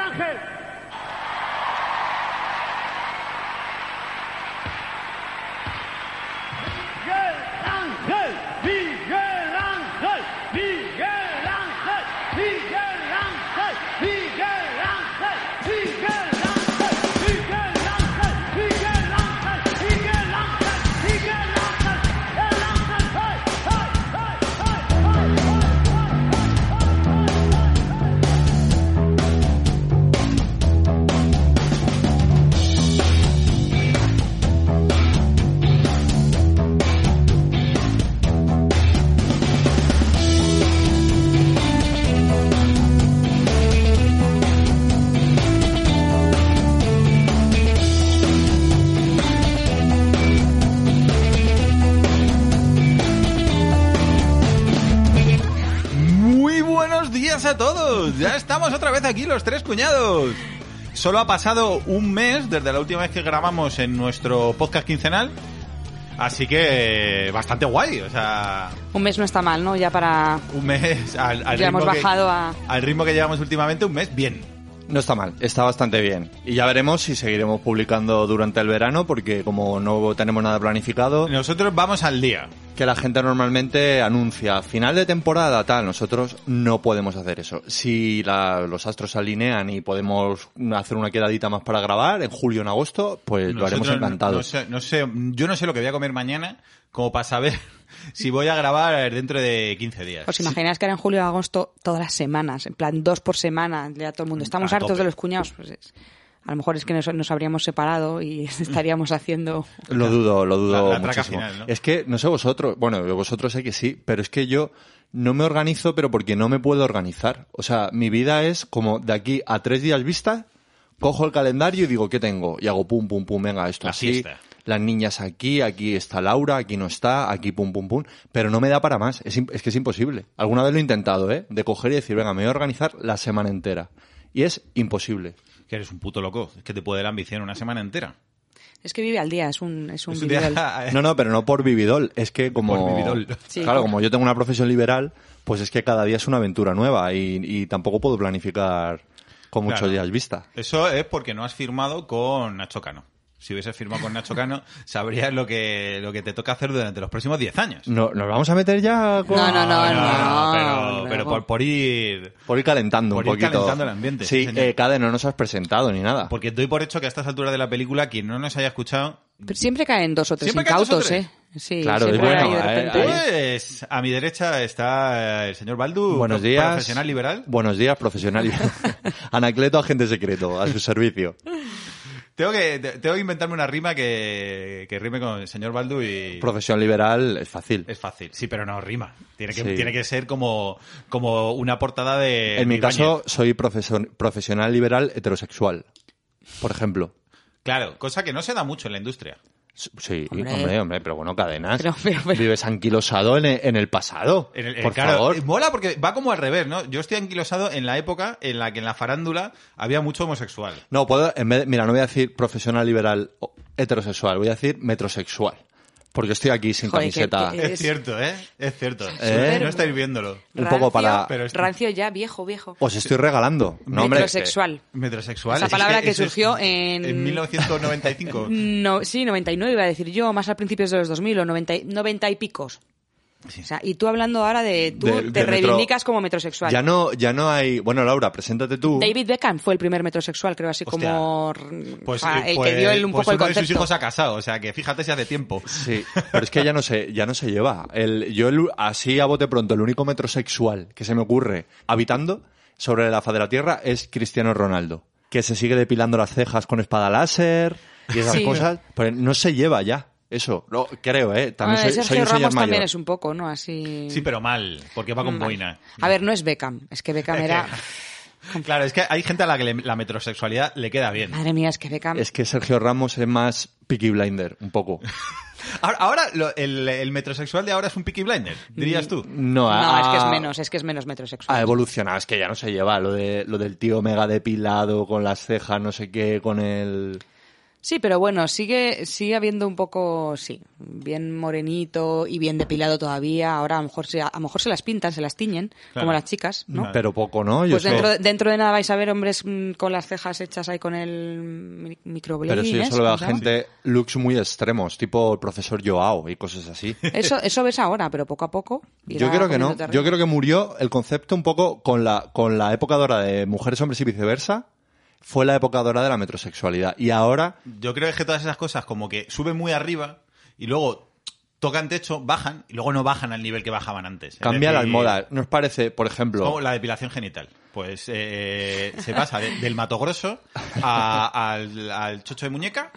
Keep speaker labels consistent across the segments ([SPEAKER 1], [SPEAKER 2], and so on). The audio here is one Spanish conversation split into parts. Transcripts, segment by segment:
[SPEAKER 1] Ángel. Miguel Ángel, Miguel Ángel, Miguel Ángel, Miguel Ángel, Miguel Ángel, Miguel Ángel, Miguel Ángel, Miguel Ángel, Miguel Ángel, Miguel Ángel, el Ángel, ¡hey, hey, hey, hey, hey, hey, hey!
[SPEAKER 2] Muy buenos días a todos. Ya estamos otra vez aquí los tres cuñados. Solo ha pasado un mes desde la última vez que grabamos en nuestro podcast quincenal. Así que eh, bastante guay, o sea,
[SPEAKER 3] Un mes no está mal, ¿no? Ya para...
[SPEAKER 2] un mes al, al
[SPEAKER 3] Ya
[SPEAKER 2] ritmo
[SPEAKER 3] hemos
[SPEAKER 2] que-
[SPEAKER 3] bajado a-
[SPEAKER 2] al ritmo que llevamos últimamente, un mes bien.
[SPEAKER 4] No está mal, está bastante bien. Y ya veremos si seguiremos publicando durante el verano, porque como no tenemos nada planificado,
[SPEAKER 2] Nosotros vamos al día.
[SPEAKER 4] que la gente normalmente anuncia final de temporada, tal, nosotros no podemos hacer eso. Si la- los astros se alinean y podemos hacer una quedadita más para grabar en julio o en agosto, pues lo haremos
[SPEAKER 2] Nosotros no-
[SPEAKER 4] encantado.
[SPEAKER 2] No sé, no sé- yo no sé lo que voy a comer mañana, como para saber si voy a grabar dentro de 15 días.
[SPEAKER 3] ¿Os imagináis pues que era en julio o agosto todas las semanas? En plan, dos por semana, ya todo el mundo. Estamos
[SPEAKER 2] Mm, A
[SPEAKER 3] hartos
[SPEAKER 2] tope.
[SPEAKER 3] de los cuñados. Pues es- a lo mejor es que nos, nos habríamos separado y estaríamos haciendo...
[SPEAKER 4] Lo dudo, lo dudo
[SPEAKER 2] La- la traca
[SPEAKER 4] muchísimo.
[SPEAKER 2] final, ¿no?
[SPEAKER 4] Es que no sé vosotros, bueno, yo vosotros sé que sí, pero es que yo no me organizo, pero porque no me puedo organizar. O sea, mi vida es como de aquí a tres días vista, cojo el calendario y digo, ¿qué tengo? Y hago pum, pum, pum, venga, esto
[SPEAKER 2] La
[SPEAKER 4] así.
[SPEAKER 2] fiesta.
[SPEAKER 4] Las niñas aquí, aquí está Laura, aquí no está, aquí pum, pum, pum. Pero no me da para más, es, im- es que es imposible. Alguna vez lo he intentado, ¿eh? De coger y decir, venga, me voy a organizar la semana entera. Y es imposible.
[SPEAKER 2] Que eres un puto loco, es que te puede la ambición una semana entera.
[SPEAKER 3] Es que vive al día, es un, es un
[SPEAKER 2] Es un
[SPEAKER 3] vividor.
[SPEAKER 2] día-
[SPEAKER 4] No, no, pero no por vividol. Es que como...
[SPEAKER 2] Por vividol.
[SPEAKER 3] Sí.
[SPEAKER 4] Claro, como yo tengo una profesión liberal, pues es que cada día es una aventura nueva y, y tampoco puedo planificar con muchos
[SPEAKER 2] Claro.
[SPEAKER 4] días vista.
[SPEAKER 2] Eso es porque no has firmado con Nacho Cano. Si hubieses firmado con Nacho Cano, sabrías lo que, lo que te toca hacer durante los próximos 10 años. Ah,
[SPEAKER 4] No, ¿Nos vamos a meter ya con-
[SPEAKER 3] No, no, no, no.
[SPEAKER 2] pero, pero por, por ir...
[SPEAKER 4] por ir calentando
[SPEAKER 2] Por
[SPEAKER 4] un
[SPEAKER 2] ir
[SPEAKER 4] poquito?
[SPEAKER 2] calentando el ambiente, sí,
[SPEAKER 4] Sí,
[SPEAKER 2] señor.
[SPEAKER 4] eh, Cade, no nos has presentado ni nada.
[SPEAKER 2] Porque doy por hecho que a estas alturas de la película, quien no nos haya escuchado,
[SPEAKER 3] Pero siempre caen dos o tres
[SPEAKER 2] Siempre caen dos o
[SPEAKER 3] incautos,
[SPEAKER 2] tres.
[SPEAKER 3] ¿eh? Sí,
[SPEAKER 4] Claro,
[SPEAKER 3] siempre
[SPEAKER 4] es bueno,
[SPEAKER 3] hay de
[SPEAKER 4] eh,
[SPEAKER 3] repente-
[SPEAKER 4] Ahí.
[SPEAKER 2] pues a mi derecha está eh, el señor Baldu,
[SPEAKER 4] Buenos
[SPEAKER 2] pro-
[SPEAKER 4] días.
[SPEAKER 2] profesional liberal.
[SPEAKER 4] Buenos días, profesional liberal. Anacleto, agente secreto, a su servicio.
[SPEAKER 2] Tengo que, te- tengo que inventarme una rima que, que rime con el señor Baldu y...
[SPEAKER 4] Profesión liberal es fácil.
[SPEAKER 2] Es fácil, sí, pero no rima. Tiene que,
[SPEAKER 4] Sí.
[SPEAKER 2] tiene que ser como, como una portada de...
[SPEAKER 4] en mi
[SPEAKER 2] de
[SPEAKER 4] caso,
[SPEAKER 2] Ibáñez.
[SPEAKER 4] soy profesor- profesional liberal heterosexual, por ejemplo.
[SPEAKER 2] Claro, cosa que no se da mucho en la industria.
[SPEAKER 4] Sí,
[SPEAKER 3] Hombre.
[SPEAKER 4] hombre, hombre, pero bueno, cadenas.
[SPEAKER 3] Pero, pero, pero-
[SPEAKER 4] Vives anquilosado en, en el pasado.
[SPEAKER 2] En el- en-
[SPEAKER 4] por
[SPEAKER 2] claro,
[SPEAKER 4] favor.
[SPEAKER 2] eh, Mola porque va como al revés, ¿no? Yo estoy anquilosado en la época en la que en la farándula había mucho homosexual.
[SPEAKER 4] No, puedo, en vez de- mira, no voy a decir profesional liberal o heterosexual, voy a decir metrosexual. Porque estoy aquí sin
[SPEAKER 3] Joder, que-
[SPEAKER 4] camiseta.
[SPEAKER 3] que-
[SPEAKER 2] Es,
[SPEAKER 3] Es-
[SPEAKER 2] cierto, ¿eh? Es cierto.
[SPEAKER 4] ¿Eh?
[SPEAKER 2] No estáis viéndolo.
[SPEAKER 4] un poco para-
[SPEAKER 2] Pero es-
[SPEAKER 3] Rancio ya, viejo, viejo.
[SPEAKER 4] Os estoy regalando. No, hombre,
[SPEAKER 3] Metrosexual.
[SPEAKER 2] Metrosexual.
[SPEAKER 3] Esa
[SPEAKER 2] Es
[SPEAKER 3] palabra que
[SPEAKER 2] eso es-
[SPEAKER 3] surgió en-
[SPEAKER 2] En 1995.
[SPEAKER 3] No, sí, 99 iba a decir yo, más a principios de los 2000 o 90, y- 90 y picos. O sea, y tú hablando ahora de... Tú
[SPEAKER 4] De-
[SPEAKER 3] te
[SPEAKER 4] de metro-
[SPEAKER 3] reivindicas como
[SPEAKER 4] que
[SPEAKER 3] metrosexual.
[SPEAKER 4] ya no, ya no hay. Bueno, Laura, preséntate tú.
[SPEAKER 3] David Beckham fue el primer metrosexual, creo, así
[SPEAKER 2] Hostia.
[SPEAKER 3] como...
[SPEAKER 2] Pues,
[SPEAKER 3] o sea,
[SPEAKER 2] eh,
[SPEAKER 3] Ah, el
[SPEAKER 2] pues-
[SPEAKER 3] que dio el, un
[SPEAKER 2] pues
[SPEAKER 3] poco el
[SPEAKER 2] uno de
[SPEAKER 3] concepto.
[SPEAKER 2] sus hijos ha casado, o sea que fíjate si hace tiempo.
[SPEAKER 4] Sí, pero es que ya no se, ya no se lleva. El, yo el- así a bote pronto, el único metrosexual que se me ocurre habitando sobre la faz de la Tierra es Cristiano Ronaldo, que se sigue depilando las cejas con espada láser y esas
[SPEAKER 3] Sí.
[SPEAKER 4] cosas, pero no se lleva ya. Eso, lo creo, ¿eh? También
[SPEAKER 3] Ah,
[SPEAKER 4] soy,
[SPEAKER 3] Sergio
[SPEAKER 4] soy un señor
[SPEAKER 3] Ramos
[SPEAKER 4] mayor.
[SPEAKER 3] también es un poco, ¿no? Así... Mm,
[SPEAKER 2] Sí, pero mal, porque va con boina.
[SPEAKER 3] A ver, no es Beckham. Es que Beckham
[SPEAKER 2] Es
[SPEAKER 3] era...
[SPEAKER 2] que- Claro, es que hay gente a la que le- la metrosexualidad le queda bien.
[SPEAKER 3] Madre mía, es que Beckham...
[SPEAKER 4] Es que Sergio Ramos es más Peaky Blinder, un poco.
[SPEAKER 2] Ahora, ahora lo- el, el metrosexual de ahora es un picky blinder,
[SPEAKER 3] Mm,
[SPEAKER 2] dirías tú.
[SPEAKER 4] No, ah.
[SPEAKER 3] No,
[SPEAKER 4] ha-
[SPEAKER 3] es que es menos, es que es menos metrosexual.
[SPEAKER 4] Ha evolucionado, es que ya no se lleva lo, de, lo del tío mega depilado, con las cejas, no sé qué, con el...
[SPEAKER 3] Sí, pero bueno, sigue, sigue habiendo un poco, sí, bien morenito y bien depilado todavía. Ahora a lo mejor se, a lo mejor se las pintan, se las tiñen,
[SPEAKER 2] Claro.
[SPEAKER 3] como las chicas, ¿no?
[SPEAKER 2] Claro.
[SPEAKER 4] Pero poco, ¿no? Yo
[SPEAKER 3] Pues
[SPEAKER 4] es que-
[SPEAKER 3] dentro, dentro de nada vais a ver hombres mm, con las cejas hechas ahí con el mi- microblading,
[SPEAKER 4] Pero eso yo
[SPEAKER 3] ¿eh?
[SPEAKER 4] solo veo a
[SPEAKER 3] ¿Cómo se llama?
[SPEAKER 4] gente looks muy extremos, tipo el profesor Joao y cosas así.
[SPEAKER 3] Eso, eso ves ahora, pero poco a poco.
[SPEAKER 4] Yo
[SPEAKER 3] irá
[SPEAKER 4] creo que
[SPEAKER 3] comiendo
[SPEAKER 4] no.
[SPEAKER 3] terreno.
[SPEAKER 4] Yo creo que murió el concepto un poco con la, con la época dorada de mujeres, hombres y viceversa. Fue la época dorada de la metrosexualidad. Y ahora,
[SPEAKER 2] Yo creo que todas esas cosas como que suben muy arriba y luego tocan techo, bajan y luego no bajan al nivel que bajaban antes. Es
[SPEAKER 4] cambia las
[SPEAKER 2] decir,
[SPEAKER 4] modas. ¿Nos parece, por ejemplo,
[SPEAKER 2] Como la depilación genital. Pues eh, se pasa de- del mato grosso a- al, al chocho de muñeca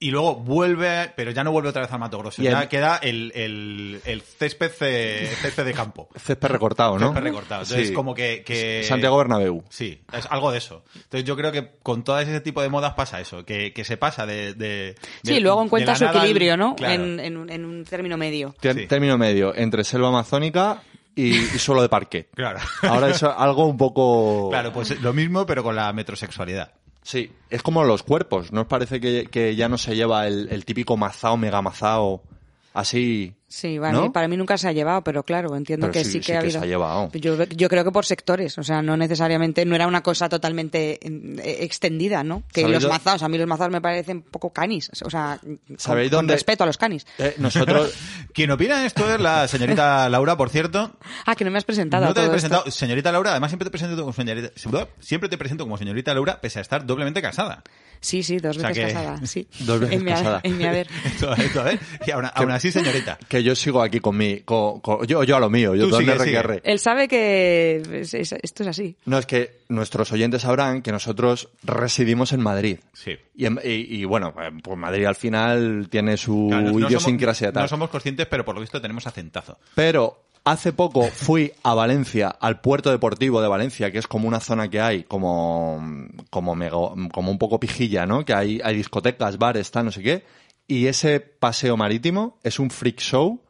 [SPEAKER 2] y luego vuelve, pero ya no vuelve otra vez al mato grosso.
[SPEAKER 4] Y el-
[SPEAKER 2] Ya queda el, el- el césped, eh, césped de campo.
[SPEAKER 4] césped recortado, no?
[SPEAKER 2] Césped recortado. Entonces,
[SPEAKER 4] Sí.
[SPEAKER 2] como que- que-
[SPEAKER 4] Santiago Bernabéu.
[SPEAKER 2] Sí, es algo de eso. Entonces yo creo que con todo ese tipo de modas pasa eso, que, que se pasa de... de-
[SPEAKER 3] Sí,
[SPEAKER 2] de-
[SPEAKER 3] luego
[SPEAKER 2] de
[SPEAKER 3] encuentra
[SPEAKER 2] la
[SPEAKER 3] su
[SPEAKER 2] nada al-
[SPEAKER 3] equilibrio, ¿no?
[SPEAKER 2] Claro.
[SPEAKER 3] En, en un- en un término medio.
[SPEAKER 4] Tien-
[SPEAKER 2] Sí.
[SPEAKER 4] Término medio, entre selva amazónica y, y suelo de parque.
[SPEAKER 2] Claro.
[SPEAKER 4] Ahora es algo un poco...
[SPEAKER 2] Claro, pues lo mismo pero con la metrosexualidad.
[SPEAKER 4] Sí, es como los cuerpos. ¿No os parece que, que ya no se lleva el, el típico mazao, mega mazao, así?
[SPEAKER 3] Sí, vale,
[SPEAKER 4] ¿no?
[SPEAKER 3] para mí nunca se ha llevado, pero claro, entiendo
[SPEAKER 4] Pero
[SPEAKER 3] que
[SPEAKER 4] sí-
[SPEAKER 3] sí,
[SPEAKER 4] sí
[SPEAKER 3] que ha
[SPEAKER 4] que
[SPEAKER 3] habido. Pues
[SPEAKER 4] se ha llevado.
[SPEAKER 3] Yo, yo creo que por sectores, o sea, no necesariamente, no era una cosa totalmente mm, eh, extendida, ¿no? Que
[SPEAKER 4] ¿Sabéis
[SPEAKER 3] los
[SPEAKER 4] dó-
[SPEAKER 3] mazaos, a mí los mazaos me parecen un poco canis, o sea, con,
[SPEAKER 4] ¿Sabéis
[SPEAKER 3] con
[SPEAKER 4] dónde-
[SPEAKER 3] respeto a los canis.
[SPEAKER 4] Eh, nosotros,
[SPEAKER 2] Quien opina esto es la señorita Laura, por cierto.
[SPEAKER 3] Ah, que no me has presentado.
[SPEAKER 2] No
[SPEAKER 3] a
[SPEAKER 2] te he
[SPEAKER 3] todo esto.
[SPEAKER 2] presentado, señorita Laura, además siempre te presento como señorita, siempre te presento como señorita Laura, pese a estar doblemente casada.
[SPEAKER 3] Sí, sí, dos
[SPEAKER 2] O sea
[SPEAKER 3] veces
[SPEAKER 2] que-
[SPEAKER 3] casada, sí.
[SPEAKER 4] Dos veces
[SPEAKER 3] en mi,
[SPEAKER 4] casada.
[SPEAKER 3] En mi haber.
[SPEAKER 2] Esto- esto, a ver, y aún, aún así, señorita.
[SPEAKER 4] que yo sigo aquí con mi, con- con- yo, yo a lo mío, yo
[SPEAKER 2] Tú
[SPEAKER 4] todo
[SPEAKER 2] sigue,
[SPEAKER 4] el
[SPEAKER 2] sigue.
[SPEAKER 4] RQR.
[SPEAKER 3] Él sabe que es- es- esto es así.
[SPEAKER 4] No, es que nuestros oyentes sabrán que nosotros residimos en Madrid.
[SPEAKER 2] Sí.
[SPEAKER 4] Y, en- y- y bueno, pues Madrid al final tiene su
[SPEAKER 2] Claro, no
[SPEAKER 4] idiosincrasia
[SPEAKER 2] somos,
[SPEAKER 4] tal.
[SPEAKER 2] no somos conscientes, pero por lo visto tenemos acentazo.
[SPEAKER 4] Pero hace poco fui a Valencia, al puerto deportivo de Valencia, que es como una zona que hay, como, como, mego- como un poco pijilla, ¿no? Que hay, hay discotecas, bares, tal, no sé qué. Y ese paseo marítimo es un freak show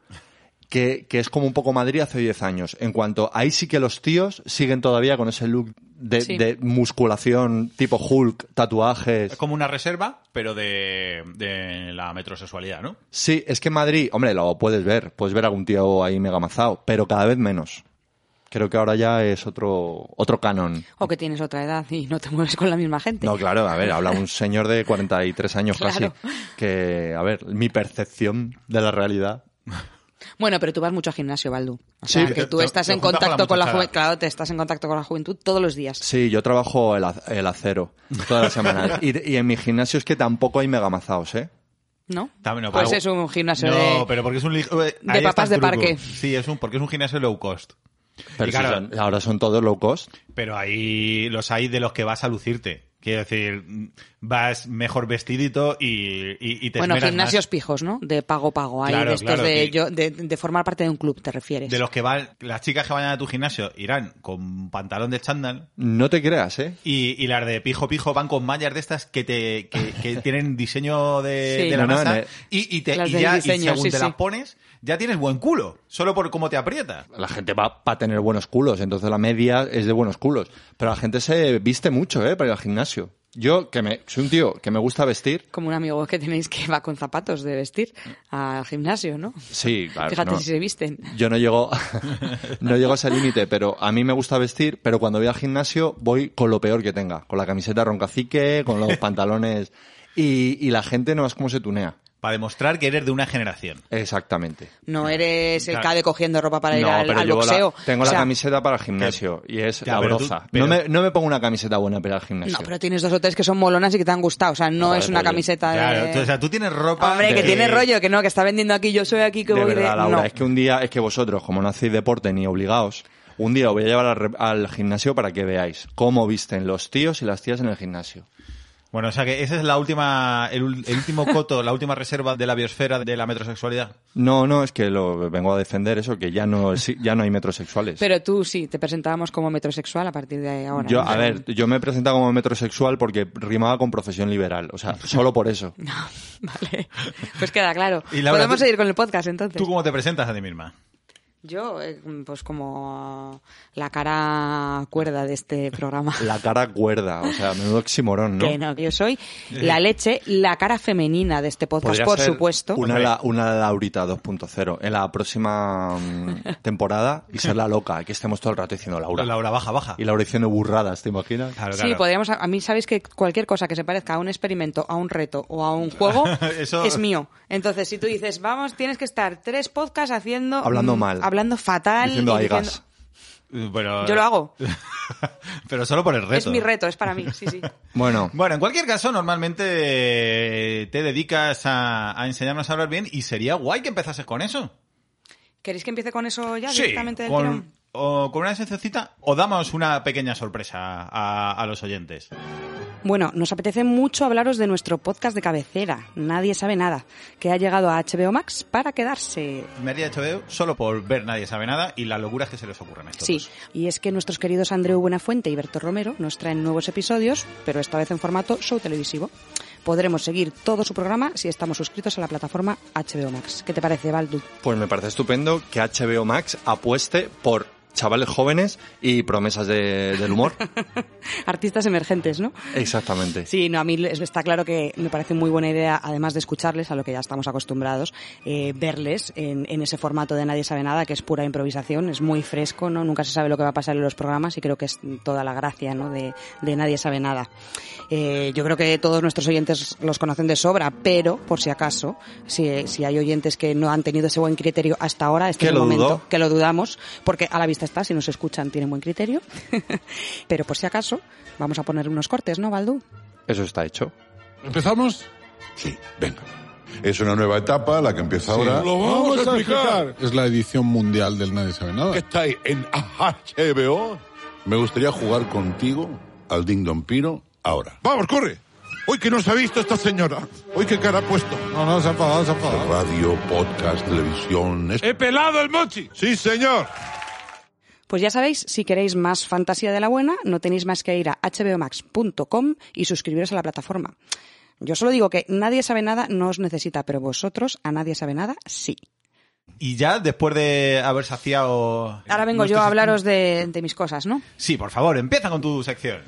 [SPEAKER 4] que, que es como un poco Madrid hace 10 años. En cuanto ahí sí que los tíos siguen todavía con ese look de,
[SPEAKER 3] Sí.
[SPEAKER 4] de musculación tipo Hulk, tatuajes.
[SPEAKER 2] Es como una reserva, pero de, de la metrosexualidad, ¿no?
[SPEAKER 4] Sí, es que en Madrid, hombre, lo puedes ver, puedes ver algún tío ahí mega mazao, pero cada vez menos. Creo que ahora ya es otro, otro canon.
[SPEAKER 3] O que tienes otra edad y no te mueves con la misma gente.
[SPEAKER 4] No, claro, a ver, habla un señor de 43 años
[SPEAKER 3] Claro.
[SPEAKER 4] casi, que, a ver, mi percepción de la realidad.
[SPEAKER 3] Bueno, pero tú vas mucho al gimnasio, Baldu. O
[SPEAKER 4] Sí,
[SPEAKER 3] sea, que tú
[SPEAKER 2] te-
[SPEAKER 3] estás
[SPEAKER 2] te
[SPEAKER 3] en
[SPEAKER 2] juntas con la
[SPEAKER 3] contacto con la
[SPEAKER 2] muchachada.
[SPEAKER 3] juventud. Claro, te estás en contacto con la juventud todos los días.
[SPEAKER 4] Sí, yo trabajo el, a- el acero toda la semana. Y, y en mi gimnasio es que tampoco hay mega mazaos, ¿eh?
[SPEAKER 3] ¿No?
[SPEAKER 2] También, no,
[SPEAKER 3] pues
[SPEAKER 2] pero-
[SPEAKER 3] es un gimnasio
[SPEAKER 2] No,
[SPEAKER 3] de.
[SPEAKER 2] pero porque es un... li- eh,
[SPEAKER 3] de
[SPEAKER 2] ahí está
[SPEAKER 3] papás
[SPEAKER 2] el
[SPEAKER 3] de
[SPEAKER 2] truco.
[SPEAKER 3] parque.
[SPEAKER 2] Sí, es un, porque es un gimnasio low cost.
[SPEAKER 4] Pero
[SPEAKER 2] Y
[SPEAKER 4] si
[SPEAKER 2] claro,
[SPEAKER 4] son- ahora son todos low cost.
[SPEAKER 2] Pero ahí los hay de los que vas a lucirte. Quiero decir, mm, vas mejor vestidito y, y, y te
[SPEAKER 3] bueno,
[SPEAKER 2] esmeras
[SPEAKER 3] gimnasios
[SPEAKER 2] más.
[SPEAKER 3] pijos, ¿no? De pago pago. Hay
[SPEAKER 2] Claro,
[SPEAKER 3] de estos
[SPEAKER 2] claro,
[SPEAKER 3] de,
[SPEAKER 2] que-
[SPEAKER 3] yo- de, de formar parte de un club, ¿te refieres?
[SPEAKER 2] De los que van, las chicas que vayan a tu gimnasio irán con pantalón de chándal
[SPEAKER 4] No te creas, ¿eh?
[SPEAKER 2] y, y las de pijo pijo van con mallas de estas que te que, que tienen diseño de,
[SPEAKER 3] Sí.
[SPEAKER 2] de la
[SPEAKER 4] No, no,
[SPEAKER 2] masa
[SPEAKER 4] no, eh.
[SPEAKER 2] y, y te,
[SPEAKER 3] Las
[SPEAKER 2] y
[SPEAKER 3] del
[SPEAKER 2] ya, y
[SPEAKER 3] diseño,
[SPEAKER 2] según
[SPEAKER 3] sí,
[SPEAKER 2] te
[SPEAKER 3] sí.
[SPEAKER 2] las pones, ya tienes buen culo, solo por cómo te aprieta.
[SPEAKER 4] la gente va para tener buenos culos, entonces la media es de buenos culos. Pero la gente se viste mucho, ¿eh? Para ir al gimnasio. Yo, que me, soy un tío que me gusta vestir,
[SPEAKER 3] Como un amigo que tenéis que va con zapatos de vestir al gimnasio, ¿no?
[SPEAKER 4] sí, claro.
[SPEAKER 3] Fíjate
[SPEAKER 4] no.
[SPEAKER 3] si se visten.
[SPEAKER 4] Yo no llego, no llego a ese límite, pero a mí me gusta vestir, pero cuando voy al gimnasio voy con lo peor que tenga, con la camiseta roncacique, con los pantalones, y, y la gente no es como se tunea.
[SPEAKER 2] Para demostrar que eres de una generación.
[SPEAKER 4] Exactamente.
[SPEAKER 3] No eres el
[SPEAKER 2] Claro.
[SPEAKER 3] cade cogiendo ropa para ir
[SPEAKER 4] no,
[SPEAKER 3] al,
[SPEAKER 4] pero
[SPEAKER 3] al
[SPEAKER 4] llevo la-
[SPEAKER 3] boxeo.
[SPEAKER 4] tengo
[SPEAKER 3] O
[SPEAKER 4] la
[SPEAKER 3] sea,
[SPEAKER 4] camiseta para el gimnasio y es
[SPEAKER 2] Ya,
[SPEAKER 4] la
[SPEAKER 2] pero tú-
[SPEAKER 4] broza.
[SPEAKER 2] pero-
[SPEAKER 4] no, me, no me pongo una camiseta buena para ir al gimnasio.
[SPEAKER 3] No, pero tienes dos o tres que son molonas y que te han gustado. O sea, no
[SPEAKER 4] Joder,
[SPEAKER 3] es una
[SPEAKER 4] pues,
[SPEAKER 3] camiseta
[SPEAKER 2] Claro,
[SPEAKER 3] de...
[SPEAKER 2] tú- o sea, tú tienes ropa.
[SPEAKER 3] Hombre, que
[SPEAKER 2] de-
[SPEAKER 3] tiene rollo, que no, que está vendiendo aquí, yo soy aquí, que
[SPEAKER 4] de
[SPEAKER 3] voy
[SPEAKER 4] verdad,
[SPEAKER 3] de...
[SPEAKER 4] Laura,
[SPEAKER 3] no.
[SPEAKER 4] es que un día, es que vosotros, como no hacéis deporte ni obligaos, un día os voy a llevar al, re- al gimnasio para que veáis cómo visten los tíos y las tías en el gimnasio.
[SPEAKER 2] Bueno, o sea que ese es la última, el, ul- el último coto, la última reserva de la biosfera de la metrosexualidad.
[SPEAKER 4] No, no, es que lo vengo a defender eso, que ya no, exi- ya no hay metrosexuales.
[SPEAKER 3] Pero tú sí, te presentábamos como metrosexual a partir de ahora.
[SPEAKER 4] Yo,
[SPEAKER 3] ¿no?
[SPEAKER 4] a ver, yo me he presentado como metrosexual porque rimaba con profesión liberal. O sea, solo por eso.
[SPEAKER 3] Vale. Pues queda claro.
[SPEAKER 2] Y Laura,
[SPEAKER 3] Podemos
[SPEAKER 2] tú-
[SPEAKER 3] seguir con el podcast entonces.
[SPEAKER 2] ¿Tú cómo te presentas a ti misma?
[SPEAKER 3] Yo, eh, pues como la cara cuerda de este programa.
[SPEAKER 4] La cara cuerda, o sea, menudo oximorón, ¿no? Eh.
[SPEAKER 3] Que no, que yo soy la leche, la cara femenina de este podcast,
[SPEAKER 4] Podría
[SPEAKER 3] por
[SPEAKER 4] ser
[SPEAKER 3] supuesto.
[SPEAKER 4] Una, la- una Laurita 2.0 en la próxima mm, temporada y ser la loca, que estemos todo el rato diciendo Laura.
[SPEAKER 2] Laura, baja, baja.
[SPEAKER 4] Y Laura diciendo burradas, ¿te imaginas?
[SPEAKER 2] Claro,
[SPEAKER 3] Sí,
[SPEAKER 2] claro.
[SPEAKER 3] podríamos. A mí, sabéis que cualquier cosa que se parezca a un experimento, a un reto o a un juego
[SPEAKER 2] Eso-
[SPEAKER 3] es mío. Entonces, si tú dices, vamos, tienes que estar tres podcasts haciendo.
[SPEAKER 4] Hablando
[SPEAKER 3] mm,
[SPEAKER 4] mal.
[SPEAKER 3] Hablando fatal.
[SPEAKER 4] Diciendo
[SPEAKER 3] y
[SPEAKER 4] "Ay,
[SPEAKER 3] diciendo-
[SPEAKER 4] gas".
[SPEAKER 2] Pero-
[SPEAKER 3] Yo lo hago.
[SPEAKER 2] Pero solo por el reto.
[SPEAKER 3] Es mi reto, es para mí, sí, sí.
[SPEAKER 4] Bueno,
[SPEAKER 2] Bueno, en cualquier caso, normalmente eh, te dedicas a, a enseñarnos a hablar bien y sería guay que empezases con eso.
[SPEAKER 3] ¿Queréis que empiece con eso ya directamente del
[SPEAKER 2] con,
[SPEAKER 3] tirón?
[SPEAKER 2] o con una sencillita o damos una pequeña sorpresa a, a los oyentes.
[SPEAKER 3] Bueno, nos apetece mucho hablaros de nuestro podcast de cabecera, Nadie sabe nada, que ha llegado a HBO Max para quedarse.
[SPEAKER 2] Me haría HBO solo por ver Nadie sabe nada y las locuras que se les ocurren a estos.
[SPEAKER 3] Sí,
[SPEAKER 2] dos.
[SPEAKER 3] y es que nuestros queridos Andreu Buenafuente y Berto Romero nos traen nuevos episodios, pero esta vez en formato show televisivo. Podremos seguir todo su programa si estamos suscritos a la plataforma HBO Max. ¿Qué te parece, Baldu?
[SPEAKER 4] pues me parece estupendo que HBO Max apueste por chavales jóvenes y promesas de- del humor.
[SPEAKER 3] Artistas emergentes, ¿no?
[SPEAKER 4] Exactamente.
[SPEAKER 3] Sí, no, a mí es- está claro que me parece muy buena idea, además de escucharles, a lo que ya estamos acostumbrados, eh, verles en, en ese formato de Nadie sabe nada, que es pura improvisación, es muy fresco, ¿no? nunca se sabe lo que va a pasar en los programas y creo que es toda la gracia ¿no? de, de Nadie sabe nada. Eh, yo creo que todos nuestros oyentes los conocen de sobra, pero por si acaso, si, si hay oyentes que no han tenido ese buen criterio hasta ahora, este
[SPEAKER 4] Que
[SPEAKER 3] es el
[SPEAKER 4] lo
[SPEAKER 3] momento
[SPEAKER 4] dudó.
[SPEAKER 3] que lo dudamos, porque a la vista está, si nos escuchan tienen buen criterio, pero por si acaso vamos a poner unos cortes, ¿no, Baldú?
[SPEAKER 4] Eso está hecho.
[SPEAKER 5] ¿Empezamos?
[SPEAKER 6] Sí, venga. Es una nueva etapa, la que empieza ahora.
[SPEAKER 5] Lo vamos, a explicar. Es la edición mundial del Nadie Sabe Nada.
[SPEAKER 6] Que estáis en HBO. Me gustaría jugar contigo al Ding Dong Piro ahora.
[SPEAKER 5] Vamos, corre.
[SPEAKER 6] Hoy que nos ha visto esta señora. Hoy qué cara ha puesto.
[SPEAKER 5] No, no, se ha enfadado, se ha enfadado.
[SPEAKER 6] Radio, podcast, televisión. es-
[SPEAKER 5] ¡He pelado el mochi!
[SPEAKER 6] Sí, señor.
[SPEAKER 3] Pues ya sabéis, si queréis más fantasía de la buena, no tenéis más que ir a hbomax.com y suscribiros a la plataforma. Yo solo digo que nadie sabe nada, no os necesita, pero vosotros a nadie sabe nada, sí.
[SPEAKER 2] Y ya después de haber saciado.
[SPEAKER 3] Ahora vengo yo a hablaros de, de mis cosas, ¿no?
[SPEAKER 2] Sí, por favor, empieza con tu sección.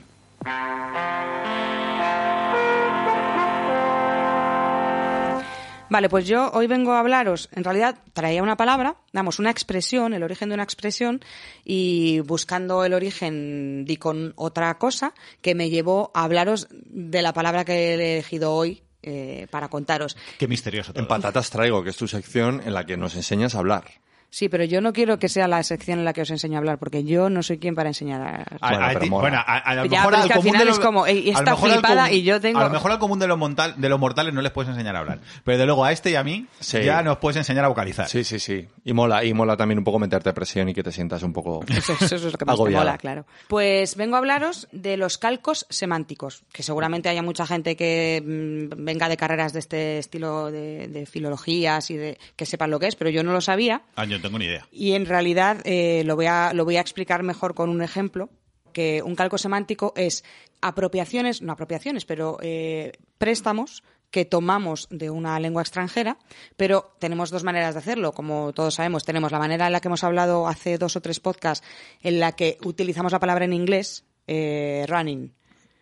[SPEAKER 3] Vale, pues yo hoy vengo a hablaros, en realidad traía una palabra, damos una expresión, el origen de una expresión, y buscando el origen di con otra cosa que me llevó a hablaros de la palabra que he elegido hoy eh, para contaros.
[SPEAKER 2] Qué misterioso todo.
[SPEAKER 4] En patatas traigo, que es tu sección en la que nos enseñas a hablar.
[SPEAKER 3] Sí, pero yo no quiero que sea la sección en la que os enseño a hablar, porque yo no soy quien para enseñar. a-
[SPEAKER 2] A-
[SPEAKER 4] Bueno,
[SPEAKER 2] a
[SPEAKER 4] pero
[SPEAKER 2] ti-
[SPEAKER 4] mola.
[SPEAKER 2] bueno, a- a lo
[SPEAKER 3] Ya,
[SPEAKER 2] mejor
[SPEAKER 3] pero es
[SPEAKER 2] al
[SPEAKER 3] que al
[SPEAKER 2] común de
[SPEAKER 3] final
[SPEAKER 2] los-
[SPEAKER 3] es como, "Ey,
[SPEAKER 2] a lo
[SPEAKER 3] está
[SPEAKER 2] mejor al
[SPEAKER 3] flipada
[SPEAKER 2] común-
[SPEAKER 3] y yo tengo-".
[SPEAKER 2] A lo mejor al común de los, montal- de los mortales no les puedes enseñar a hablar. Pero de luego a este y a mí
[SPEAKER 4] Sí.
[SPEAKER 2] ya nos puedes enseñar a vocalizar.
[SPEAKER 4] Sí, sí, sí. Y mola, y mola también un poco meterte presión y que te sientas un poco...
[SPEAKER 3] Eso, eso es lo que más te
[SPEAKER 4] Agobiada.
[SPEAKER 3] mola, claro. Pues vengo a hablaros de los calcos semánticos, que seguramente haya mucha gente que mm, venga de carreras de este estilo de, de filologías y de que sepan lo que es, pero yo no lo sabía.
[SPEAKER 2] Ah, yo no tengo ni idea.
[SPEAKER 3] Y en realidad eh, lo, voy a, lo voy a explicar mejor con un ejemplo, que un calco semántico es apropiaciones, no apropiaciones, pero eh, préstamos que tomamos de una lengua extranjera, pero tenemos dos maneras de hacerlo. Como todos sabemos, tenemos la manera en la que hemos hablado hace dos o tres podcasts, en la que utilizamos la palabra en inglés, eh, running,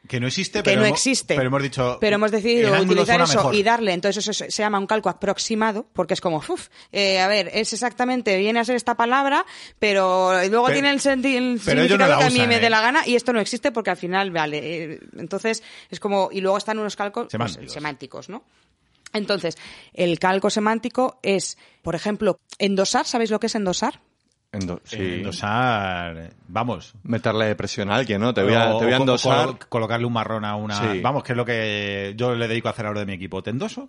[SPEAKER 2] Que no existe,
[SPEAKER 3] que
[SPEAKER 2] pero
[SPEAKER 3] no
[SPEAKER 2] hemo-
[SPEAKER 3] existe.
[SPEAKER 2] Pero hemos dicho.
[SPEAKER 3] Pero hemos
[SPEAKER 2] el
[SPEAKER 3] decidido
[SPEAKER 2] ángulo
[SPEAKER 3] utilizar
[SPEAKER 2] suena
[SPEAKER 3] eso
[SPEAKER 2] mejor.
[SPEAKER 3] y darle. Entonces eso se, se llama un calco aproximado, porque es como, uff, a ver, es exactamente, viene a ser esta palabra, pero luego
[SPEAKER 2] Pe-
[SPEAKER 3] tiene el, senti- el
[SPEAKER 2] pero ellos no
[SPEAKER 3] significado
[SPEAKER 2] la
[SPEAKER 3] que a mí
[SPEAKER 2] usan,
[SPEAKER 3] me
[SPEAKER 2] ¿eh?
[SPEAKER 3] dé la gana y esto no existe porque al final, vale. eh, entonces es como, y luego están unos calcos pues,
[SPEAKER 2] Semánticos.
[SPEAKER 3] semánticos ¿no? Entonces, el calco semántico es, por ejemplo, endosar, ¿sabéis lo que es endosar?
[SPEAKER 4] Endo- sí.
[SPEAKER 2] Eh, Endosar. Vamos.
[SPEAKER 4] Meterle presión a alguien, ¿no? Te voy a,
[SPEAKER 2] O-
[SPEAKER 4] te voy a
[SPEAKER 2] o- o
[SPEAKER 4] endosar...
[SPEAKER 2] colo- colocarle un marrón a una.
[SPEAKER 4] Sí.
[SPEAKER 2] Vamos, que es lo que yo le dedico a hacer ahora de mi equipo. ¿Te endoso?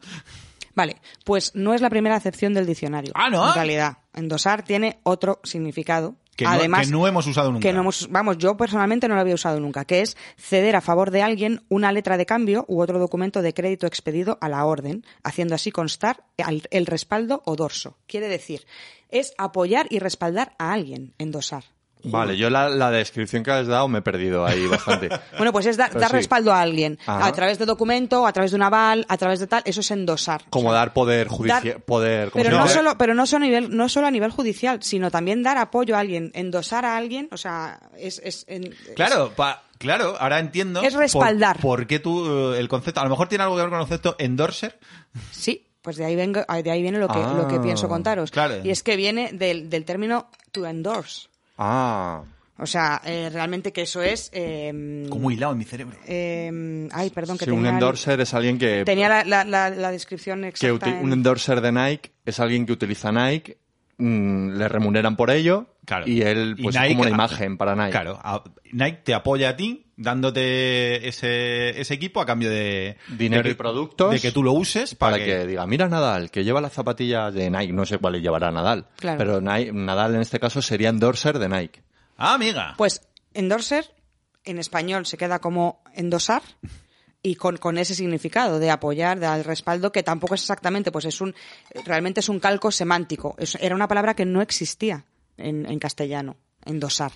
[SPEAKER 3] Vale, pues no es la primera acepción del diccionario.
[SPEAKER 2] Ah, ¿no?
[SPEAKER 3] En realidad, endosar tiene otro significado.
[SPEAKER 2] Que no-
[SPEAKER 3] Además,
[SPEAKER 2] que no hemos usado nunca.
[SPEAKER 3] que no hemos- vamos, yo personalmente no lo había usado nunca, que es ceder a favor de alguien una letra de cambio u otro documento de crédito expedido a la orden, haciendo así constar al- el respaldo o dorso. Quiere decir, es apoyar y respaldar a alguien, endosar.
[SPEAKER 4] Vale, yo la, la descripción que has dado me he perdido ahí bastante.
[SPEAKER 3] Bueno, pues es dar,
[SPEAKER 4] Pero
[SPEAKER 3] dar
[SPEAKER 4] sí.
[SPEAKER 3] respaldo a alguien,
[SPEAKER 4] Ajá.
[SPEAKER 3] a través de documento, a través de un aval, a través de tal, eso es endosar.
[SPEAKER 4] Como dar poder judicial.
[SPEAKER 3] Dar-
[SPEAKER 4] Poder, ¿cómo
[SPEAKER 3] Pero
[SPEAKER 4] se
[SPEAKER 3] no,
[SPEAKER 4] llama?
[SPEAKER 3] solo, pero no solo a nivel, no solo a nivel judicial, sino también dar apoyo a alguien, endosar a alguien, o sea, es, es- en-
[SPEAKER 2] Claro, pa- claro, ahora entiendo.
[SPEAKER 3] Es respaldar.
[SPEAKER 2] Por, por qué tú, eh, el concepto, a lo mejor tiene algo que ver con el concepto endorser.
[SPEAKER 3] es- sí, pues de ahí vengo, de ahí viene lo que,
[SPEAKER 4] Ah,
[SPEAKER 3] lo que pienso contaros.
[SPEAKER 2] claro.
[SPEAKER 3] Y es que viene del, del término to endorse.
[SPEAKER 4] Ah,
[SPEAKER 3] O sea, eh, realmente que eso es em,
[SPEAKER 2] Como hilado en mi cerebro.
[SPEAKER 3] em, ay, perdón, que
[SPEAKER 4] sí,
[SPEAKER 3] tenía,
[SPEAKER 4] un
[SPEAKER 3] el-
[SPEAKER 4] endorser es alguien que.
[SPEAKER 3] tenía la, la- la- la descripción
[SPEAKER 4] que
[SPEAKER 3] exacta.
[SPEAKER 4] uti-
[SPEAKER 3] en-
[SPEAKER 4] un endorser de Nike es alguien que utiliza Nike, mm, le remuneran por ello
[SPEAKER 2] Claro.
[SPEAKER 4] y él pues,
[SPEAKER 2] Y Nike-
[SPEAKER 4] es como una imagen para Nike.
[SPEAKER 2] Claro, a- Nike te apoya a ti dándote ese, ese equipo a cambio de
[SPEAKER 4] Dinero
[SPEAKER 2] de
[SPEAKER 4] y productos
[SPEAKER 2] de que tú lo uses
[SPEAKER 4] Para que diga, mira Nadal, que lleva las zapatillas de Nike, no sé cuáles llevará Nadal,
[SPEAKER 3] Claro.
[SPEAKER 4] pero Nike- Nadal en este caso sería endorser de Nike.
[SPEAKER 2] Ah, amiga.
[SPEAKER 3] Pues endorser en español se queda como endosar y con, con ese significado de apoyar, de dar respaldo, que tampoco es exactamente, pues es un, realmente es un calco semántico. Es- era una palabra que no existía en, en castellano, endosar.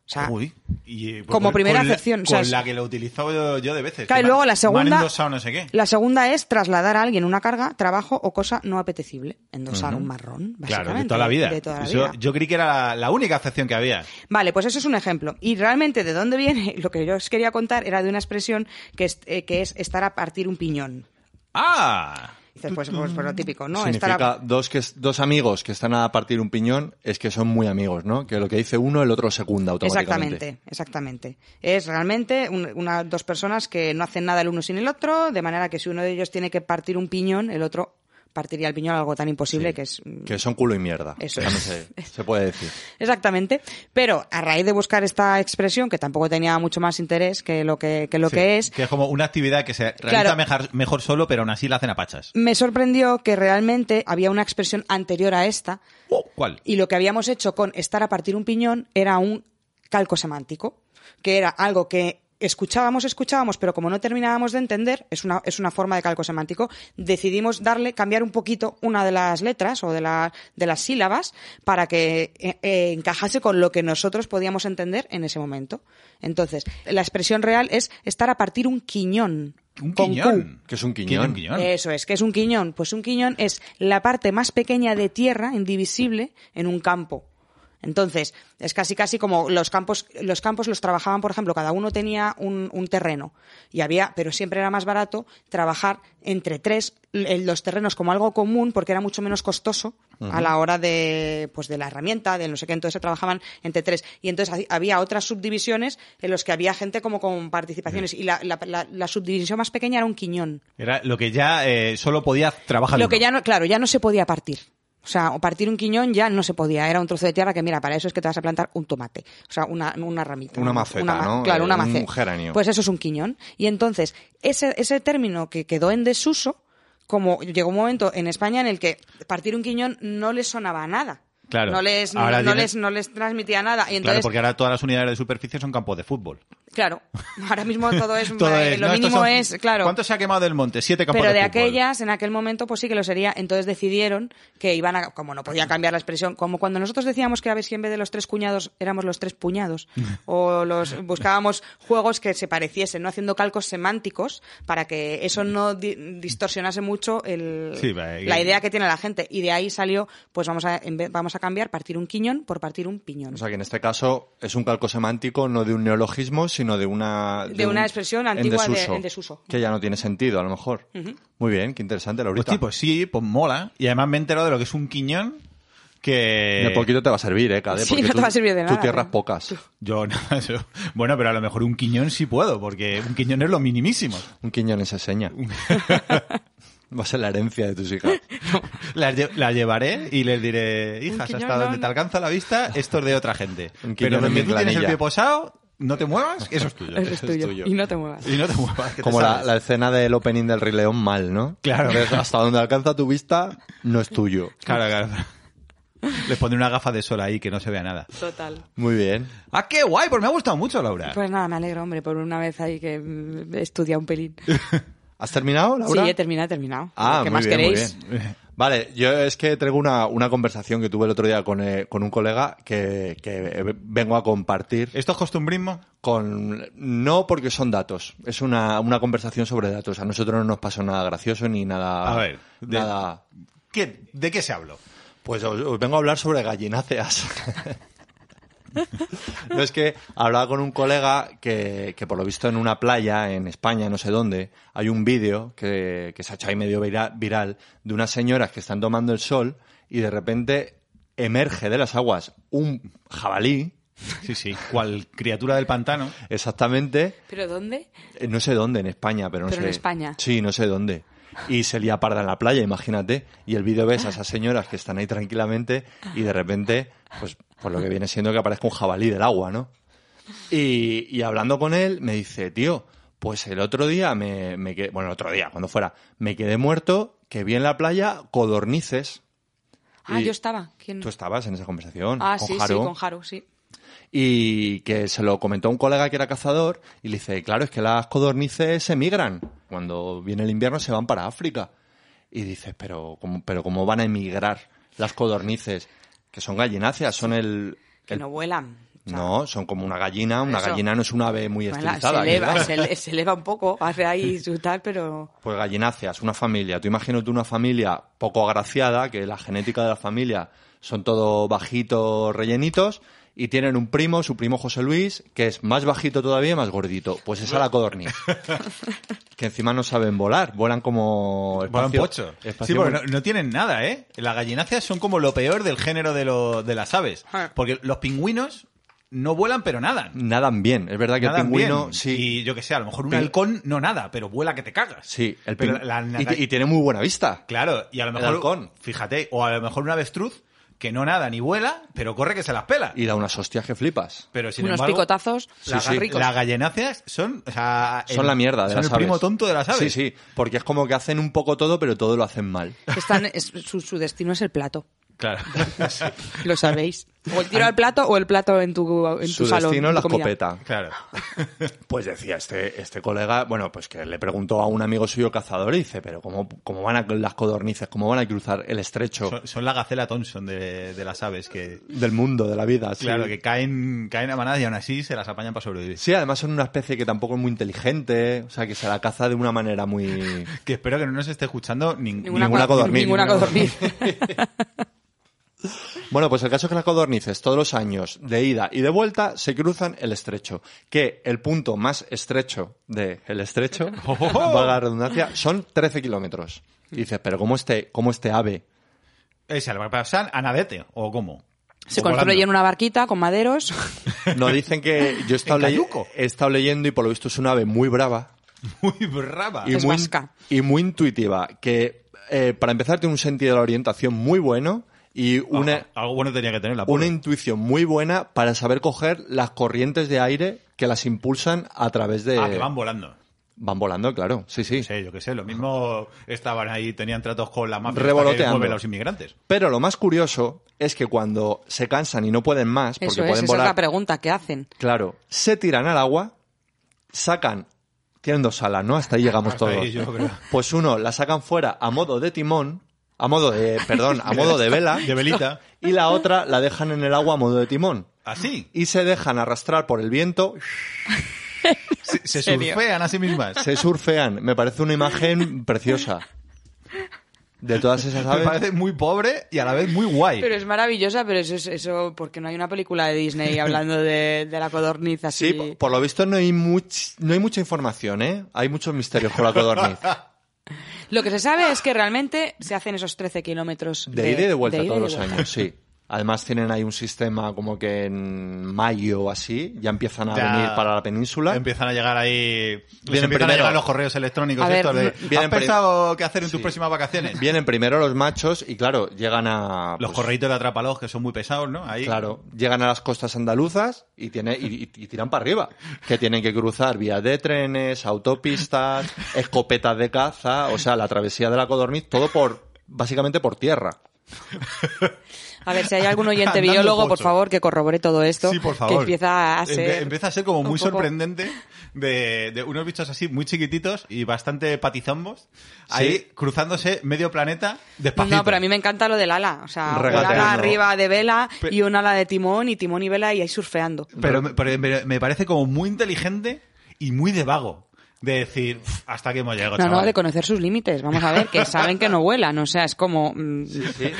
[SPEAKER 3] O sea,
[SPEAKER 2] Uy. Y, eh,
[SPEAKER 3] como primera
[SPEAKER 2] la-
[SPEAKER 3] acepción, o
[SPEAKER 2] Con
[SPEAKER 3] sea, es-
[SPEAKER 2] la que lo he utilizado yo, yo de veces.
[SPEAKER 3] claro,
[SPEAKER 2] que
[SPEAKER 3] y
[SPEAKER 2] me-
[SPEAKER 3] luego la
[SPEAKER 2] Me han
[SPEAKER 3] segunda,
[SPEAKER 2] endosado no sé qué.
[SPEAKER 3] la segunda es trasladar a alguien una carga, trabajo o cosa no apetecible. Endosar un marrón, básicamente.
[SPEAKER 2] Claro, de toda la vida.
[SPEAKER 3] de toda la
[SPEAKER 2] yo,
[SPEAKER 3] vida.
[SPEAKER 2] yo creí que era la, la única acepción que había.
[SPEAKER 3] Vale, pues eso es un ejemplo. Y realmente de dónde viene, lo que yo os quería contar era de una expresión que es, eh, que es estar a partir un piñón.
[SPEAKER 2] ¡Ah!
[SPEAKER 3] Dices, pues, pues, pues lo típico, ¿no?
[SPEAKER 4] Significa
[SPEAKER 3] Estar a-
[SPEAKER 4] dos, que, dos amigos que están a partir un piñón es que son muy amigos, ¿no? Que lo que dice uno, el otro secunda automáticamente.
[SPEAKER 3] Exactamente, exactamente. Es realmente un- una- dos personas que no hacen nada el uno sin el otro, de manera que si uno de ellos tiene que partir un piñón, el otro partiría el piñón, algo tan imposible que es... mm,
[SPEAKER 4] Que son culo y mierda.
[SPEAKER 3] Eso
[SPEAKER 4] También
[SPEAKER 3] es.
[SPEAKER 4] Se, se puede decir.
[SPEAKER 3] Exactamente. Pero a raíz de buscar esta expresión, que tampoco tenía mucho más interés que lo que, que lo
[SPEAKER 2] Sí,
[SPEAKER 3] que es,
[SPEAKER 2] Que es como una actividad que se realiza
[SPEAKER 3] Claro.
[SPEAKER 2] mejor, mejor solo, pero aún así la hacen a pachas.
[SPEAKER 3] me sorprendió que realmente había una expresión anterior a esta,
[SPEAKER 2] ¿Cuál?
[SPEAKER 3] Y lo que habíamos hecho con estar a partir un piñón era un calco semántico, que era algo que escuchábamos, escuchábamos, pero como no terminábamos de entender, es una, es una forma de calco semántico, decidimos darle, cambiar un poquito una de las letras o de, la- de las sílabas para que eh, eh, encajase con lo que nosotros podíamos entender en ese momento. Entonces, la expresión real es estar a partir un quiñón.
[SPEAKER 2] Un
[SPEAKER 3] con Q. Eh.
[SPEAKER 2] quiñón.
[SPEAKER 4] Que es un
[SPEAKER 2] ¿Qué
[SPEAKER 4] quiñón.
[SPEAKER 3] Eso es, que es un quiñón. Pues un quiñón es la parte más pequeña de tierra indivisible en un campo. Entonces, es casi casi como los campos, los campos los trabajaban, por ejemplo, cada uno tenía un, un terreno y había, pero siempre era más barato trabajar entre tres l- los terrenos como algo común porque era mucho menos costoso a la hora de, pues, de la herramienta, de no sé qué, entonces se trabajaban entre tres. Y entonces ha- había otras subdivisiones en los que había gente como con participaciones y la, la- la- la subdivisión más pequeña era un quiñón.
[SPEAKER 2] Era lo que ya eh, solo podía trabajar.
[SPEAKER 3] Lo
[SPEAKER 2] uno.
[SPEAKER 3] que ya no, claro, ya no se podía partir. O sea, o partir un quiñón ya no se podía. Era un trozo de tierra que, mira, para eso es que te vas a plantar un tomate. O sea, una, una ramita.
[SPEAKER 4] Una
[SPEAKER 3] ¿no?
[SPEAKER 4] maceta,
[SPEAKER 3] ma-
[SPEAKER 4] ¿no?
[SPEAKER 3] Claro, una
[SPEAKER 4] Eh, un
[SPEAKER 3] maceta.
[SPEAKER 4] geranio.
[SPEAKER 3] Pues eso es un quiñón. Y entonces, ese, ese término que quedó en desuso, como llegó un momento en España en el que partir un quiñón no les sonaba a nada.
[SPEAKER 2] Claro.
[SPEAKER 3] No les, no,
[SPEAKER 2] Ahora
[SPEAKER 3] no
[SPEAKER 2] tiene-
[SPEAKER 3] les, no les transmitía nada. Y
[SPEAKER 2] Claro,
[SPEAKER 3] entonces,
[SPEAKER 2] porque ahora todas las unidades de superficie son campos de fútbol.
[SPEAKER 3] claro, ahora mismo todo es,
[SPEAKER 2] Todo
[SPEAKER 3] eh,
[SPEAKER 2] es,
[SPEAKER 3] lo
[SPEAKER 2] ¿no? Estos
[SPEAKER 3] mínimo
[SPEAKER 2] son-
[SPEAKER 3] es, claro.
[SPEAKER 2] ¿Cuánto se ha quemado del monte? Siete campos
[SPEAKER 3] Pero
[SPEAKER 2] de,
[SPEAKER 3] de
[SPEAKER 2] fútbol.
[SPEAKER 3] aquellas, en aquel momento, pues sí que lo sería. Entonces decidieron que iban a, como no podían cambiar la expresión, como cuando nosotros decíamos que a ver si en vez de los tres cuñados éramos los tres puñados, o los buscábamos juegos que se pareciesen, no haciendo calcos semánticos para que eso no di- distorsionase mucho el,
[SPEAKER 2] Sí, va, eh,
[SPEAKER 3] la idea que tiene la gente. Y de ahí salió, pues vamos a, en vez- vamos a cambiar partir un quiñón por partir un piñón.
[SPEAKER 4] O sea que en este caso es un calco semántico no de un neologismo, sino de una...
[SPEAKER 3] De una expresión
[SPEAKER 4] en
[SPEAKER 3] antigua de- en desuso.
[SPEAKER 4] Que ya no tiene sentido, a lo mejor. Muy bien, qué interesante,
[SPEAKER 2] Pues,
[SPEAKER 4] Laurita.
[SPEAKER 2] sí, pues sí, pues mola. Y además me he enterado de lo que es un quiñón que...
[SPEAKER 4] de poquito te va a servir, ¿eh, Cade?
[SPEAKER 3] Sí,
[SPEAKER 4] Porque
[SPEAKER 3] no te
[SPEAKER 4] tú-
[SPEAKER 3] va a servir de
[SPEAKER 4] Tú
[SPEAKER 3] nada, ¿eh?
[SPEAKER 4] tierras
[SPEAKER 3] pero-
[SPEAKER 4] pocas.
[SPEAKER 2] Yo nada, yo- Bueno, pero a lo mejor un quiñón sí puedo, porque un quiñón es lo minimísimo.
[SPEAKER 4] Un quiñón esa seña. va a ser la herencia de tus hijas.
[SPEAKER 2] Las lle- la llevaré y les diré, hijas,
[SPEAKER 3] quiñón
[SPEAKER 2] hasta
[SPEAKER 3] no,
[SPEAKER 2] donde te
[SPEAKER 3] no".
[SPEAKER 2] alcanza la vista, esto es de otra gente.
[SPEAKER 4] Un quiñón
[SPEAKER 2] Pero
[SPEAKER 4] en
[SPEAKER 2] donde
[SPEAKER 4] mi
[SPEAKER 2] tú tienes el
[SPEAKER 4] planilla.
[SPEAKER 2] pie posado, no te muevas, eso es tuyo.
[SPEAKER 3] Eso es tuyo. Y no te muevas.
[SPEAKER 2] Y no te muevas. que te
[SPEAKER 4] Como la,
[SPEAKER 2] sales.
[SPEAKER 4] la escena del opening del Rey León mal, ¿no?
[SPEAKER 2] Claro.
[SPEAKER 4] Entonces, hasta donde alcanza tu vista, no es tuyo.
[SPEAKER 2] Claro, claro. Les pondré una gafa de sol ahí que no se vea nada.
[SPEAKER 3] Total.
[SPEAKER 4] Muy bien.
[SPEAKER 2] ¡Ah, qué guay! Pues me ha gustado mucho, Laura.
[SPEAKER 3] Pues nada, me alegro, hombre, por una vez ahí que mm, he estudiado un pelín.
[SPEAKER 4] ¿Has terminado, Laura?
[SPEAKER 3] Sí, he terminado, he terminado.
[SPEAKER 4] Ah,
[SPEAKER 3] ¿Qué
[SPEAKER 4] muy
[SPEAKER 3] más
[SPEAKER 4] bien, muy
[SPEAKER 3] queréis?
[SPEAKER 4] bien. Vale, yo es que traigo una, una conversación que tuve el otro día con, eh, con un colega que, que vengo a compartir
[SPEAKER 2] ¿Esto es costumbrismo?
[SPEAKER 4] con no porque son datos, es una, una conversación sobre datos. A nosotros no nos pasó nada gracioso ni nada
[SPEAKER 2] A ver, de-
[SPEAKER 4] nada.
[SPEAKER 2] ¿Qué- ¿De qué se habló?
[SPEAKER 4] Pues os, os vengo a hablar sobre gallináceas. no es que hablaba con un colega que, que por lo visto en una playa en España, no sé dónde, hay un vídeo que, que se ha hecho ahí medio vira- viral de unas señoras que están tomando el sol y de repente emerge de las aguas un jabalí,
[SPEAKER 2] Sí, sí. Cual criatura del pantano.
[SPEAKER 4] exactamente,
[SPEAKER 3] ¿Pero dónde?
[SPEAKER 4] eh, no sé dónde, en España, pero no
[SPEAKER 3] Pero
[SPEAKER 4] sé.
[SPEAKER 3] en España.
[SPEAKER 4] Sí, no sé dónde. Y se lía parda en la playa, imagínate. Y el vídeo ves a esas señoras que están ahí tranquilamente y de repente, pues, pues lo que viene siendo que aparezca un jabalí del agua, ¿no? Y, y hablando con él, me dice, tío, pues el otro día me, me quedé, bueno, el otro día, cuando fuera, me quedé muerto, que vi en la playa codornices.
[SPEAKER 3] Ah,
[SPEAKER 4] Y-
[SPEAKER 3] yo estaba. ¿Quién?
[SPEAKER 4] Tú estabas en esa conversación
[SPEAKER 3] Mm. ah,
[SPEAKER 4] con
[SPEAKER 3] sí,
[SPEAKER 4] Jaro
[SPEAKER 3] sí, con Haru, sí.
[SPEAKER 4] y que se lo comentó a un colega que era cazador y le dice, claro, es que las codornices se migran. Cuando viene el invierno se van para África. Y dices, pero ¿cómo, pero cómo van a emigrar las codornices? Que son gallináceas, son el...
[SPEAKER 3] Que
[SPEAKER 4] el-
[SPEAKER 3] no vuelan. O sea,
[SPEAKER 4] no, son como una gallina. Una
[SPEAKER 3] Eso.
[SPEAKER 4] gallina no es un ave muy
[SPEAKER 3] vuela,
[SPEAKER 4] estilizada. ¿eh?
[SPEAKER 3] se, eleva,
[SPEAKER 4] ¿verdad?
[SPEAKER 3] se, ele- se eleva un poco, hace ahí su tal, pero...
[SPEAKER 4] Pues gallináceas, una familia. Tú imagínate una familia poco agraciada, que la genética de la familia son todo bajitos, rellenitos, y tienen un primo, su primo José Luis, que es más bajito todavía, y más gordito. Pues es a la codorniz. que encima no saben volar, vuelan como...
[SPEAKER 2] Van
[SPEAKER 4] espacio-
[SPEAKER 2] Pues pocho. Sí,
[SPEAKER 4] espacio-
[SPEAKER 2] porque no, no tienen nada, ¿eh? Las gallináceas son como lo peor del género de, lo- de las aves.
[SPEAKER 3] Ah.
[SPEAKER 2] Porque los pingüinos no vuelan, pero nadan.
[SPEAKER 4] Nadan bien, es verdad que
[SPEAKER 2] Nadan
[SPEAKER 4] el pingüino...
[SPEAKER 2] bien.
[SPEAKER 4] Sí,
[SPEAKER 2] Y yo que sé, a lo mejor un
[SPEAKER 4] Pin-
[SPEAKER 2] halcón no nada, pero vuela que te cagas.
[SPEAKER 4] sí, el
[SPEAKER 2] Pero
[SPEAKER 4] pingü-
[SPEAKER 2] la- la-
[SPEAKER 4] y, ti- y tiene muy buena vista.
[SPEAKER 2] Claro, y a lo mejor.
[SPEAKER 4] halcón.
[SPEAKER 2] Fíjate, o a lo mejor un avestruz que no nada ni vuela, pero corre que se las pela.
[SPEAKER 4] Y da unas hostias que flipas.
[SPEAKER 2] Pero sin
[SPEAKER 3] Unos
[SPEAKER 2] embargo,
[SPEAKER 3] picotazos
[SPEAKER 2] las
[SPEAKER 4] sí, sí.
[SPEAKER 2] ricos. las gallináceas son, o sea,
[SPEAKER 4] Son
[SPEAKER 2] el-
[SPEAKER 4] la mierda de
[SPEAKER 2] son
[SPEAKER 4] las
[SPEAKER 2] el primo
[SPEAKER 4] aves.
[SPEAKER 2] tonto de las aves.
[SPEAKER 4] Sí, sí, porque es como que hacen un poco todo, pero todo lo hacen mal.
[SPEAKER 3] Están, es- su, su destino es el plato.
[SPEAKER 2] Claro.
[SPEAKER 3] Lo sabéis. O el tiro al plato o el plato en tu, en tu
[SPEAKER 4] Su
[SPEAKER 3] salón.
[SPEAKER 4] destino
[SPEAKER 3] en
[SPEAKER 4] la
[SPEAKER 3] tu comida.
[SPEAKER 4] escopeta.
[SPEAKER 2] claro.
[SPEAKER 4] Pues decía este, este colega, bueno, pues que le preguntó a un amigo suyo cazador y dice, pero ¿cómo, cómo van a las codornices? ¿Cómo van a cruzar el estrecho
[SPEAKER 2] Son, son la gacela Thompson de, de las aves que
[SPEAKER 4] del mundo, de la vida? Sí.
[SPEAKER 2] claro que caen caen a manadas y aún así se las apañan para sobrevivir.
[SPEAKER 4] Sí, además son una especie que tampoco es muy inteligente, o sea, que se la caza de una manera muy...
[SPEAKER 2] Que espero que no nos esté escuchando nin-
[SPEAKER 3] Ninguna,
[SPEAKER 4] Ninguna
[SPEAKER 3] cua-
[SPEAKER 4] codorniz.
[SPEAKER 3] Ninguna
[SPEAKER 4] Ninguna
[SPEAKER 3] codorniz.
[SPEAKER 4] Bueno, pues el caso es que las codornices todos los años, de ida y de vuelta, se cruzan el estrecho, que el punto más estrecho del estrecho, valga la redundancia, son 13 kilómetros. Y dices, pero ¿cómo este, cómo este ave
[SPEAKER 2] Eh, se la pasan a nadete o cómo.
[SPEAKER 3] Se
[SPEAKER 2] O
[SPEAKER 3] construyen
[SPEAKER 2] volando.
[SPEAKER 3] una barquita con maderos.
[SPEAKER 4] No, dicen que yo he estado,
[SPEAKER 2] ¿En
[SPEAKER 4] ley-
[SPEAKER 2] Cayuco?
[SPEAKER 4] he estado leyendo y por lo visto es una ave muy brava
[SPEAKER 2] muy brava.
[SPEAKER 4] y,
[SPEAKER 3] Es
[SPEAKER 4] muy,
[SPEAKER 3] vasca.
[SPEAKER 4] y muy intuitiva, que eh, para empezar tiene un sentido de la orientación muy bueno y una,
[SPEAKER 2] Ajá, Ah, pues algo bueno tenía que tener la
[SPEAKER 4] una
[SPEAKER 2] pobre.
[SPEAKER 4] intuición muy buena para saber coger las corrientes de aire que las impulsan a través de...
[SPEAKER 2] Ah, que van volando.
[SPEAKER 4] Van volando, claro, sí, sí.
[SPEAKER 2] No sé, yo qué sé, lo mismo estaban ahí, tenían tratos con la mafia
[SPEAKER 4] Revoloteando.
[SPEAKER 2] hasta que mueve a los inmigrantes.
[SPEAKER 4] Pero lo más curioso es que cuando se cansan y no pueden más, porque
[SPEAKER 3] Eso es,
[SPEAKER 4] pueden
[SPEAKER 3] esa
[SPEAKER 4] volar...
[SPEAKER 3] es la pregunta que hacen.
[SPEAKER 4] Claro, se tiran al agua, sacan, tienen dos alas, ¿no? Hasta ahí llegamos
[SPEAKER 2] Hasta
[SPEAKER 4] todos.
[SPEAKER 2] ahí, yo creo.
[SPEAKER 4] Pues uno, la sacan fuera a modo de timón, a modo de, perdón, a modo de vela,
[SPEAKER 2] De velita.
[SPEAKER 4] y la otra la dejan en el agua a modo de timón.
[SPEAKER 2] Así.
[SPEAKER 4] Y se dejan arrastrar por el viento,
[SPEAKER 2] Se, se
[SPEAKER 3] serio?
[SPEAKER 2] surfean a sí mismas.
[SPEAKER 4] se surfean. Me parece una imagen preciosa. De todas esas
[SPEAKER 2] Me
[SPEAKER 4] aves.
[SPEAKER 2] parece muy pobre y a la vez muy guay.
[SPEAKER 3] Pero es maravillosa, pero eso es eso porque no hay una película de Disney hablando de, de la codorniz así.
[SPEAKER 4] Sí, po- por lo visto no hay, much- no hay mucha información, ¿eh? Hay muchos misterios con la codorniz.
[SPEAKER 3] Lo que se sabe es que realmente se hacen esos 13 kilómetros
[SPEAKER 4] De ida y de vuelta
[SPEAKER 3] ida
[SPEAKER 4] todos
[SPEAKER 3] y
[SPEAKER 4] los
[SPEAKER 3] vuelta.
[SPEAKER 4] años, sí. Además tienen ahí un sistema como que en mayo o así ya empiezan a
[SPEAKER 2] Ya
[SPEAKER 4] venir para la península.
[SPEAKER 2] Empiezan a llegar ahí. les empiezan
[SPEAKER 4] Vienen
[SPEAKER 2] a
[SPEAKER 4] primero.
[SPEAKER 2] llegar los correos electrónicos.
[SPEAKER 3] A ver,
[SPEAKER 2] estos de,
[SPEAKER 3] no-
[SPEAKER 4] vienen
[SPEAKER 2] ¿Has
[SPEAKER 4] prim-
[SPEAKER 2] pensado qué hacer en tus
[SPEAKER 4] Sí.
[SPEAKER 2] próximas vacaciones?
[SPEAKER 4] Vienen primero los machos y claro, llegan a...
[SPEAKER 2] Los
[SPEAKER 4] pues,
[SPEAKER 2] correitos de atrapalos que son muy pesados, ¿no? Ahí.
[SPEAKER 4] Claro, llegan a las costas andaluzas y, tiene, y, y- y tiran para arriba. Que tienen que cruzar vías de trenes, autopistas, escopetas de caza, o sea, la travesía de la Codorniz, todo por, básicamente por tierra.
[SPEAKER 3] A ver, si hay algún oyente
[SPEAKER 2] Andando
[SPEAKER 3] biólogo, por
[SPEAKER 2] pocho.
[SPEAKER 3] favor, que corrobore todo esto.
[SPEAKER 2] Sí, por favor.
[SPEAKER 3] Que empieza a ser...
[SPEAKER 2] Empe- empieza a ser como
[SPEAKER 3] un
[SPEAKER 2] muy
[SPEAKER 3] poco-
[SPEAKER 2] sorprendente de, de unos bichos así muy chiquititos y bastante patizombos ahí cruzándose medio planeta despacito.
[SPEAKER 3] No, pero a mí me encanta lo del ala. O sea, un
[SPEAKER 4] Regateando.
[SPEAKER 3] ala arriba de vela
[SPEAKER 2] Pe-
[SPEAKER 3] y un ala de timón y timón y vela y ahí surfeando.
[SPEAKER 2] Pero me, pero me- me parece como muy inteligente y muy de vago de decir, "Uf, hasta que hemos llegado,
[SPEAKER 3] No, no,
[SPEAKER 2] chaval".
[SPEAKER 3] de conocer sus límites. Vamos a ver, que saben que no vuelan. O sea, es como... mm,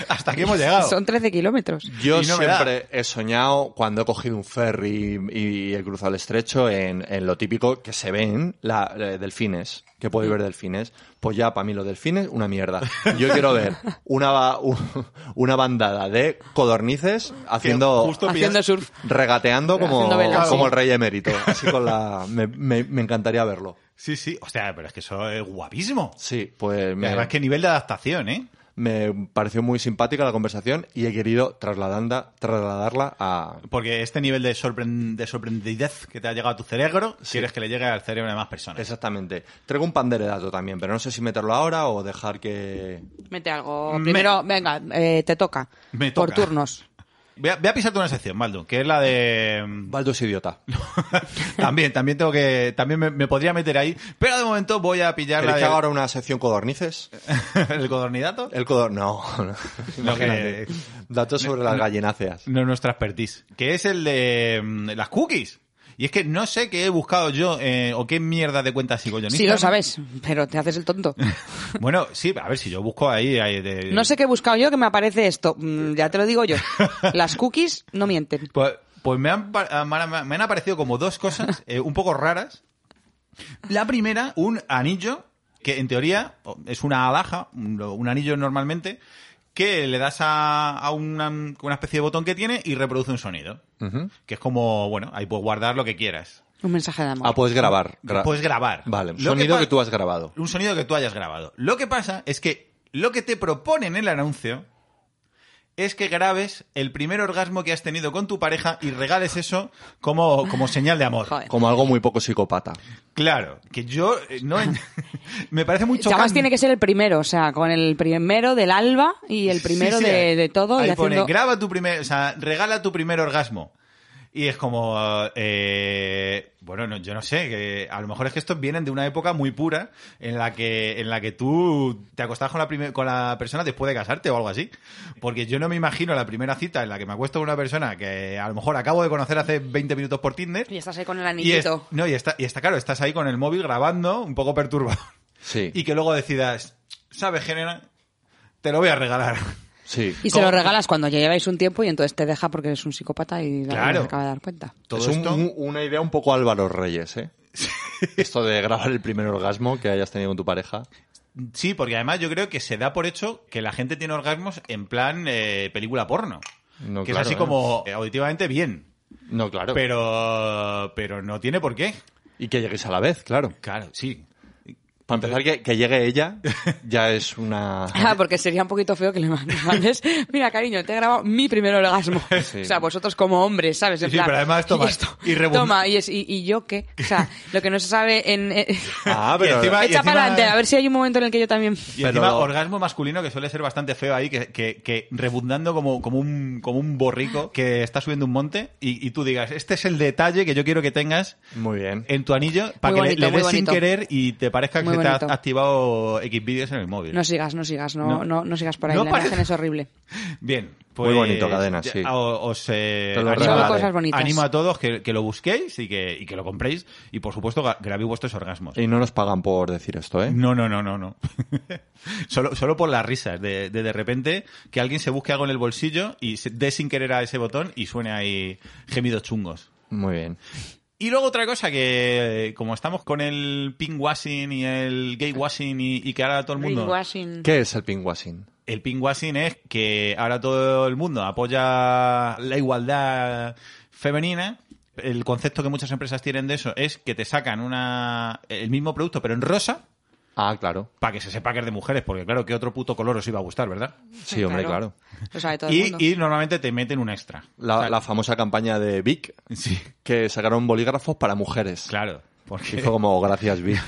[SPEAKER 2] Hasta aquí hemos llegado.
[SPEAKER 3] Son 13 kilómetros.
[SPEAKER 4] Yo
[SPEAKER 2] Y no me da.
[SPEAKER 4] siempre he soñado cuando he cogido un ferry y, y he cruzado el estrecho en, en lo típico que se ven la, eh, delfines, que podéis ver delfines. Pues ya, para mí los delfines, una mierda. Yo quiero ver una, ba- u- una bandada de codornices
[SPEAKER 2] Que
[SPEAKER 4] haciendo...
[SPEAKER 2] justo
[SPEAKER 3] Haciendo
[SPEAKER 2] pillas-
[SPEAKER 3] surf.
[SPEAKER 4] Regateando como,
[SPEAKER 3] Haciendo vela,
[SPEAKER 4] como
[SPEAKER 3] sí.
[SPEAKER 4] el rey emérito. Así con la. Me, me- me encantaría verlo.
[SPEAKER 2] Sí, sí. Hostia, pero es que eso es guapísimo.
[SPEAKER 4] Sí, pues
[SPEAKER 2] Y Además,
[SPEAKER 4] me,
[SPEAKER 2] qué nivel de adaptación, ¿eh?
[SPEAKER 4] me pareció muy simpática la conversación y he querido trasladanda- trasladarla a.
[SPEAKER 2] Porque este nivel de, sorpren- de sorprendidez que te ha llegado a tu cerebro, quieres que le llegue al cerebro de más personas.
[SPEAKER 4] Exactamente. Traigo un pan de heredato también, pero no sé si meterlo ahora o dejar que.
[SPEAKER 3] Mete algo.
[SPEAKER 2] Me-
[SPEAKER 3] Primero, venga, eh, te toca.
[SPEAKER 2] Me
[SPEAKER 3] Por
[SPEAKER 2] toca.
[SPEAKER 3] turnos.
[SPEAKER 2] Voy a, voy a pisarte una sección, Maldo, que es la de...
[SPEAKER 4] Baldo es idiota.
[SPEAKER 2] también, también tengo que... También me, me podría meter ahí, pero de momento voy a pillar
[SPEAKER 4] ¿Queréis
[SPEAKER 2] la
[SPEAKER 4] que haga ahora
[SPEAKER 2] de...
[SPEAKER 4] una sección codornices?
[SPEAKER 2] ¿El codornidato?
[SPEAKER 4] El codor. No. no. Imagínate.
[SPEAKER 2] que-
[SPEAKER 4] Datos sobre las gallináceas.
[SPEAKER 2] No es nuestra expertise. Que es el de mm, las cookies. Y es que no sé qué he buscado yo eh, o qué mierda de cuenta sigo yo. en
[SPEAKER 3] Sí, lo
[SPEAKER 2] Instagram.
[SPEAKER 3] sabes, pero te haces el tonto.
[SPEAKER 2] Bueno, sí, a ver si yo busco ahí... ahí de-
[SPEAKER 3] No sé qué he buscado yo que me aparece esto. Mm, Ya te lo digo yo. Las cookies no mienten.
[SPEAKER 2] Pues, pues me, han, pa- me han- me han aparecido como dos cosas eh, un poco raras. La primera, un anillo, que en teoría o- es una alhaja, un, lo- un anillo normalmente, que le das a, a una, una especie de botón que tiene y reproduce un sonido. Que es como, bueno, ahí puedes guardar lo que quieras.
[SPEAKER 3] Un mensaje de amor.
[SPEAKER 4] Ah,
[SPEAKER 2] pues,
[SPEAKER 4] puedes grabar. Gra-
[SPEAKER 2] puedes grabar.
[SPEAKER 4] Vale, un
[SPEAKER 2] Lo
[SPEAKER 4] sonido
[SPEAKER 2] pa-
[SPEAKER 4] que tú has grabado.
[SPEAKER 2] Un sonido que tú hayas grabado. Lo que pasa es que lo que te proponen en el anuncio es que grabes el primer orgasmo que has tenido con tu pareja y regales eso como, como señal de amor.
[SPEAKER 3] Joder.
[SPEAKER 4] Como algo muy poco psicópata.
[SPEAKER 2] Claro, que yo eh, no en- me parece muy
[SPEAKER 3] Y Además
[SPEAKER 2] chocante.
[SPEAKER 3] tiene que ser el primero, o sea, con el primero del alba y el primero
[SPEAKER 2] Sí, sí,
[SPEAKER 3] de,
[SPEAKER 2] ahí-
[SPEAKER 3] de todo.
[SPEAKER 2] Ahí
[SPEAKER 3] y
[SPEAKER 2] pone,
[SPEAKER 3] haciendo...
[SPEAKER 2] graba tu primer, o sea, regala tu primer orgasmo. Y es como, eh, bueno, no, yo no sé, que a lo mejor es que estos vienen de una época muy pura en la que, en la que tú te acostabas con la, primer- con la persona después de casarte o algo así. Porque yo no me imagino la primera cita en la que me acuesto con una persona que a lo mejor acabo de conocer hace 20 minutos por Tinder.
[SPEAKER 3] Y estás ahí con el
[SPEAKER 2] Y, es-
[SPEAKER 3] anillito.
[SPEAKER 2] no, y, está, y está claro, estás ahí con el móvil grabando, un poco perturbado.
[SPEAKER 4] Sí.
[SPEAKER 2] Y que luego decidas, ¿sabes, Genera? Te lo voy a regalar.
[SPEAKER 4] Sí.
[SPEAKER 3] Y se lo
[SPEAKER 2] ¿Cómo?
[SPEAKER 3] regalas cuando ya lleváis un tiempo y entonces te deja porque eres un psicópata y la-
[SPEAKER 2] Claro.
[SPEAKER 3] se acaba de dar cuenta.
[SPEAKER 2] Todo
[SPEAKER 4] es un-
[SPEAKER 2] esto-
[SPEAKER 4] un- una idea un poco Álvaro Reyes, ¿eh? Esto de grabar el primer orgasmo que hayas tenido con tu pareja.
[SPEAKER 2] Sí, porque además yo creo que se da por hecho que la gente tiene orgasmos en plan eh, película porno.
[SPEAKER 4] No,
[SPEAKER 2] que
[SPEAKER 4] claro,
[SPEAKER 2] es así
[SPEAKER 4] ¿eh?
[SPEAKER 2] como eh, auditivamente bien.
[SPEAKER 4] No, claro.
[SPEAKER 2] Pero, pero no tiene por qué.
[SPEAKER 4] Y que lleguéis a la vez, claro.
[SPEAKER 2] Claro, sí.
[SPEAKER 4] Para empezar, que, que llegue ella ya es una...
[SPEAKER 3] Ah, porque sería un poquito feo que le mandes, mira cariño, te he grabado mi primer orgasmo.
[SPEAKER 4] Sí.
[SPEAKER 3] O sea, vosotros como hombres, ¿sabes?
[SPEAKER 2] Sí,
[SPEAKER 3] En
[SPEAKER 2] sí,
[SPEAKER 3] plan,
[SPEAKER 2] pero además, toma,
[SPEAKER 3] Y, esto,
[SPEAKER 2] y rebum-
[SPEAKER 3] toma, y, es, y, y yo qué. O sea, lo que no se sabe en... eh,
[SPEAKER 4] Ah, pero...
[SPEAKER 2] Y encima-
[SPEAKER 3] Echa
[SPEAKER 2] encima-
[SPEAKER 3] para adelante, a ver si hay un momento en el que yo también...
[SPEAKER 2] Y
[SPEAKER 4] Pero
[SPEAKER 2] encima,
[SPEAKER 4] lo-
[SPEAKER 2] orgasmo masculino que suele ser bastante feo ahí, que, que, que rebundando como, como, un, como un borrico que está subiendo un monte y, y tú digas, este es el detalle que yo quiero que tengas
[SPEAKER 4] Muy bien.
[SPEAKER 2] en tu anillo para
[SPEAKER 3] Muy
[SPEAKER 2] que le-
[SPEAKER 3] bonito,
[SPEAKER 2] le,
[SPEAKER 3] muy
[SPEAKER 2] des sin
[SPEAKER 3] bonito.
[SPEAKER 2] querer y te parezca que te
[SPEAKER 3] Muy
[SPEAKER 2] has
[SPEAKER 3] bonito.
[SPEAKER 2] activado X vídeos en el móvil.
[SPEAKER 3] No sigas, no sigas, no,
[SPEAKER 2] No.
[SPEAKER 3] no, no, sigas por ahí,
[SPEAKER 2] No
[SPEAKER 3] la
[SPEAKER 2] parece-
[SPEAKER 3] imagen es horrible.
[SPEAKER 2] Bien. Pues,
[SPEAKER 4] Muy bonito, Cadena, sí.
[SPEAKER 2] ya, o- Os, eh,
[SPEAKER 4] Te lo
[SPEAKER 2] animo,
[SPEAKER 4] regalaré.
[SPEAKER 2] a-
[SPEAKER 4] Solo
[SPEAKER 3] cosas bonitas.
[SPEAKER 2] animo a todos que, que lo busquéis y que, y que lo compréis. Y por supuesto, gra- grabéis vuestros orgasmos.
[SPEAKER 4] Y no nos pagan por decir esto, ¿eh?
[SPEAKER 2] No, no, no, no, no. solo, solo por las risas. De, de de repente que alguien se busque algo en el bolsillo y se dé sin querer a ese botón y suene ahí gemidos chungos.
[SPEAKER 4] Muy bien.
[SPEAKER 2] Y luego otra cosa que, eh, como estamos con el pink washing y el gay washing y, y que ahora todo el mundo...
[SPEAKER 3] Greenwashing.
[SPEAKER 4] ¿Qué es el pinkwashing?
[SPEAKER 2] el pinkwashing es que ahora todo el mundo apoya la igualdad femenina. El concepto que muchas empresas tienen de eso es que te sacan una, el mismo producto, pero en rosa,
[SPEAKER 4] Ah, claro.
[SPEAKER 2] para que se sepa que es de mujeres, porque claro, que otro puto color os iba a gustar, ¿verdad?
[SPEAKER 4] Sí, hombre, claro.
[SPEAKER 3] Lo sabe todo el mundo.
[SPEAKER 2] Y, y normalmente te meten un extra.
[SPEAKER 4] La, la famosa campaña de Vic,
[SPEAKER 2] Sí,
[SPEAKER 4] que sacaron bolígrafos para mujeres.
[SPEAKER 2] claro.
[SPEAKER 4] Y
[SPEAKER 2] Porque,
[SPEAKER 4] fue como, gracias Vic.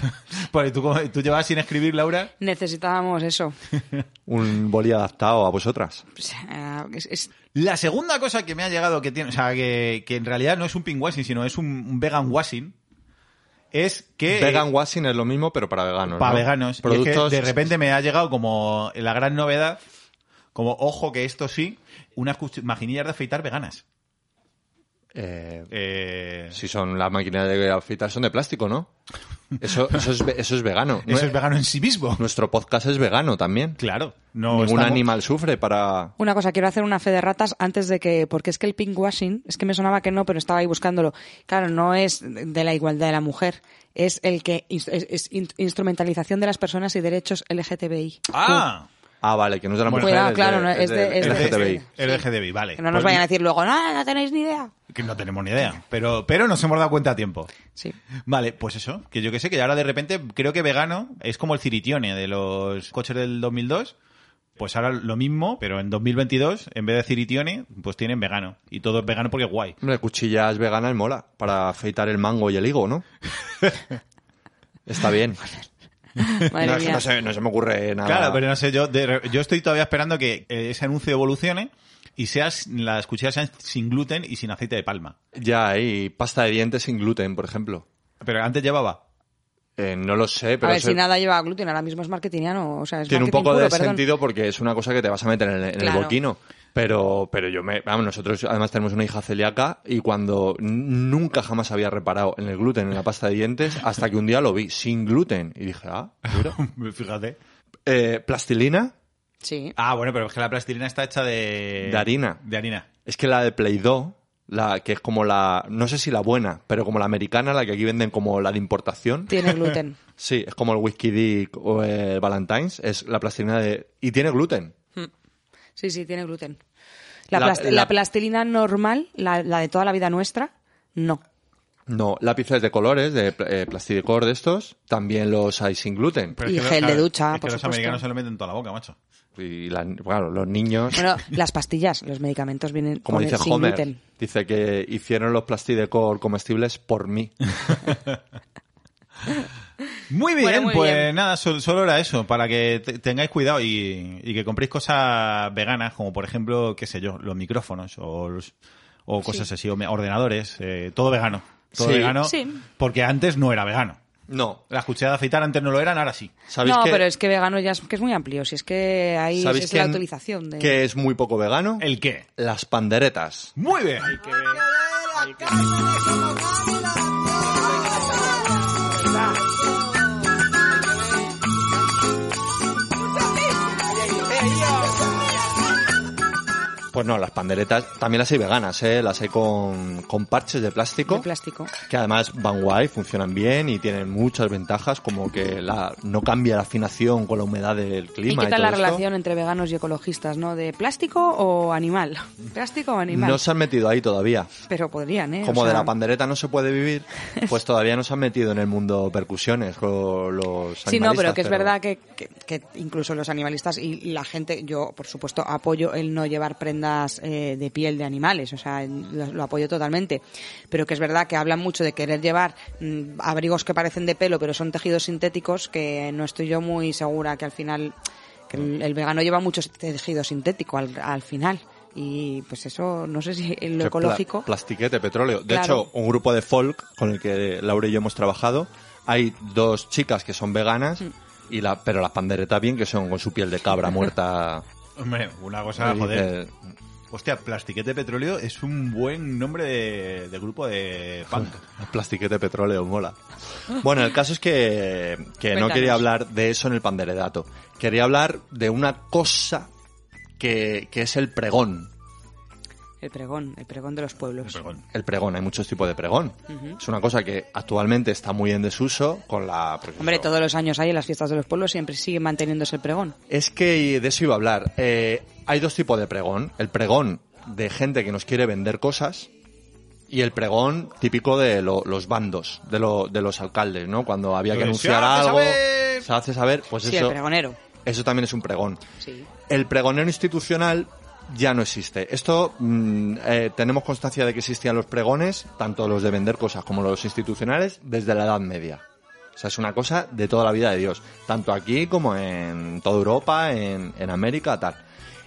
[SPEAKER 2] porque tú, como- tú llevas sin escribir, Laura.
[SPEAKER 3] Necesitábamos eso.
[SPEAKER 4] Un boli adaptado a vosotras.
[SPEAKER 3] Pues, eh, es- es-
[SPEAKER 2] La segunda cosa que me ha llegado que tiene, o sea, que, que en realidad no es un pinkwashing, sino es un, un vegan washing, es que...
[SPEAKER 4] Vegan washing es lo mismo, pero para veganos.
[SPEAKER 2] Eh, para
[SPEAKER 4] ¿no?
[SPEAKER 2] veganos. Y es que
[SPEAKER 4] Productos
[SPEAKER 2] de repente me ha llegado como la gran novedad, como ojo que esto sí, unas cuch- maquinillas de afeitar veganas.
[SPEAKER 4] eh,
[SPEAKER 2] Eh,
[SPEAKER 4] Si son las máquinas de afeitar son de plástico, ¿no? Eso, eso, es, ve- eso es vegano.
[SPEAKER 2] Eso es vegano en sí mismo.
[SPEAKER 4] Nuestro podcast es vegano también.
[SPEAKER 2] Claro. No
[SPEAKER 4] Ningún
[SPEAKER 2] estamos-
[SPEAKER 4] animal sufre para...
[SPEAKER 3] Una cosa, quiero hacer una fe de ratas antes de que, porque es que el pinkwashing, es que me sonaba que no, pero estaba ahí buscándolo. Claro, no es de la igualdad de la mujer, es el que ins- es, es in- instrumentalización de las personas y derechos LGTBI.
[SPEAKER 2] Ah,
[SPEAKER 4] Ah, vale, que no es de la
[SPEAKER 3] Bueno,
[SPEAKER 4] mujer,
[SPEAKER 3] cuidado,
[SPEAKER 4] es
[SPEAKER 3] claro,
[SPEAKER 4] de-
[SPEAKER 3] no, es de- es
[SPEAKER 4] es
[SPEAKER 3] de-
[SPEAKER 4] de LGTBI.
[SPEAKER 3] sí.
[SPEAKER 2] el LGTBI, vale.
[SPEAKER 3] Que no nos
[SPEAKER 2] Pues
[SPEAKER 3] vayan a decir luego, no, no tenéis ni idea.
[SPEAKER 2] Que no tenemos ni idea, pero, pero nos hemos dado cuenta a tiempo.
[SPEAKER 3] Sí.
[SPEAKER 2] Vale, pues eso, que yo que sé, que ahora de repente creo que vegano es como el ciritione de los coches del 2002. Pues ahora lo mismo, pero en 2022, en vez de ciritione, pues tienen vegano. Y todo es vegano porque es guay.
[SPEAKER 4] Hombre, cuchillas veganas mola para afeitar el mango y el higo, ¿no? Está bien.
[SPEAKER 3] Madre
[SPEAKER 4] no,
[SPEAKER 3] mía.
[SPEAKER 4] no se, no se me ocurre nada.
[SPEAKER 2] Claro, pero no sé, yo, de re- yo estoy todavía esperando que eh, ese anuncio evolucione y seas, las cuchillas sean sin gluten y sin aceite de palma.
[SPEAKER 4] Ya, hay pasta de dientes sin gluten, por ejemplo.
[SPEAKER 2] Pero antes llevaba.
[SPEAKER 4] Eh, no lo sé,
[SPEAKER 3] A
[SPEAKER 4] pero
[SPEAKER 3] ver
[SPEAKER 4] eso
[SPEAKER 3] si nada lleva gluten, ahora mismo es marketingiano, o sea, es
[SPEAKER 4] tiene un
[SPEAKER 3] marketing
[SPEAKER 4] poco de
[SPEAKER 3] puro, perdón.
[SPEAKER 4] sentido porque es una cosa que te vas a meter en el, en el
[SPEAKER 3] Claro.
[SPEAKER 4] boquino. Pero, pero yo me... Vamos, nosotros además tenemos una hija celíaca y cuando n- nunca jamás había reparado en el gluten, en la pasta de dientes, hasta que un día lo vi sin gluten y dije, ah, duro.
[SPEAKER 2] Fíjate.
[SPEAKER 4] Eh, plastilina,
[SPEAKER 3] Sí.
[SPEAKER 2] Ah, bueno, pero es que la plastilina está hecha de...
[SPEAKER 4] De harina.
[SPEAKER 2] De harina.
[SPEAKER 4] Es que la de Play 2, la que es como la, no sé si la buena, pero como la americana, la que aquí venden como la de importación.
[SPEAKER 3] Tiene gluten.
[SPEAKER 4] Sí, es como el Whisky Dick o el Valentine's, es la plastilina de... Y tiene gluten.
[SPEAKER 3] Sí, sí, tiene gluten. La,
[SPEAKER 4] La-
[SPEAKER 3] plast-
[SPEAKER 4] la-
[SPEAKER 3] la plastilina normal, la, la de toda la vida nuestra, no.
[SPEAKER 4] No, lápices de colores, de pl- eh, plasticor de estos, también los hay sin gluten.
[SPEAKER 2] Pero es
[SPEAKER 3] Y
[SPEAKER 2] que lo-
[SPEAKER 3] gel de
[SPEAKER 2] claro,
[SPEAKER 3] ducha,
[SPEAKER 2] es que
[SPEAKER 3] por
[SPEAKER 2] los
[SPEAKER 3] supuesto.
[SPEAKER 2] americanos se lo meten en toda la boca, macho.
[SPEAKER 4] Y la- claro, los niños,
[SPEAKER 3] Bueno, las pastillas, los medicamentos vienen
[SPEAKER 4] como
[SPEAKER 3] con-
[SPEAKER 4] dice
[SPEAKER 3] sin
[SPEAKER 4] Homer,
[SPEAKER 3] gluten.
[SPEAKER 4] dice que hicieron los plastidecor comestibles por mí.
[SPEAKER 2] Muy bien,
[SPEAKER 3] Bueno, muy
[SPEAKER 2] pues
[SPEAKER 3] bien.
[SPEAKER 2] nada, sol- solo era eso, para que te- tengáis cuidado y, y que compréis cosas veganas, como por ejemplo, qué sé yo, los micrófonos o, los- o cosas así, o me- ordenadores, eh, todo vegano. Todo
[SPEAKER 4] Sí.
[SPEAKER 2] vegano,
[SPEAKER 3] Sí.
[SPEAKER 2] porque antes no era vegano.
[SPEAKER 4] No,
[SPEAKER 2] Las cuchillas de afeitar antes no lo eran, ahora sí.
[SPEAKER 4] ¿sabéis
[SPEAKER 3] no,
[SPEAKER 4] que,
[SPEAKER 3] pero es que vegano ya es, que es muy amplio. Si es que ahí es,
[SPEAKER 4] ¿sabéis
[SPEAKER 3] es la
[SPEAKER 4] quién-
[SPEAKER 3] utilización de...
[SPEAKER 4] que es muy poco vegano?
[SPEAKER 2] ¿El qué?
[SPEAKER 4] Las panderetas.
[SPEAKER 2] Muy bien.
[SPEAKER 4] Pues no, las panderetas también las hay veganas, ¿eh? Las hay con, con parches de plástico.
[SPEAKER 3] de plástico.
[SPEAKER 4] que además van guay, funcionan bien y tienen muchas ventajas, como que la, no cambia la afinación con la humedad del
[SPEAKER 3] Y
[SPEAKER 4] clima.
[SPEAKER 3] qué
[SPEAKER 4] y
[SPEAKER 3] tal
[SPEAKER 4] todo
[SPEAKER 3] la
[SPEAKER 4] esto.
[SPEAKER 3] relación entre veganos y ecologistas, ¿no? ¿De plástico o animal? Plástico o animal.
[SPEAKER 4] No se han metido ahí todavía.
[SPEAKER 3] Pero podrían, ¿eh? O
[SPEAKER 4] Como de
[SPEAKER 3] sea,
[SPEAKER 4] la pandereta no se puede vivir, pues todavía no se han metido en el mundo percusiones con los
[SPEAKER 3] Sí, no,
[SPEAKER 4] animalistas,
[SPEAKER 3] pero que es verdad que, que- que incluso los animalistas y la gente, yo por supuesto apoyo el no llevar prendas eh, de piel de animales, o sea, lo, lo apoyo totalmente. Pero que es verdad que hablan mucho de querer llevar mm, abrigos que parecen de pelo, pero son tejidos sintéticos, que no estoy yo muy segura que al final, que el, el vegano lleva mucho tejido sintético al, al final. Y pues eso, no sé si en lo
[SPEAKER 4] Que pla-
[SPEAKER 3] ecológico.
[SPEAKER 4] plastiquete, petróleo. De
[SPEAKER 3] Claro.
[SPEAKER 4] hecho, un grupo de folk con el que Laura y yo hemos trabajado, hay dos chicas que son veganas,
[SPEAKER 3] Mm.
[SPEAKER 4] y la, pero las panderetas bien que son con su piel de cabra muerta.
[SPEAKER 2] Hombre, una cosa,
[SPEAKER 4] Y
[SPEAKER 2] Ah, joder.
[SPEAKER 4] dices,
[SPEAKER 2] Hostia, Plastiquete Petróleo es un buen nombre de, de grupo de punk.
[SPEAKER 4] Plastiquete petróleo, mola. Bueno, el caso es que, que no
[SPEAKER 3] Cuéntanos.
[SPEAKER 4] quería hablar de eso en el panderedato. Quería hablar de una cosa que, que es el pregón.
[SPEAKER 3] El pregón, el pregón de los pueblos.
[SPEAKER 2] Perdón.
[SPEAKER 4] El pregón, hay muchos tipos de pregón. Es una cosa que actualmente está muy en desuso con la... pues,
[SPEAKER 3] Hombre,
[SPEAKER 4] eso.
[SPEAKER 3] todos los años hay en las fiestas de los pueblos siempre sigue manteniéndose el pregón.
[SPEAKER 4] Es que de eso iba a hablar. Eh, hay dos tipos de pregón. El pregón de gente que nos quiere vender cosas y el pregón típico de lo- los bandos, de, lo- de los alcaldes, ¿no? Cuando había que
[SPEAKER 2] Lo de,
[SPEAKER 4] anunciar
[SPEAKER 2] "Se hace
[SPEAKER 4] algo,
[SPEAKER 2] saber".
[SPEAKER 4] se hace saber, pues
[SPEAKER 3] sí,
[SPEAKER 4] eso,
[SPEAKER 3] el pregonero.
[SPEAKER 4] eso también es un pregón.
[SPEAKER 3] Sí.
[SPEAKER 4] El pregonero institucional ya no existe. Esto mm, eh, tenemos constancia de que existían los pregones, tanto los de vender cosas como los institucionales, desde la Edad Media. O sea, es una cosa de toda la vida de Dios, tanto aquí como en toda Europa, en, en América, tal.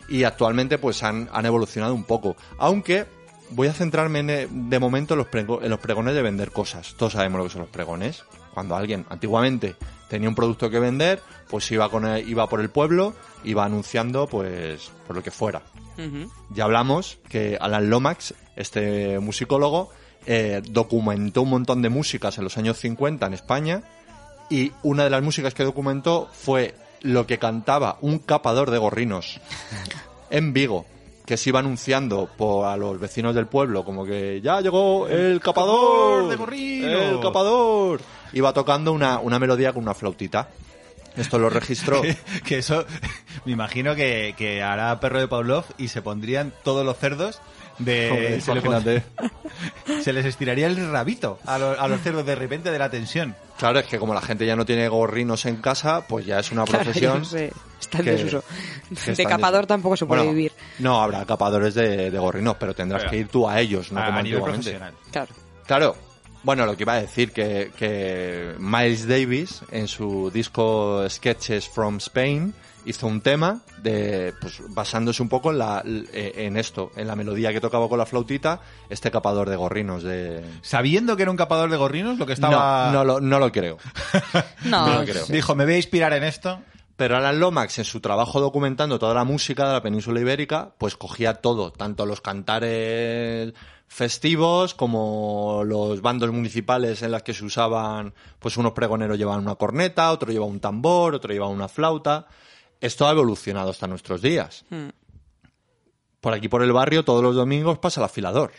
[SPEAKER 4] Y actualmente pues han, han evolucionado un poco, aunque voy a centrarme en, eh, de momento en los, prego- en los pregones de vender cosas. Todos sabemos lo que son los pregones. Cuando alguien antiguamente tenía un producto que vender, pues iba, con, el- iba por el pueblo, iba anunciando pues por lo que fuera.
[SPEAKER 3] Ujú.
[SPEAKER 4] Ya hablamos que Alan Lomax, este musicólogo, eh, documentó un montón de músicas en los años 50 en España y una de las músicas que documentó fue lo que cantaba un capador de gorrinos en Vigo que se iba anunciando por a los vecinos del pueblo como que ya llegó el capador
[SPEAKER 2] capador de gorrinos".
[SPEAKER 4] el capador iba tocando una, una melodía con una flautita esto lo registró
[SPEAKER 2] que eso, me imagino que, que hará perro de Pavlov y se pondrían todos los cerdos de...
[SPEAKER 4] Joder,
[SPEAKER 2] se, le pon-
[SPEAKER 4] imagínate.
[SPEAKER 2] se les estiraría el rabito a, los- a los cerdos de repente de la tensión.
[SPEAKER 4] Claro, es que como la gente ya no tiene gorrinos en casa, pues ya es una
[SPEAKER 3] Claro, yo
[SPEAKER 4] profesión.
[SPEAKER 3] no sé. Está en
[SPEAKER 4] que-
[SPEAKER 3] desuso.
[SPEAKER 4] que
[SPEAKER 3] De
[SPEAKER 4] está en
[SPEAKER 3] capador
[SPEAKER 4] desuso.
[SPEAKER 3] tampoco se puede
[SPEAKER 4] Bueno,
[SPEAKER 3] vivir.
[SPEAKER 4] No, habrá capadores de, de gorrinos, pero tendrás
[SPEAKER 2] Pero-
[SPEAKER 4] que ir tú a ellos, no ¿eh?
[SPEAKER 2] a,
[SPEAKER 4] como
[SPEAKER 2] a nivel
[SPEAKER 4] antiguamente.
[SPEAKER 2] profesional.
[SPEAKER 3] Claro.
[SPEAKER 4] Claro. Bueno, lo que iba a decir que, que Miles Davis en su disco Sketches from Spain hizo un tema de pues basándose un poco en la en esto, en la melodía que tocaba con la flautita este capador de gorrinos de
[SPEAKER 2] Sabiendo que era un capador de gorrinos, lo que estaba...
[SPEAKER 4] no, no lo, no lo creo.
[SPEAKER 3] No,
[SPEAKER 4] No lo creo.
[SPEAKER 2] Dijo, me voy a inspirar en esto.
[SPEAKER 4] Pero Alan Lomax, en su trabajo documentando toda la música de la península ibérica, pues cogía todo, tanto los cantares festivos como los bandos municipales en las que se usaban, pues unos pregoneros llevaban una corneta, otro llevaba un tambor, otro llevaba una flauta. Esto ha evolucionado hasta nuestros días.
[SPEAKER 3] Hmm.
[SPEAKER 4] Por aquí, por el barrio, todos los domingos pasa el afilador.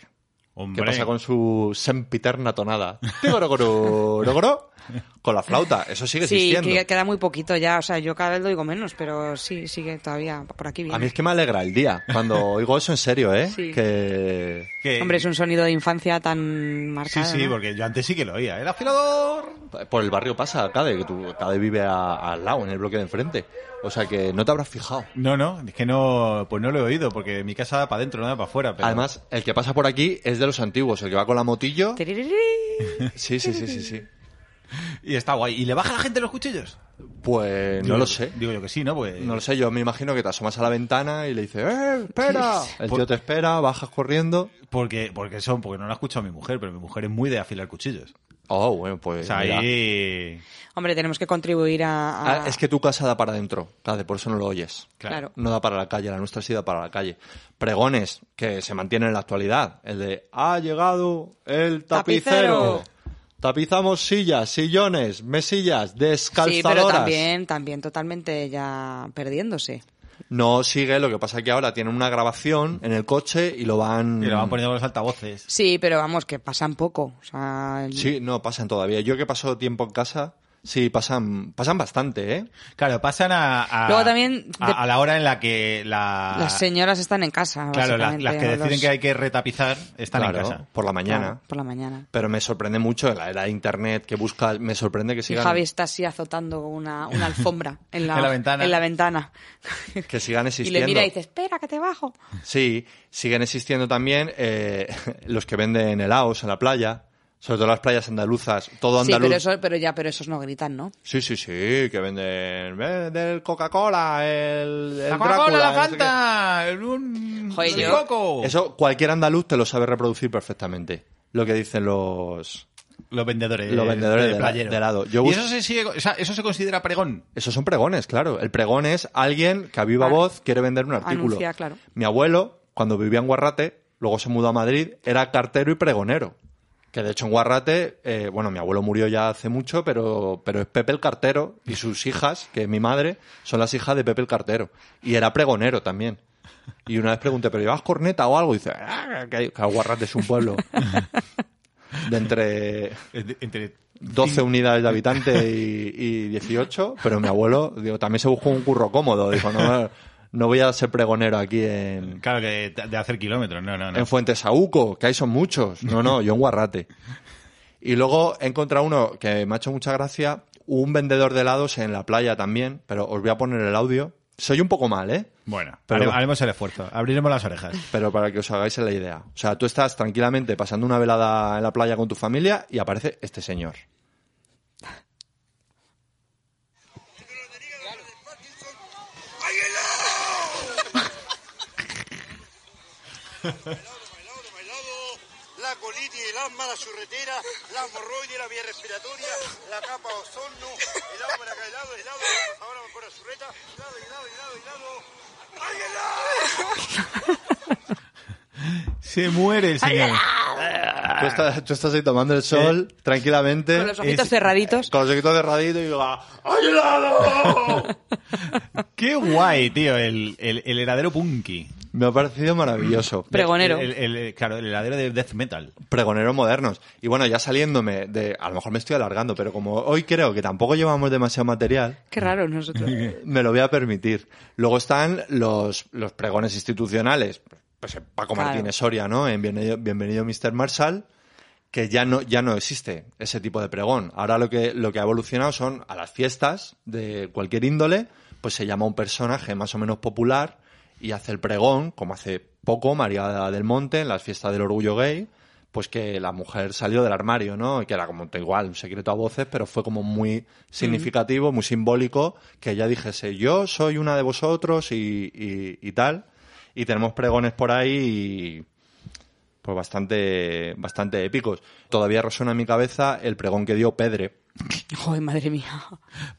[SPEAKER 2] Hombre,
[SPEAKER 4] ¿Qué pasa con su sempiterna tonada? Tigorogoró, rogoró, Con la flauta, eso sigue
[SPEAKER 3] Sí,
[SPEAKER 4] existiendo.
[SPEAKER 3] que- queda muy poquito ya. O sea, yo cada vez lo digo menos, pero sí, sigue todavía por aquí bien.
[SPEAKER 4] A mí es que me alegra el día cuando oigo eso en serio, ¿eh?
[SPEAKER 3] Sí.
[SPEAKER 4] Que
[SPEAKER 2] que-
[SPEAKER 3] Hombre, es un sonido de infancia tan marcado.
[SPEAKER 2] Sí, sí,
[SPEAKER 3] ¿no?
[SPEAKER 2] porque yo antes sí que lo oía. El afilador...
[SPEAKER 4] por el barrio pasa Cade, que tú Cade vive a- al lado, en el bloque de enfrente. O sea que no te habrás fijado.
[SPEAKER 2] No, no, es que no, pues no lo he oído, porque mi casa da para adentro, no da para afuera. Pero...
[SPEAKER 4] Además, el que pasa por aquí es de los antiguos, el que va con la motillo.
[SPEAKER 3] Tiririrí.
[SPEAKER 4] Sí, sí, sí, sí, sí.
[SPEAKER 2] Y está guay. ¿Y le baja la gente los cuchillos?
[SPEAKER 4] Pues no
[SPEAKER 2] Digo-
[SPEAKER 4] lo sé.
[SPEAKER 2] Digo yo que sí, ¿no? Pues...
[SPEAKER 4] No lo sé, yo me imagino que te asomas a la ventana y le dices, ¡eh, espera! El tío te espera, bajas corriendo.
[SPEAKER 2] Porque, porque son, porque no lo ha escuchado mi mujer, pero mi mujer es muy de afilar cuchillos.
[SPEAKER 4] Oh, bueno,
[SPEAKER 2] O
[SPEAKER 4] pues.
[SPEAKER 2] sea,
[SPEAKER 4] mira.
[SPEAKER 2] ahí.
[SPEAKER 3] Hombre, tenemos que contribuir a. a-
[SPEAKER 4] Ah, es que tu casa da para adentro, Cade, por eso no lo oyes.
[SPEAKER 3] Claro.
[SPEAKER 4] No da para la calle, la nuestra sí da para la calle. Pregones que se mantienen en la actualidad. El de, ha llegado el tapicero.
[SPEAKER 3] Tapicero.
[SPEAKER 4] Tapizamos sillas, sillones, mesillas,
[SPEAKER 3] Sí, pero
[SPEAKER 4] descalzadoras.
[SPEAKER 3] también, también totalmente ya perdiéndose.
[SPEAKER 4] No sigue, lo que pasa que ahora tienen una grabación en el coche y lo van...
[SPEAKER 2] Y lo van poniendo con los altavoces.
[SPEAKER 3] Sí, pero vamos, que pasan poco. O sea, el-
[SPEAKER 4] Sí, no, pasan todavía. Yo que paso tiempo en casa, sí, pasan, pasan bastante, ¿eh?
[SPEAKER 2] Claro, pasan a. a-
[SPEAKER 3] Luego también
[SPEAKER 2] A,
[SPEAKER 3] de-
[SPEAKER 2] a la hora en la que la.
[SPEAKER 4] ah.
[SPEAKER 3] las señoras están en casa.
[SPEAKER 2] Claro, la-
[SPEAKER 3] básicamente,
[SPEAKER 2] las que
[SPEAKER 3] o
[SPEAKER 2] deciden
[SPEAKER 3] los-
[SPEAKER 2] que hay que retapizar están
[SPEAKER 4] Claro,
[SPEAKER 2] en casa.
[SPEAKER 4] por la mañana.
[SPEAKER 3] Claro, por la mañana.
[SPEAKER 4] Pero me sorprende mucho en la era de internet que busca, me sorprende que
[SPEAKER 3] Y
[SPEAKER 4] sigan,
[SPEAKER 3] Javi está así azotando una, una alfombra en la,
[SPEAKER 2] En la ventana.
[SPEAKER 3] en la ventana.
[SPEAKER 4] que sigan
[SPEAKER 3] y
[SPEAKER 4] existiendo.
[SPEAKER 3] le mira y dice, espera, que te bajo.
[SPEAKER 4] Sí, siguen existiendo también eh, los que venden helados en la playa, sobre todo las playas andaluzas, todo
[SPEAKER 3] Sí,
[SPEAKER 4] andaluz.
[SPEAKER 3] pero, eso, pero ya, pero esos no gritan, ¿no?
[SPEAKER 4] Sí, sí, sí, que venden eh, del Coca-Cola, el, el
[SPEAKER 2] La Coca-Cola,
[SPEAKER 4] Drácula,
[SPEAKER 2] la
[SPEAKER 4] no sé qué.
[SPEAKER 2] Fanta, el un.
[SPEAKER 3] Joder,
[SPEAKER 2] el
[SPEAKER 3] yo-
[SPEAKER 2] coco.
[SPEAKER 4] Eso cualquier andaluz te lo sabe reproducir perfectamente. Lo que dicen los...
[SPEAKER 2] Los vendedores.
[SPEAKER 4] Los vendedores de-
[SPEAKER 2] playero.
[SPEAKER 4] de helado. Yo
[SPEAKER 2] Eh, y
[SPEAKER 4] bus-
[SPEAKER 2] eso se, sigue, o sea, eso se considera pregón.
[SPEAKER 4] Esos son pregones, claro. El pregón es alguien que a viva
[SPEAKER 3] Ah,
[SPEAKER 4] voz quiere vender un artículo.
[SPEAKER 3] anuncia, claro.
[SPEAKER 4] Mi abuelo, cuando vivía en Guarrate, luego se mudó a Madrid, era cartero y pregonero. Que de hecho en Guarrate, eh, bueno, mi abuelo murió ya hace mucho, pero, pero es Pepe el cartero y sus hijas, que es mi madre, son las hijas de Pepe el cartero. Y era pregonero también. Y una vez pregunté, ¿pero llevas corneta o algo? Y dice, "Ah, que hay- que Aguarrate es un pueblo de entre
[SPEAKER 2] Entre- Entre
[SPEAKER 4] 12 unidades de habitantes y, y 18, pero mi abuelo digo, también se buscó un curro cómodo. Dijo, no, no voy a ser pregonero aquí en,
[SPEAKER 2] Claro, que de de hacer kilómetros, no, no, no.
[SPEAKER 4] en Fuentesauco, que ahí son muchos. No, no, yo en Guarrate. Y luego he encontrado uno que me ha hecho mucha gracia, un vendedor de helados en la playa también, pero os voy a poner el audio. Soy un poco mal, ¿eh?
[SPEAKER 2] Bueno,
[SPEAKER 4] Pero-
[SPEAKER 2] haremos- haremos el esfuerzo, abriremos las orejas.
[SPEAKER 4] Pero para que os hagáis la idea. O sea, tú estás tranquilamente pasando una velada en la playa con tu familia y aparece este señor.
[SPEAKER 7] La colitis, el asma, la churretera, la hemorroide, la vía respiratoria, la capa de ozono, helado para acá, helado, helado, ahora por la churreta, helado, helado, helado, helado. ¡Ay, helado!
[SPEAKER 2] Se muere el señor.
[SPEAKER 3] ah,
[SPEAKER 4] Tú estás, tú estás ahí tomando el sol tranquilamente.
[SPEAKER 3] Con los ojitos
[SPEAKER 2] es-
[SPEAKER 3] cerraditos.
[SPEAKER 4] Con los ojitos cerraditos y digo, ¡ay,
[SPEAKER 2] Qué guay, tío, el, el, el heladero punky.
[SPEAKER 4] Me ha parecido maravilloso.
[SPEAKER 3] Pregonero.
[SPEAKER 2] El- el- el- claro, el heladero de death metal.
[SPEAKER 4] Pregoneros modernos. Y bueno, ya saliéndome de... A lo mejor me estoy alargando, pero como hoy creo que tampoco llevamos demasiado material,
[SPEAKER 3] Qué raro nosotros.
[SPEAKER 4] me lo voy a permitir. Luego están los, los pregones institucionales. Pues eh, Paco
[SPEAKER 3] Claro.
[SPEAKER 4] Martínez Soria, ¿no? En Bienvenido, Bienvenido Mr. Marshall, que ya no, ya no existe ese tipo de pregón. Ahora lo que, lo que ha evolucionado son a las fiestas de cualquier índole, pues se llama un personaje más o menos popular y hace el pregón, como hace poco María del Monte en las fiestas del orgullo gay, pues que la mujer salió del armario, ¿no? Y Que era como igual, un secreto a voces, pero fue como muy significativo, muy simbólico, que ella dijese, yo soy una de vosotros y, y- y tal. Y tenemos pregones por ahí y, pues bastante, bastante épicos. Todavía resuena en mi cabeza el pregón que dio Pedre.
[SPEAKER 3] Joder, madre mía.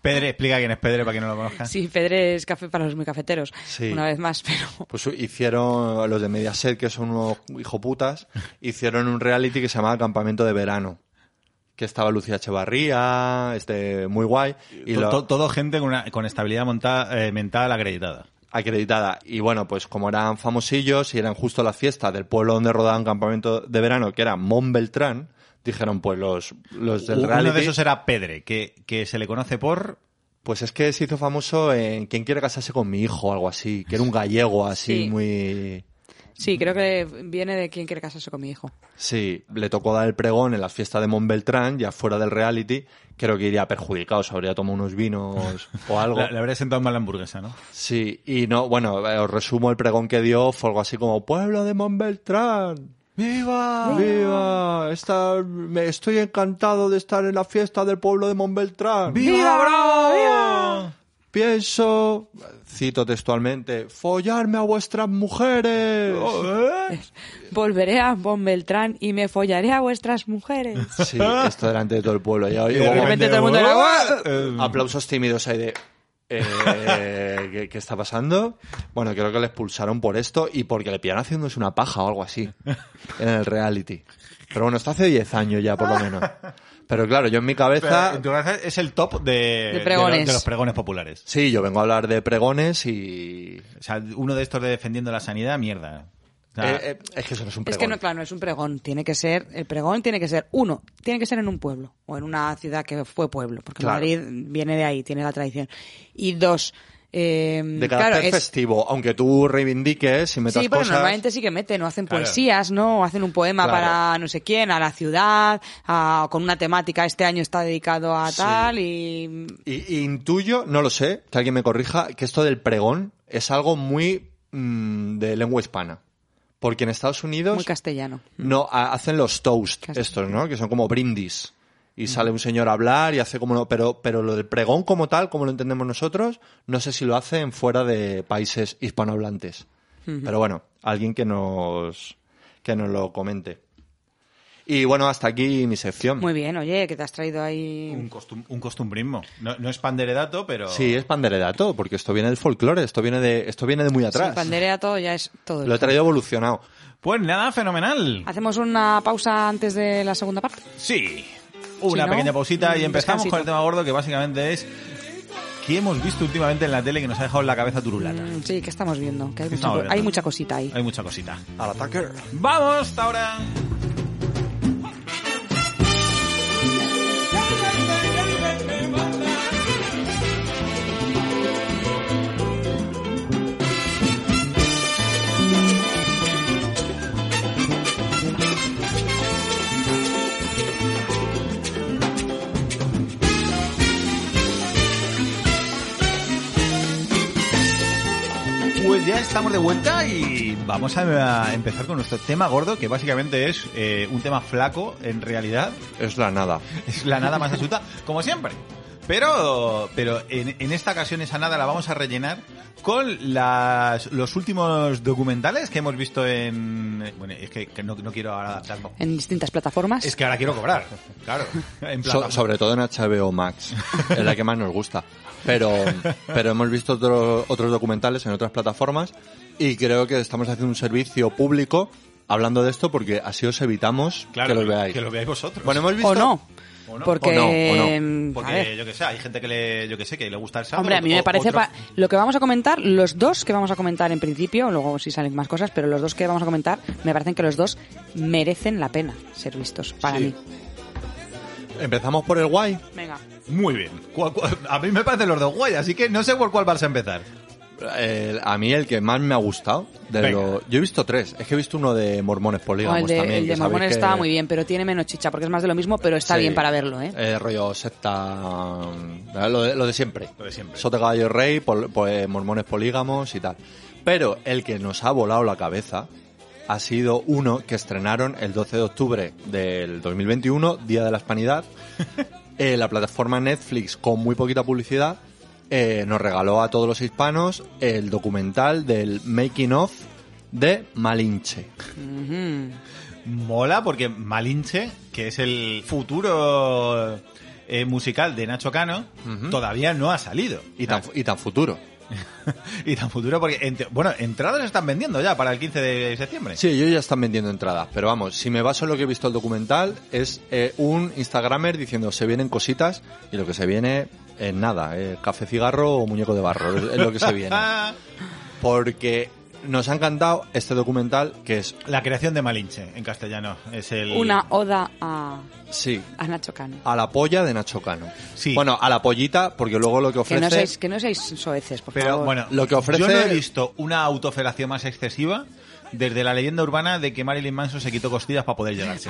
[SPEAKER 2] Pedre, explica quién es Pedre para que no lo conozca.
[SPEAKER 3] Sí, Pedre es café para los muy cafeteros.
[SPEAKER 4] Sí.
[SPEAKER 3] Una vez más, pero.
[SPEAKER 4] Pues hicieron los de Mediaset, que son unos hijoputas, hicieron un reality que se llamaba Campamento de Verano. Que estaba Lucía Echevarría, este, muy guay. Y
[SPEAKER 2] To-
[SPEAKER 4] lo-
[SPEAKER 2] to- todo gente con, una- con estabilidad montada, eh, mental acreditada.
[SPEAKER 4] acreditada. Y bueno, pues como eran famosillos y eran justo las fiestas del pueblo donde rodaban campamento de verano, que era Mont Beltrán, dijeron pues los, los del
[SPEAKER 2] Uno
[SPEAKER 4] reality,
[SPEAKER 2] de esos era Pedre, que, que se le conoce por...
[SPEAKER 4] pues es que se hizo famoso en Quien quiere casarse con mi hijo o algo así, que era un gallego así
[SPEAKER 3] Sí.
[SPEAKER 4] muy...
[SPEAKER 3] Sí, creo que viene de quien quiere casarse con mi hijo.
[SPEAKER 4] Sí, le tocó dar el pregón en las fiestas de Mont Beltrán, ya fuera del reality, creo que iría perjudicado, se habría tomado unos vinos o algo.
[SPEAKER 2] La- Le habría sentado mal la hamburguesa, ¿no?
[SPEAKER 4] Sí, y no, bueno, eh, os resumo el pregón que dio, fue algo así como, pueblo de Montbeltrán. ¡Viva! ¡Viva! Esta- me estoy encantado de estar en la fiesta del pueblo de Montbeltrán.
[SPEAKER 2] ¡Viva, bravo! ¡Viva!
[SPEAKER 4] Pienso, cito textualmente, follarme a vuestras mujeres.
[SPEAKER 3] Volveré a Bon Beltrán y me follaré a vuestras mujeres.
[SPEAKER 4] Sí, esto delante de todo el pueblo. Y ahí,
[SPEAKER 2] Y de
[SPEAKER 4] hubo
[SPEAKER 3] repente todo el mundo era,
[SPEAKER 2] ¡guau!
[SPEAKER 4] Eh, aplausos tímidos ahí de eh, ¿qué, qué está pasando? Bueno, creo que le expulsaron por esto y porque le pillaron haciéndose una paja o algo así en el reality. Pero bueno, está hace 10 años ya, por lo menos. Pero claro, yo en mi
[SPEAKER 2] Pero,
[SPEAKER 4] cabeza...
[SPEAKER 2] en tu cabeza es el top de, de
[SPEAKER 3] pregones.
[SPEAKER 2] los, de los pregones populares.
[SPEAKER 4] Sí, yo vengo a hablar de pregones y...
[SPEAKER 2] O sea, uno de estos de defendiendo la sanidad, mierda. O sea,
[SPEAKER 4] Eh, eh, es que eso no es un
[SPEAKER 3] Es
[SPEAKER 4] pregón.
[SPEAKER 3] que no, claro, no es un pregón. Tiene que ser, el pregón tiene que ser, uno, tiene que ser en un pueblo o en una ciudad que fue pueblo, porque
[SPEAKER 4] Claro.
[SPEAKER 3] Madrid viene de ahí, tiene la tradición. Y dos, eh,
[SPEAKER 4] De carácter
[SPEAKER 3] claro, es,
[SPEAKER 4] festivo, aunque tú reivindiques y metas
[SPEAKER 3] Sí, pero
[SPEAKER 4] cosas...
[SPEAKER 3] normalmente sí que meten, o hacen
[SPEAKER 2] Claro.
[SPEAKER 3] poesías, ¿no? O hacen un poema
[SPEAKER 4] Claro.
[SPEAKER 3] para no sé quién, a la ciudad, a- con una temática, este año está dedicado a tal y...
[SPEAKER 4] Y, y intuyo, no lo sé, que alguien me corrija, que esto del pregón es algo muy mm, de lengua hispana. Porque en Estados Unidos
[SPEAKER 3] Muy castellano.
[SPEAKER 4] no ha- hacen los toast,
[SPEAKER 3] Casi. Mm.
[SPEAKER 4] estos, ¿no? Que son como brindis. Y sale un señor a hablar y hace como... no- Pero, pero lo del pregón como tal, como lo entendemos nosotros, no sé si lo hacen fuera de países hispanohablantes. Pero bueno, alguien que nos, que nos lo comente. Y bueno, hasta aquí mi sección.
[SPEAKER 3] Muy bien, oye, que te has traído ahí...
[SPEAKER 2] un, costum- un costumbrismo. No, no es panderedato, pero...
[SPEAKER 4] Sí, es panderedato, porque esto viene del folclore, esto viene de, esto viene de muy
[SPEAKER 3] Sí,
[SPEAKER 4] atrás.
[SPEAKER 3] panderea todo ya es todo.
[SPEAKER 4] Lo he traído evolucionado.
[SPEAKER 2] Pues nada, fenomenal.
[SPEAKER 3] Hacemos una pausa antes de la segunda parte.
[SPEAKER 2] Sí. Una
[SPEAKER 3] ¿no?
[SPEAKER 2] pequeña pausita y
[SPEAKER 3] Un
[SPEAKER 2] empezamos con
[SPEAKER 3] descansito.
[SPEAKER 2] el tema gordo que básicamente es ¿Qué hemos visto últimamente en la tele que nos ha dejado la cabeza turulata?
[SPEAKER 3] Mm, sí, que estamos viendo, que hay,
[SPEAKER 2] ¿Qué
[SPEAKER 3] mucha,
[SPEAKER 2] estamos viendo?
[SPEAKER 3] hay mucha cosita ahí.
[SPEAKER 2] Hay mucha cosita.
[SPEAKER 4] Al ataque.
[SPEAKER 2] ¡Vamos, hasta ahora! Pues ya estamos de vuelta y vamos a empezar con nuestro tema gordo, que básicamente es eh, un tema flaco, en realidad.
[SPEAKER 4] Es la nada.
[SPEAKER 2] Es la nada más absoluta, como siempre. Pero, pero en, en esta ocasión esa nada la vamos a rellenar con las, los últimos documentales que hemos visto en... Bueno, es que, que no, no quiero ahora tampoco.
[SPEAKER 3] En distintas plataformas.
[SPEAKER 2] Es que ahora quiero cobrar, claro. En
[SPEAKER 4] So-
[SPEAKER 2] plataforma.
[SPEAKER 4] sobre todo en HBO Max, es la que más nos gusta. Pero, pero hemos visto otro- otros documentales en otras plataformas y creo que estamos haciendo un servicio público hablando de esto porque así os evitamos
[SPEAKER 2] Claro,
[SPEAKER 4] que los veáis.
[SPEAKER 2] que lo veáis vosotros.
[SPEAKER 4] Bueno, hemos visto...
[SPEAKER 3] O no.
[SPEAKER 2] O no,
[SPEAKER 3] Porque,
[SPEAKER 4] o no, o
[SPEAKER 3] mm, a ver,
[SPEAKER 2] Porque yo que sé, hay gente que le, yo que sé, que le gusta el sábado.
[SPEAKER 3] hombre, a mí me
[SPEAKER 2] o-
[SPEAKER 3] parece
[SPEAKER 2] otros-
[SPEAKER 3] pa- lo que vamos a comentar, los dos que vamos a comentar en principio, luego si salen más cosas, pero los dos que vamos a comentar, me parecen que los dos merecen la pena ser vistos para mí.
[SPEAKER 4] Empezamos por el guay.
[SPEAKER 3] Venga.
[SPEAKER 2] Muy bien. Cu- cu- A mí me parecen los dos guay, así que no sé por cuál vas a empezar.
[SPEAKER 4] El- a mí el que más me ha gustado. De
[SPEAKER 2] Venga.
[SPEAKER 4] lo- yo he visto tres. Es que he visto uno de mormones polígamos
[SPEAKER 3] el de,
[SPEAKER 4] también.
[SPEAKER 3] el
[SPEAKER 4] que
[SPEAKER 3] de
[SPEAKER 4] sabéis
[SPEAKER 3] Mormones
[SPEAKER 4] que-
[SPEAKER 3] estaba muy bien, pero tiene menos chicha porque es más de lo mismo, pero está
[SPEAKER 4] Sí.
[SPEAKER 3] bien para verlo, ¿eh?
[SPEAKER 4] Eh, rollo secta. mm, Lo de, lo de siempre.
[SPEAKER 2] Lo de siempre.
[SPEAKER 4] Soto Caballo Rey, pol- po- eh, mormones polígamos y tal. Pero el que nos ha volado la cabeza ha sido uno que estrenaron el 12 de octubre del 2021, Día de la Hispanidad. Eh, la plataforma Netflix, con muy poquita publicidad, eh, nos regaló a todos los hispanos el documental del Making of de Malinche.
[SPEAKER 2] Mola porque Malinche, que es el futuro eh, musical de Nacho Cano, todavía no ha salido.
[SPEAKER 4] Y
[SPEAKER 3] Ah.
[SPEAKER 4] tan, y tan futuro.
[SPEAKER 2] Y tan futuro porque, en te- bueno, entradas están vendiendo ya para el 15 de septiembre.
[SPEAKER 4] Sí, ellos ya están vendiendo entradas, pero vamos, si me baso en lo que he visto el documental, es eh, un Instagramer diciendo se vienen cositas y lo que se viene es nada, eh, café cigarro o muñeco de barro, es, es lo que se viene.
[SPEAKER 2] Ah,
[SPEAKER 4] Porque nos ha encantado este documental que es,
[SPEAKER 2] la creación de Malinche en castellano es el
[SPEAKER 3] Una oda a,
[SPEAKER 4] sí,
[SPEAKER 3] a Nacho Cano.
[SPEAKER 4] a la polla de Nacho Cano.
[SPEAKER 2] Sí.
[SPEAKER 4] Bueno, a la pollita, porque luego lo que
[SPEAKER 3] Que
[SPEAKER 4] ofrece...
[SPEAKER 3] no, seáis, que no seáis soeces, por
[SPEAKER 2] Pero
[SPEAKER 3] favor.
[SPEAKER 2] bueno,
[SPEAKER 4] Lo que ofrece-
[SPEAKER 2] yo no he visto una autofelación más excesiva desde la leyenda urbana de que Marilyn Manson se quitó costillas para poder llegarse.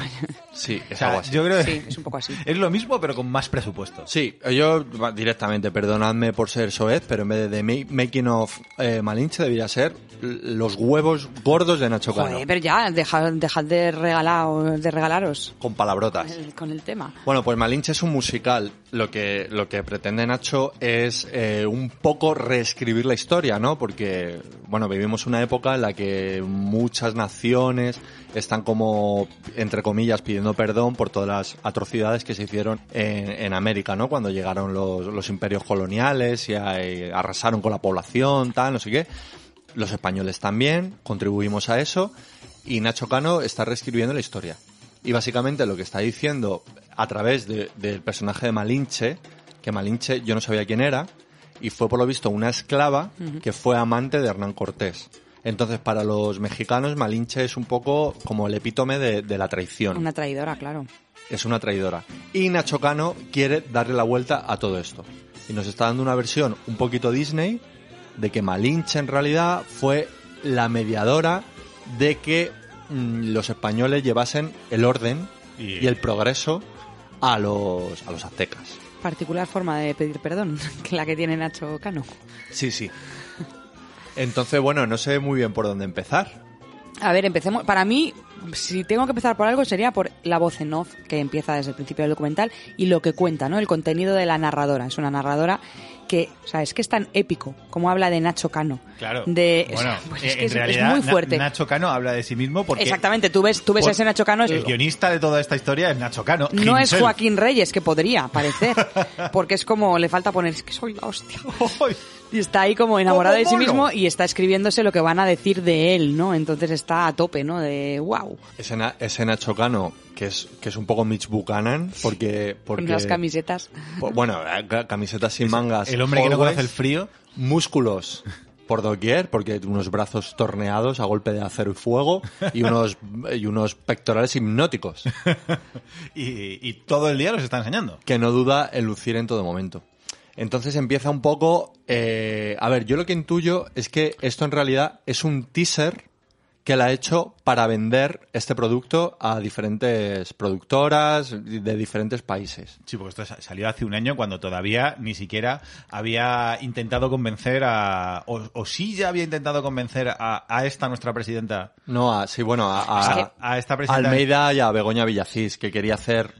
[SPEAKER 4] Sí, es
[SPEAKER 2] O sea,
[SPEAKER 4] algo así.
[SPEAKER 2] yo creo que
[SPEAKER 3] Sí, es un poco así.
[SPEAKER 2] es lo mismo pero con más presupuesto.
[SPEAKER 4] Sí, yo va, directamente, perdonadme por ser soez, pero en vez de, ma- Making of eh, Malinche debería ser l- los huevos gordos de Nacho Cano.
[SPEAKER 3] Joder, pero ya, dejad, dejad de, regalar, de regalaros
[SPEAKER 4] con palabrotas.
[SPEAKER 3] el- con el tema.
[SPEAKER 4] Bueno, pues Malinche es un musical. Lo que, lo que pretende Nacho es eh, un poco reescribir la historia, ¿no? Porque, bueno, vivimos una época en la que muchas naciones están como, entre comillas, pidiendo perdón por todas las atrocidades que se hicieron en, en América, ¿no? Cuando llegaron los, los imperios coloniales y ahí arrasaron con la población, tal, no sé qué. Los españoles también contribuimos a eso y Nacho Cano está reescribiendo la historia. Y básicamente lo que está diciendo a través de- del personaje de Malinche, que Malinche yo no sabía quién era, y fue por lo visto una esclava que fue amante de Hernán Cortés. Entonces para los mexicanos Malinche es un poco como el epítome de, de la traición
[SPEAKER 3] Una traidora, claro.
[SPEAKER 4] es una traidora. Y Nacho Cano quiere darle la vuelta a todo esto. Y nos está dando una versión un poquito Disney de que Malinche en realidad fue la mediadora de que mm, los españoles llevasen el orden
[SPEAKER 2] Y-
[SPEAKER 4] y el progreso a los, a los aztecas.
[SPEAKER 3] Particular forma de pedir perdón, que la que tiene Nacho Cano.
[SPEAKER 4] Sí, sí. Entonces, bueno, no sé muy bien por dónde empezar.
[SPEAKER 3] A ver, empecemos. Para mí, si tengo que empezar por algo, sería por la voz en off que empieza desde el principio del documental y lo que cuenta, ¿no? El contenido de la narradora. Es una narradora que, o sea, es que es tan épico como habla de Nacho Cano.
[SPEAKER 2] Claro.
[SPEAKER 3] De, o
[SPEAKER 2] bueno,
[SPEAKER 3] sea, pues
[SPEAKER 2] eh,
[SPEAKER 3] es que
[SPEAKER 2] en
[SPEAKER 3] es- es
[SPEAKER 2] realidad
[SPEAKER 3] muy
[SPEAKER 2] Na-
[SPEAKER 3] fuerte.
[SPEAKER 2] Nacho Cano habla de sí mismo porque
[SPEAKER 3] Exactamente, tú ves, tú ves a
[SPEAKER 2] por-
[SPEAKER 3] ese Nacho Cano.
[SPEAKER 2] El guionista de toda esta historia es Nacho Cano.
[SPEAKER 3] no es
[SPEAKER 2] himself.
[SPEAKER 3] Joaquín Reyes, que podría parecer, porque es como le falta poner, es que soy la hostia. Y está ahí como enamorado de sí
[SPEAKER 2] mono.
[SPEAKER 3] mismo y está escribiéndose lo que van a decir de él, ¿no? Entonces está a tope, ¿no? De wow.
[SPEAKER 4] Escena, escena Chocano, que es, que es un poco Mitch Buchanan, porque... porque
[SPEAKER 3] Con las camisetas.
[SPEAKER 4] po- bueno, eh, ca- camisetas sin mangas.
[SPEAKER 2] El hombre que no
[SPEAKER 4] always,
[SPEAKER 2] conoce el frío.
[SPEAKER 4] Músculos por doquier, porque unos brazos torneados a golpe de acero y fuego, y unos, y unos pectorales hipnóticos,
[SPEAKER 2] Y, y todo el día los está enseñando.
[SPEAKER 4] que no duda en lucir en todo momento. Entonces empieza un poco... eh, a ver, yo lo que intuyo es que esto en realidad es un teaser que la ha hecho para vender este producto a diferentes productoras de diferentes países.
[SPEAKER 2] Sí, porque esto sa- salió hace un año cuando todavía ni siquiera había intentado convencer a... O, o sí ya había intentado convencer a, a esta nuestra presidenta.
[SPEAKER 4] No, a, sí, bueno, a, a-
[SPEAKER 2] Es que- a esta presidenta-
[SPEAKER 4] Almeida y a Begoña Villacís, que quería hacer...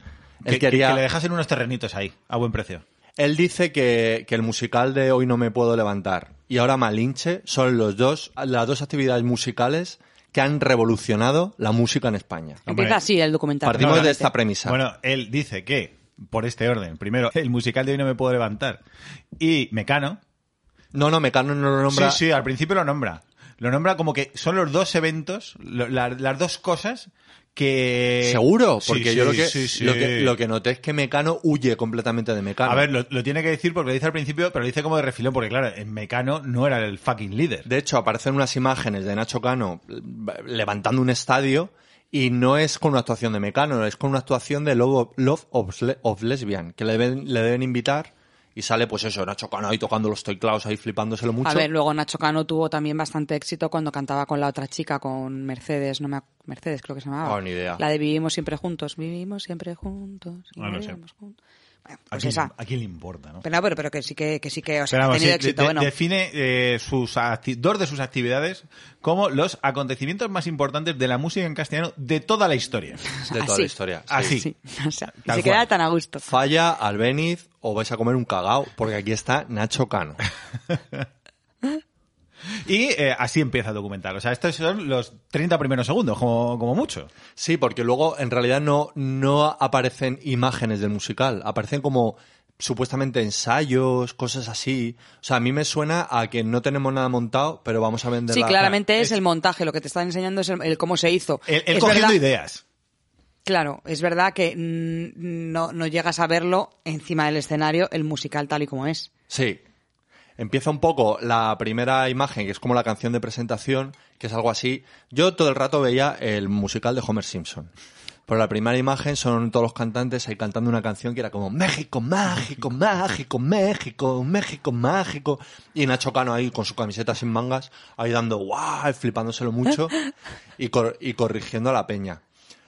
[SPEAKER 4] Él,
[SPEAKER 2] Que,
[SPEAKER 4] quería,
[SPEAKER 2] que le dejasen unos terrenitos ahí, a buen precio.
[SPEAKER 4] él dice que, que el musical de Hoy no me puedo levantar y ahora Malinche son los dos, las dos actividades musicales que han revolucionado la música en España.
[SPEAKER 2] Hombre.
[SPEAKER 3] Empieza así el documental.
[SPEAKER 4] Partimos
[SPEAKER 2] no, no,
[SPEAKER 4] de esta premisa.
[SPEAKER 2] Bueno, él dice que, por este orden, primero, el musical de hoy no me puedo levantar. Y Mecano.
[SPEAKER 4] no, no, Mecano no lo nombra.
[SPEAKER 2] Sí, sí, al principio lo nombra. Lo nombra como que son los dos eventos, lo- la- las dos cosas que...
[SPEAKER 4] Seguro,
[SPEAKER 2] Sí,
[SPEAKER 4] porque
[SPEAKER 2] sí,
[SPEAKER 4] yo lo que,
[SPEAKER 2] sí, sí.
[SPEAKER 4] Lo, que, lo que noté es que Mecano huye completamente de Mecano.
[SPEAKER 2] A ver, lo, lo tiene que decir porque lo dice al principio, pero lo dice como de refilón, porque claro, en Mecano no era el fucking líder.
[SPEAKER 4] De hecho, aparecen unas imágenes de Nacho Cano eh, levantando un estadio y no es con una actuación de Mecano, es con una actuación de Love of, Love of Le- of Lesbian, que le deben, le deben invitar y sale pues eso, Nacho Cano ahí tocando los teclados, ahí flipándoselo mucho.
[SPEAKER 3] A ver, luego Nacho Cano tuvo también bastante éxito cuando cantaba con la otra chica, con Mercedes, no me ac- Mercedes creo que se llamaba.
[SPEAKER 4] Ah, ni idea.
[SPEAKER 3] La de Vivimos siempre juntos, vivimos siempre juntos. y
[SPEAKER 2] Ah, no sé.
[SPEAKER 3] moriremos juntos. Bueno,
[SPEAKER 2] ¿A
[SPEAKER 3] pues
[SPEAKER 2] quién,
[SPEAKER 3] esa.
[SPEAKER 2] a quién le importa, no?
[SPEAKER 3] Pero, no, pero, pero que sí que, que sí que, o sea,
[SPEAKER 2] Pero
[SPEAKER 3] que ha
[SPEAKER 2] vamos,
[SPEAKER 3] tenido
[SPEAKER 2] sí,
[SPEAKER 3] éxito.
[SPEAKER 2] de-
[SPEAKER 3] bueno,
[SPEAKER 2] Define eh, sus acti- dos de sus actividades como los acontecimientos más importantes de la música en castellano de toda la historia.
[SPEAKER 4] de toda
[SPEAKER 3] así.
[SPEAKER 4] la historia. sí.
[SPEAKER 2] Así.
[SPEAKER 3] sí, o sea, y
[SPEAKER 2] Tal
[SPEAKER 3] se queda
[SPEAKER 2] cual.
[SPEAKER 3] tan a gusto.
[SPEAKER 4] Falla, Albéniz o vais a comer un cagao, porque aquí está Nacho Cano.
[SPEAKER 2] Y eh, así empieza el documental. O sea, estos son los 30 primeros segundos, como, como mucho.
[SPEAKER 4] Sí, porque luego en realidad no, no aparecen imágenes del musical, aparecen como supuestamente ensayos, cosas así. O sea, a mí me suena a que no tenemos nada montado, pero vamos a vender
[SPEAKER 3] Sí,
[SPEAKER 4] la-
[SPEAKER 3] claramente es el montaje, lo que te están enseñando es el, el cómo se hizo.
[SPEAKER 2] Él, él
[SPEAKER 3] Es
[SPEAKER 2] cogiendo
[SPEAKER 3] verdad-
[SPEAKER 2] ideas.
[SPEAKER 3] Claro, es verdad que mm, no, no llegas a verlo encima del escenario, el musical tal y como es.
[SPEAKER 4] Sí. Empieza un poco la primera imagen, que es como la canción de presentación, que es algo así. Yo todo el rato veía el musical de Homer Simpson. Pero la primera imagen son todos los cantantes ahí cantando una canción que era como México, mágico, mágico, México, México, mágico. Y Nacho Cano ahí con su camiseta sin mangas, ahí dando guau, flipándoselo mucho y, cor- y corrigiendo a la peña.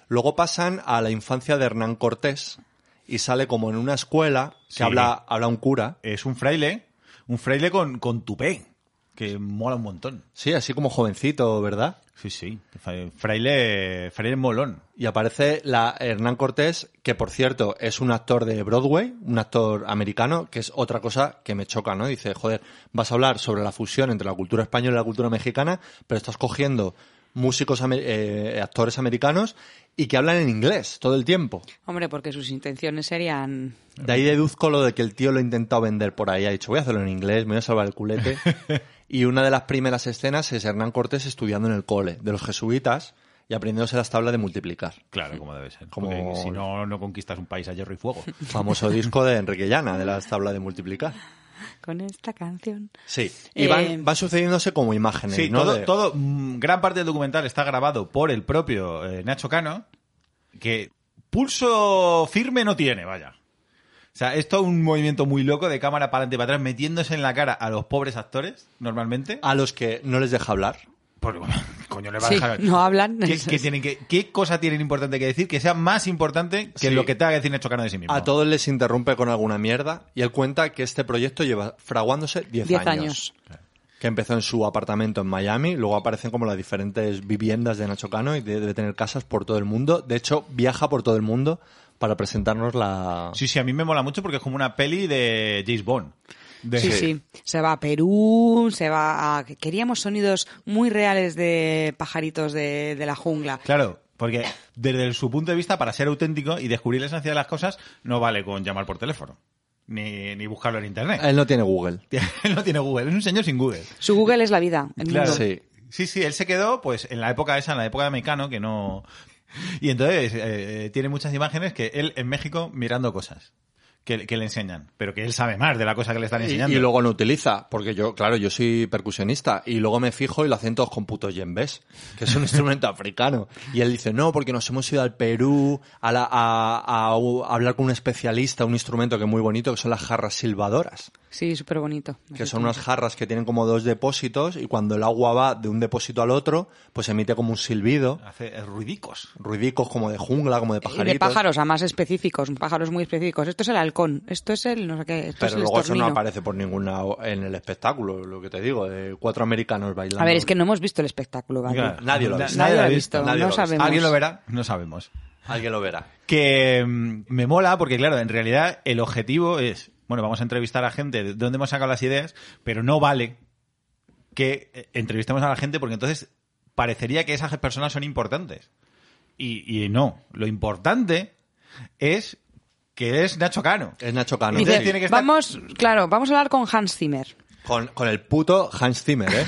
[SPEAKER 4] Luego pasan a la infancia de Hernán Cortés y sale como en una escuela, que
[SPEAKER 2] Sí.
[SPEAKER 4] habla, habla un cura.
[SPEAKER 2] Es un fraile, un fraile con, con tupé, que mola un montón.
[SPEAKER 4] Sí, así como jovencito, ¿verdad?
[SPEAKER 2] Sí, sí. Fra- Fraile, fraile molón.
[SPEAKER 4] Y aparece la Hernán Cortés, que por cierto es un actor de Broadway, un actor americano, que es otra cosa que me choca, ¿no? Dice, joder, vas a hablar sobre la fusión entre la cultura española y la cultura mexicana, pero estás cogiendo músicos, amer- eh, actores americanos y que hablan en inglés todo el tiempo.
[SPEAKER 3] Hombre, porque sus intenciones serían...
[SPEAKER 4] De ahí deduzco lo de que el tío lo ha intentado vender por ahí. Ha dicho, voy a hacerlo en inglés, me voy a salvar el culete. y una de las primeras escenas es Hernán Cortés estudiando en el cole de los jesuitas y aprendiéndose las tablas de multiplicar.
[SPEAKER 2] Claro, como debe ser.
[SPEAKER 4] Como-
[SPEAKER 2] Porque si no, no conquistas un país a hierro y fuego.
[SPEAKER 4] Famoso disco de Enrique Llana, de las tablas de multiplicar.
[SPEAKER 3] Con esta canción.
[SPEAKER 4] Sí. Y van,
[SPEAKER 3] Eh,
[SPEAKER 4] van sucediéndose como imágenes,
[SPEAKER 2] Sí,
[SPEAKER 4] ¿no?
[SPEAKER 2] todo,
[SPEAKER 4] De-
[SPEAKER 2] todo, mm, gran parte del documental está grabado por el propio eh, Nacho Cano, que pulso firme no tiene, vaya. O sea, esto es un movimiento muy loco de cámara para adelante y para atrás, metiéndose en la cara a los pobres actores, normalmente.
[SPEAKER 4] A los que no les deja hablar.
[SPEAKER 2] Porque, bueno, coño, le va a
[SPEAKER 3] Sí,
[SPEAKER 2] dejar-
[SPEAKER 3] no hablan.
[SPEAKER 2] ¿Qué, qué tienen que- qué cosa tienen importante que decir que sea más importante que
[SPEAKER 4] Sí.
[SPEAKER 2] lo que tenga que decir Nacho Cano de sí mismo?
[SPEAKER 4] A todos les interrumpe con alguna mierda y él cuenta que este proyecto lleva fraguándose 10
[SPEAKER 3] Diez
[SPEAKER 4] años.
[SPEAKER 3] años.
[SPEAKER 4] Que empezó en su apartamento en Miami, luego aparecen como las diferentes viviendas de Nacho Cano y de- debe tener casas por todo el mundo. De hecho, viaja por todo el mundo para presentarnos la...
[SPEAKER 2] Sí, sí, a mí me mola mucho porque es como una peli de James Bond. De-
[SPEAKER 3] Sí, sí. Se va a Perú, se va a... Queríamos sonidos muy reales de pajaritos de, de la jungla.
[SPEAKER 2] Claro, porque desde su punto de vista, para ser auténtico y descubrir la esencia de las cosas, no vale con llamar por teléfono. ni, ni buscarlo en internet.
[SPEAKER 4] Él no tiene Google.
[SPEAKER 2] Él no tiene Google, es un señor sin Google.
[SPEAKER 3] Su Google es la vida. El
[SPEAKER 2] Claro.
[SPEAKER 3] mundo.
[SPEAKER 4] Sí.
[SPEAKER 2] Sí, sí, él se quedó pues en la época esa, en la época de Mecano, que no... Y entonces eh, eh, tiene muchas imágenes que él en México mirando cosas que, que le enseñan, pero que él sabe más de la cosa que le están
[SPEAKER 4] Y,
[SPEAKER 2] enseñando.
[SPEAKER 4] y luego no utiliza, porque yo, claro, yo soy percusionista y luego me fijo y lo hacen todos con putos yembés, que es un instrumento africano. Y él dice, no, porque nos hemos ido al Perú a, la- a- a- a hablar con un especialista, un instrumento que es muy bonito, que son las jarras silbadoras,
[SPEAKER 3] Sí, súper bonito.
[SPEAKER 4] que son unas jarras que tienen como dos depósitos y cuando el agua va de un depósito al otro, pues emite como un silbido,
[SPEAKER 2] Hace eh, ruidicos.
[SPEAKER 4] ruidicos como de jungla, como de
[SPEAKER 3] Y
[SPEAKER 4] pajaritos.
[SPEAKER 3] de pájaros, a más específicos, pájaros muy específicos. Esto es el halcón, esto es el no sé qué, esto
[SPEAKER 4] Pero
[SPEAKER 3] es el
[SPEAKER 4] luego eso no
[SPEAKER 3] estornino.
[SPEAKER 4] aparece por ninguna en el espectáculo, lo que te digo, de cuatro americanos bailando.
[SPEAKER 3] A ver, es que no hemos visto el espectáculo, Gaby.
[SPEAKER 2] Claro.
[SPEAKER 4] Nadie lo ha
[SPEAKER 2] Na-
[SPEAKER 4] visto.
[SPEAKER 3] nadie lo ha visto,
[SPEAKER 4] nadie
[SPEAKER 3] no
[SPEAKER 4] lo ha
[SPEAKER 3] sabemos.
[SPEAKER 2] ¿Alguien lo verá? No sabemos.
[SPEAKER 4] Alguien lo verá.
[SPEAKER 2] que mm, me mola porque, claro, en realidad el objetivo es, bueno, vamos a entrevistar a gente de dónde hemos sacado las ideas, pero no vale que eh, entrevistemos a la gente porque entonces parecería que esas personas son importantes. Y, y no, lo importante es que es Nacho Cano.
[SPEAKER 4] Es Nacho Cano.
[SPEAKER 3] Dice,
[SPEAKER 4] sí.
[SPEAKER 2] tiene que estar-
[SPEAKER 3] Vamos, claro, vamos a hablar con Hans Zimmer.
[SPEAKER 4] Con, con el puto Hans Zimmer, ¿eh?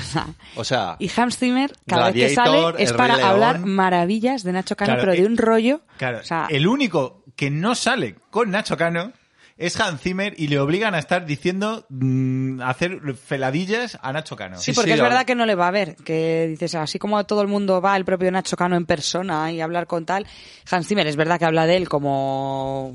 [SPEAKER 4] O sea,
[SPEAKER 3] Y Hans Zimmer, cada vez
[SPEAKER 4] Gladiator,
[SPEAKER 3] que sale, es
[SPEAKER 4] El
[SPEAKER 3] para
[SPEAKER 4] Rey León.
[SPEAKER 3] hablar maravillas de Nacho Cano,
[SPEAKER 2] Claro,
[SPEAKER 3] pero
[SPEAKER 2] eh,
[SPEAKER 3] de un rollo.
[SPEAKER 2] Claro,
[SPEAKER 3] o sea,
[SPEAKER 2] el único que no sale con Nacho Cano es Hans Zimmer y le obligan a estar diciendo, mm, a hacer feladillas a Nacho Cano.
[SPEAKER 3] Sí,
[SPEAKER 4] Sí,
[SPEAKER 3] porque
[SPEAKER 4] sí,
[SPEAKER 3] es
[SPEAKER 4] lo-
[SPEAKER 3] verdad que no le va a ver, que dices, así como todo el mundo va el propio Nacho Cano en persona y hablar con tal, Hans Zimmer es verdad que habla de él como...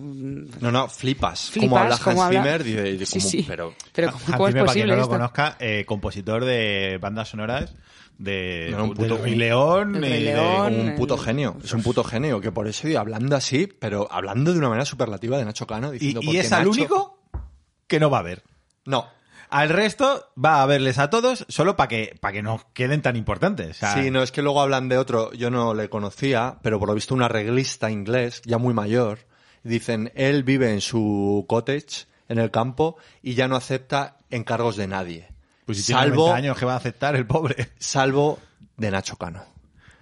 [SPEAKER 4] no, no, flipas. como
[SPEAKER 3] Flipas,
[SPEAKER 4] habla
[SPEAKER 3] como
[SPEAKER 4] Hans
[SPEAKER 3] habla-
[SPEAKER 4] Zimmer, dice, dice,
[SPEAKER 3] Sí,
[SPEAKER 4] como-
[SPEAKER 3] sí.
[SPEAKER 4] pero...
[SPEAKER 3] Pero
[SPEAKER 2] Hans
[SPEAKER 3] ¿cómo es
[SPEAKER 2] Zimmer,
[SPEAKER 3] posible
[SPEAKER 2] para quien no
[SPEAKER 3] esto?
[SPEAKER 2] lo conozca, eh, compositor de bandas sonoras de,
[SPEAKER 4] Era un puto
[SPEAKER 2] del Rey
[SPEAKER 4] genio.
[SPEAKER 2] León
[SPEAKER 3] Del
[SPEAKER 2] y
[SPEAKER 3] Rey
[SPEAKER 2] de-
[SPEAKER 3] León.
[SPEAKER 4] Como un puto
[SPEAKER 3] el-
[SPEAKER 4] genio, es un puto genio, que por eso, y hablando así, pero hablando de una manera superlativa de Nacho Cano,
[SPEAKER 2] y,
[SPEAKER 4] diciendo...
[SPEAKER 2] y
[SPEAKER 4] porque
[SPEAKER 2] es al
[SPEAKER 4] Nacho-
[SPEAKER 2] único que no va a ver.
[SPEAKER 4] No.
[SPEAKER 2] Al resto va a verles a todos solo para que, pa' que no queden tan importantes. O sea,
[SPEAKER 4] Sí, no, es que luego hablan de otro, yo no le conocía, pero por lo visto un arreglista inglés, ya muy mayor, dicen, él vive en su cottage, en el campo, y ya no acepta encargos de nadie.
[SPEAKER 2] pues si tiene
[SPEAKER 4] salvo,
[SPEAKER 2] 90 años que va a aceptar el pobre.
[SPEAKER 4] salvo de Nacho Cano.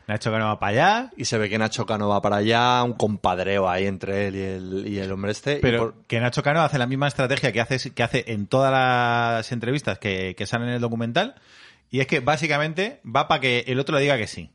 [SPEAKER 2] Nacho Cano va para allá,
[SPEAKER 4] Y se ve que Nacho Cano va para allá, un compadreo ahí entre él y el, y el hombre este. y
[SPEAKER 2] pero
[SPEAKER 4] por-
[SPEAKER 2] que Nacho Cano hace la misma estrategia que hace, que hace en todas las entrevistas que, que salen en el documental. Y es que básicamente va para que el otro le diga que sí.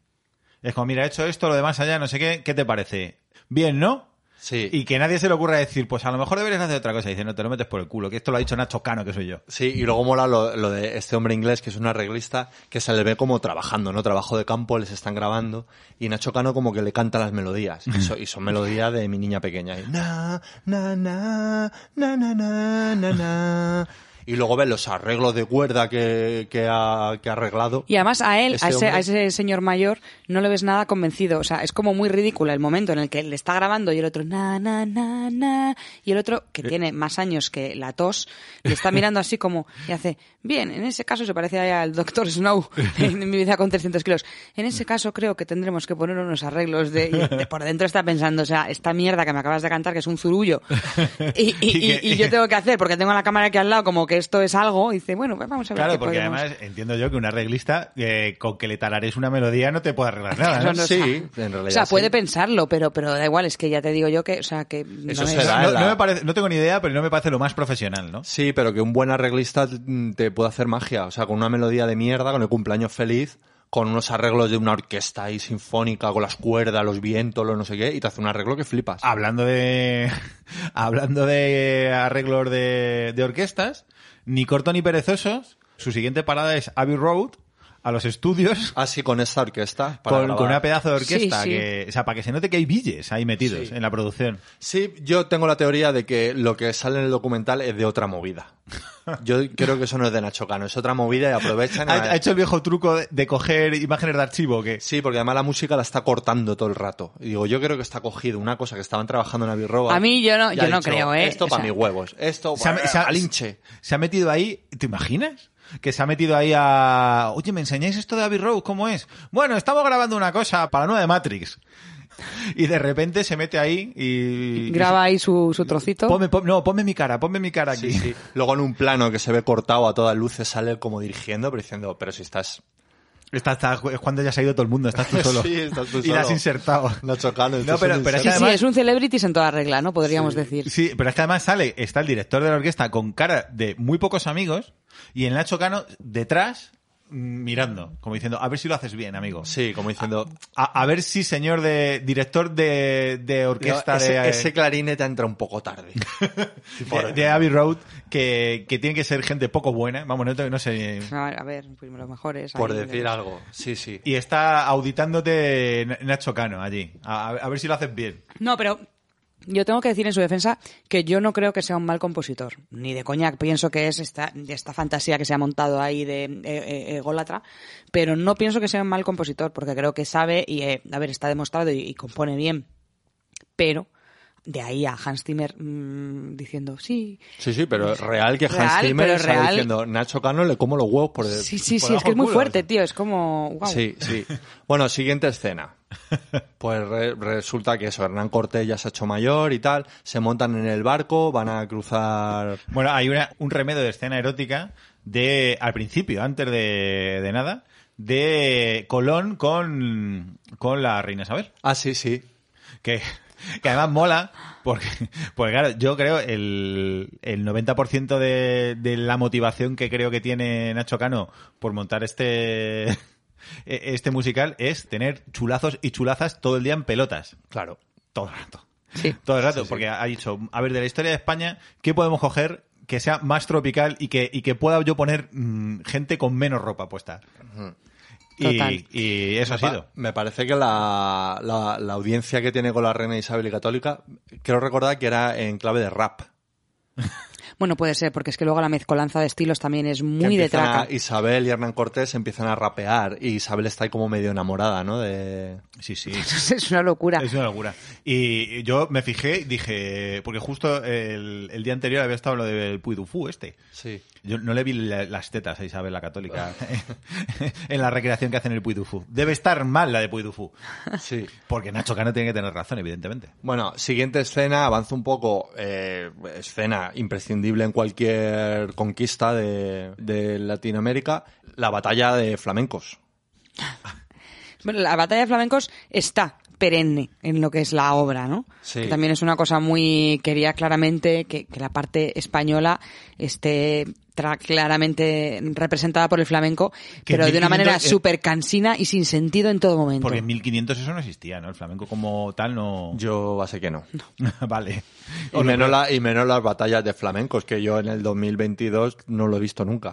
[SPEAKER 2] Es como, mira, he hecho esto, lo demás allá, no sé qué, ¿qué te parece? Bien, ¿no?
[SPEAKER 4] sí,
[SPEAKER 2] Y que nadie se le ocurra decir, pues a lo mejor deberías hacer otra cosa. Y dice, no, te lo metes por el culo, que esto lo ha dicho Nacho Cano, que soy yo.
[SPEAKER 4] sí, y luego mola lo, lo de este hombre inglés que es un arreglista que se le ve como trabajando, ¿no? Trabajo de campo, les están grabando. Y Nacho Cano como que le canta las melodías. Y, so- y son melodías de mi niña pequeña. Y, na, na, na, na, na, na, na, na. Y luego ves los arreglos de cuerda que, que, ha, que ha arreglado.
[SPEAKER 3] Y además a él,
[SPEAKER 4] Este
[SPEAKER 3] a, ese,
[SPEAKER 4] hombre-
[SPEAKER 3] a ese señor mayor, no le ves nada convencido. O sea, es como muy ridículo el momento en el que le está grabando y el otro na, na, na, na. Y el otro,
[SPEAKER 2] Eh.
[SPEAKER 3] que tiene más años que la tos, le está mirando así como, y hace, bien, en ese caso se parece al doctor Snow en mi vida con 300 kilos. En ese caso creo que tendremos que poner unos arreglos de, y de- por dentro está pensando, o sea, esta mierda que me acabas de cantar que es un zurullo. Y, y-
[SPEAKER 2] Y que-
[SPEAKER 3] y- y yo tengo que hacer, porque tengo la cámara aquí al lado, como que esto es algo, y dice, bueno, pues vamos a ver
[SPEAKER 2] Claro,
[SPEAKER 3] qué
[SPEAKER 2] porque
[SPEAKER 3] podemos".
[SPEAKER 2] además entiendo yo que un arreglista eh, con que le talares una melodía no te puede arreglar nada.
[SPEAKER 3] Eso
[SPEAKER 2] ¿no?
[SPEAKER 3] no
[SPEAKER 4] Sí,
[SPEAKER 3] sabe.
[SPEAKER 4] en realidad
[SPEAKER 3] O sea, puede
[SPEAKER 4] sí.
[SPEAKER 3] pensarlo, pero, pero da igual, es que ya te digo yo que, o sea, que. no
[SPEAKER 4] Eso
[SPEAKER 3] es-
[SPEAKER 4] será.
[SPEAKER 2] No, no
[SPEAKER 4] la-
[SPEAKER 2] me parece, no tengo ni idea, pero no me parece lo más profesional, ¿no?
[SPEAKER 4] Sí, pero que un buen arreglista mm, te puede hacer magia. O sea, con una melodía de mierda, con el cumpleaños feliz, con unos arreglos de una orquesta ahí sinfónica, con las cuerdas, los vientos, los no sé qué, y te hace un arreglo que flipas.
[SPEAKER 2] Hablando de. Hablando de arreglos de, de orquestas, ni corto ni perezosos, su siguiente parada es Abbey Road, a los estudios.
[SPEAKER 4] Así con esta orquesta. Ah, para
[SPEAKER 2] Con,
[SPEAKER 4] grabar.
[SPEAKER 2] con una pedazo de orquesta,
[SPEAKER 3] Sí, sí.
[SPEAKER 2] Que, o sea, para que se note que hay billes ahí metidos en la producción.
[SPEAKER 4] Sí, yo tengo la teoría de que lo que sale en el documental es de otra movida. Yo creo que eso no es de Nacho Cano, es otra movida y aprovechan. y-
[SPEAKER 2] Ha, ha hecho el viejo truco de, de coger imágenes de archivo que
[SPEAKER 4] Sí, porque además la música la está cortando todo el rato. Y digo, yo creo que está cogido una cosa que estaban trabajando en Avirroba.
[SPEAKER 3] A mí yo no- yo no creo, ¿eh?
[SPEAKER 4] Esto
[SPEAKER 3] O
[SPEAKER 4] para
[SPEAKER 3] sea-
[SPEAKER 4] mis huevos, esto
[SPEAKER 2] se ha,
[SPEAKER 4] para
[SPEAKER 2] se ha-
[SPEAKER 4] al hinche.
[SPEAKER 2] se ha metido ahí, ¿te imaginas? Que se ha metido ahí a... Oye, ¿me enseñáis esto de Abbey Road? ¿Cómo es? Bueno, estamos grabando una cosa para la nueva de Matrix. Y de repente se mete ahí y...
[SPEAKER 3] Graba ahí su, su
[SPEAKER 2] y-
[SPEAKER 3] trocito.
[SPEAKER 2] Ponme, pon- no, ponme mi cara, ponme mi cara aquí.
[SPEAKER 4] Sí, sí. Luego en un plano que se ve cortado a todas luces sale él como dirigiendo, pero diciendo, pero si estás...
[SPEAKER 2] Esta, esta- es cuando ya se ha ido todo el mundo, estás tú solo.
[SPEAKER 4] Sí, estás tú
[SPEAKER 2] y
[SPEAKER 4] solo.
[SPEAKER 2] la has insertado.
[SPEAKER 4] Nacho Cano, esto
[SPEAKER 2] No,
[SPEAKER 4] es
[SPEAKER 2] pero-
[SPEAKER 4] un
[SPEAKER 2] pero es
[SPEAKER 3] Sí,
[SPEAKER 4] inserto.
[SPEAKER 2] además-
[SPEAKER 3] sí, es un celebrities en toda regla, ¿no? Podríamos decir.
[SPEAKER 2] Sí, pero es que además sale, está el director de la orquesta con cara de muy pocos amigos y el Nacho Cano detrás mm, mirando, como diciendo, a ver si lo haces bien, amigo.
[SPEAKER 4] Sí, como diciendo.
[SPEAKER 2] A, a ver si, señor de director de, de orquesta
[SPEAKER 4] ese,
[SPEAKER 2] de, eh,
[SPEAKER 4] ese clarinete entra un poco tarde.
[SPEAKER 2] de,
[SPEAKER 4] Sí, pobre.
[SPEAKER 2] de Abbey Road, que, que tiene que ser gente poco buena, vamos, no, te- no sé.
[SPEAKER 3] A ver, a ver, pues primero los mejores.
[SPEAKER 4] Por
[SPEAKER 3] ahí,
[SPEAKER 4] decir
[SPEAKER 3] de-
[SPEAKER 4] algo. Sí, sí.
[SPEAKER 2] Y está auditándote Na- Nacho Cano allí, a, a ver si lo haces bien.
[SPEAKER 3] No, pero yo tengo que decir en su defensa que yo no creo que sea un mal compositor. Ni de coñac. Pienso que es esta, de esta fantasía que se ha montado ahí de eh, eh, ególatra. Pero no pienso que sea un mal compositor porque creo que sabe y, eh, a ver, está demostrado y- y compone bien. Pero de ahí a Hans Zimmer mm, diciendo, sí,
[SPEAKER 4] Sí, sí, pero es real que Hans
[SPEAKER 3] Real,
[SPEAKER 4] Zimmer
[SPEAKER 3] pero
[SPEAKER 4] está
[SPEAKER 3] real.
[SPEAKER 4] diciendo Nacho Cano le como los huevos por el-
[SPEAKER 3] sí, sí,
[SPEAKER 4] Eh, por
[SPEAKER 3] sí, es
[SPEAKER 4] abajo
[SPEAKER 3] que es
[SPEAKER 4] el
[SPEAKER 3] muy
[SPEAKER 4] culo".
[SPEAKER 3] fuerte, tío. Es como, wow.
[SPEAKER 4] Sí, sí. Bueno, siguiente escena. Pues re- resulta que eso, Hernán Cortés ya se ha hecho mayor y tal, se montan en el barco, van a cruzar...
[SPEAKER 2] Bueno, hay una, un remedio de escena erótica de al principio, antes de, de nada, de Colón con, con la reina Isabel.
[SPEAKER 4] Ah, sí, sí.
[SPEAKER 2] Que, que además mola, porque, porque claro, yo creo el, el 90% de, de la motivación que creo que tiene Nacho Cano por montar este, e- este musical es tener chulazos y chulazas todo el día en pelotas. Claro. Todo el rato. Todo el rato, porque ha dicho, a ver, de la historia de España, ¿qué podemos coger que sea más tropical y que, y que pueda yo poner mm, gente con menos ropa puesta? Y-
[SPEAKER 3] Total.
[SPEAKER 2] Y, eso ha
[SPEAKER 4] Pa-
[SPEAKER 2] sido.
[SPEAKER 4] Me parece que la, la, la audiencia que tiene con la reina Isabel y católica, quiero recordar que era en clave de rap.
[SPEAKER 3] Bueno, puede ser, porque es que luego la mezcolanza de estilos también es
[SPEAKER 4] Que
[SPEAKER 3] muy de
[SPEAKER 4] empiezan a-
[SPEAKER 3] traca.
[SPEAKER 4] Isabel y Hernán Cortés empiezan a rapear y Isabel está ahí como medio enamorada, ¿no? De...
[SPEAKER 2] Sí, sí.
[SPEAKER 3] Es una locura.
[SPEAKER 2] Es una locura. Y yo me fijé y dije, porque justo el, el día anterior había estado lo del Puy du Fou este.
[SPEAKER 4] Sí.
[SPEAKER 2] Yo no le vi la- las tetas a Isabel la Católica en la recreación que hacen en el Puy du Fou. Debe estar mal la de Puy du Fou.
[SPEAKER 4] Sí.
[SPEAKER 2] Porque Nacho Cano tiene que tener razón, evidentemente.
[SPEAKER 4] Bueno, siguiente escena, avanza un poco, eh, escena imprescindible en cualquier conquista de, de Latinoamérica, la batalla de flamencos.
[SPEAKER 3] Bueno, la batalla de flamencos está perenne en lo que es la obra, ¿no?
[SPEAKER 4] Sí.
[SPEAKER 3] Que también es una cosa muy quería claramente que, que la parte española esté tra- claramente representada por el flamenco,
[SPEAKER 2] Que
[SPEAKER 3] pero de una
[SPEAKER 2] 1500
[SPEAKER 3] manera
[SPEAKER 2] es-
[SPEAKER 3] súper cansina y sin sentido en todo momento.
[SPEAKER 2] Porque en 1500 eso no existía, ¿no? El flamenco como tal no...
[SPEAKER 4] Yo sé que no.
[SPEAKER 2] vale.
[SPEAKER 4] Y menos, la- y menos las batallas de flamencos, que yo en el 2022 no lo he visto nunca.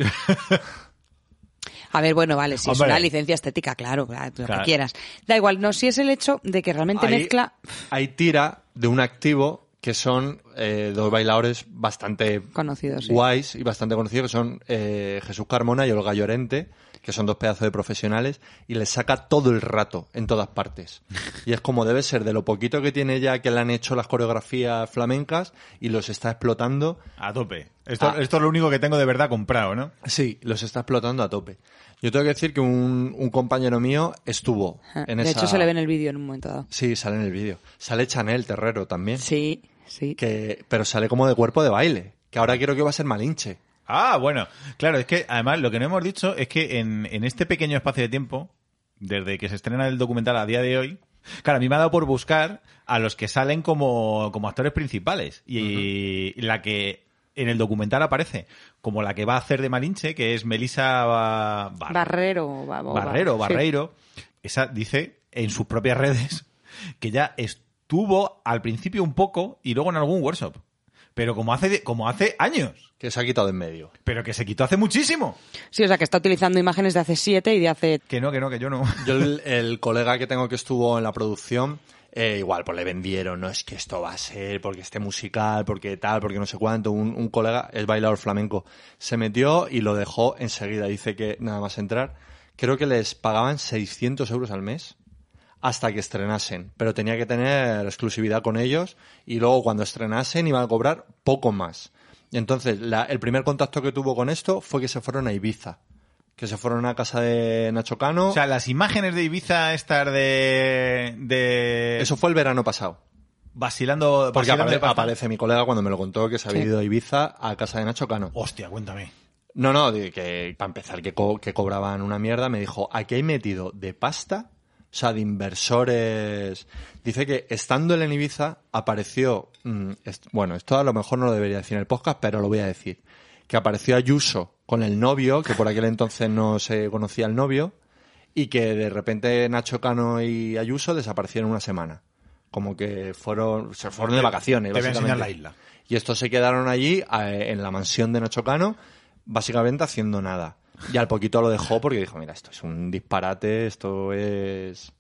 [SPEAKER 3] A ver, bueno, vale, si es
[SPEAKER 2] Hombre.
[SPEAKER 3] una licencia estética, claro, claro, lo
[SPEAKER 2] Claro.
[SPEAKER 3] que quieras. Da igual, no, si es el hecho de que realmente mezcla
[SPEAKER 4] ahí tira de un activo que son eh, dos bailadores bastante
[SPEAKER 3] conocidos. sí.
[SPEAKER 4] guays y bastante conocidos, que son eh, Jesús Carmona y Olga Llorente, que son dos pedazos de profesionales, y les saca todo el rato, en todas partes. Y es como debe ser, de lo poquito que tiene ya que le han hecho las coreografías flamencas y los está explotando.
[SPEAKER 2] A tope. Esto,
[SPEAKER 4] Ah.
[SPEAKER 2] esto es lo único que tengo de verdad comprado, ¿no?
[SPEAKER 4] Sí, los está explotando a tope. Yo tengo que decir que un, un compañero mío estuvo
[SPEAKER 3] Ajá.
[SPEAKER 4] en
[SPEAKER 3] Ah, de
[SPEAKER 4] esa...
[SPEAKER 3] hecho, se le ve en el vídeo en un momento dado.
[SPEAKER 4] Sí, sale en el vídeo. Sale Chanel Terrero también,
[SPEAKER 3] Sí, sí.
[SPEAKER 4] que pero sale como de cuerpo de baile, que ahora creo que va a ser Malinche.
[SPEAKER 2] Ah, bueno, claro, es que además lo que no hemos dicho es que en, en este pequeño espacio de tiempo, desde que se estrena el documental a día de hoy, claro, a mí me ha dado por buscar a los que salen como, como actores principales. Y la que en el documental aparece como la que va a hacer de Malinche, que es Melissa Ba- Bar-
[SPEAKER 3] Barrero, va- va-
[SPEAKER 2] Barrero,
[SPEAKER 3] sí.
[SPEAKER 2] Barreiro, esa dice en sus propias redes que ya estuvo al principio un poco y luego en algún workshop. Pero como hace, como hace años.
[SPEAKER 4] Que se ha quitado de en medio.
[SPEAKER 2] Pero que se quitó hace muchísimo.
[SPEAKER 3] Sí, o sea, que está utilizando imágenes de hace siete y de hace...
[SPEAKER 2] Que no, que no, que yo no.
[SPEAKER 4] Yo el, el colega que tengo que estuvo en la producción, eh, igual, pues le vendieron, no es que esto va a ser, porque este musical, porque tal, porque no sé cuánto. Un, un colega, es bailador flamenco, se metió y lo dejó enseguida. Dice que nada más entrar, creo que les pagaban 600 euros al mes hasta que estrenasen, pero tenía que tener exclusividad con ellos y luego cuando estrenasen iban a cobrar poco más. Entonces, la- el primer contacto que tuvo con esto fue que se fueron a Ibiza, que se fueron a casa de Nacho Cano.
[SPEAKER 2] O sea, las imágenes de Ibiza estas de. de.
[SPEAKER 4] Eso fue el verano pasado.
[SPEAKER 2] Vacilando.
[SPEAKER 4] Porque
[SPEAKER 2] vacilando
[SPEAKER 4] apare-
[SPEAKER 2] de pasta.
[SPEAKER 4] aparece mi colega cuando me lo contó que se había
[SPEAKER 3] Sí.
[SPEAKER 4] ido a Ibiza a casa de Nacho Cano.
[SPEAKER 2] Hostia, cuéntame.
[SPEAKER 4] No, no, de que para empezar, que, co- que cobraban una mierda, me dijo, aquí hay metido de pasta, o sea, de inversores. Dice que estando él en Ibiza apareció, mm, est- bueno, esto a lo mejor no lo debería decir en el podcast, pero lo voy a decir, que apareció Ayuso con el novio, que por aquel entonces no se conocía el novio, y que de repente Nacho Cano y Ayuso desaparecieron una semana. Como que fueron, se fueron de vacaciones.
[SPEAKER 2] Te voy a enseñar
[SPEAKER 4] básicamente.
[SPEAKER 2] la isla.
[SPEAKER 4] Y estos se quedaron allí a- en la mansión de Nacho Cano, básicamente haciendo nada. Y al poquito lo dejó porque dijo, mira, esto es un disparate, esto es...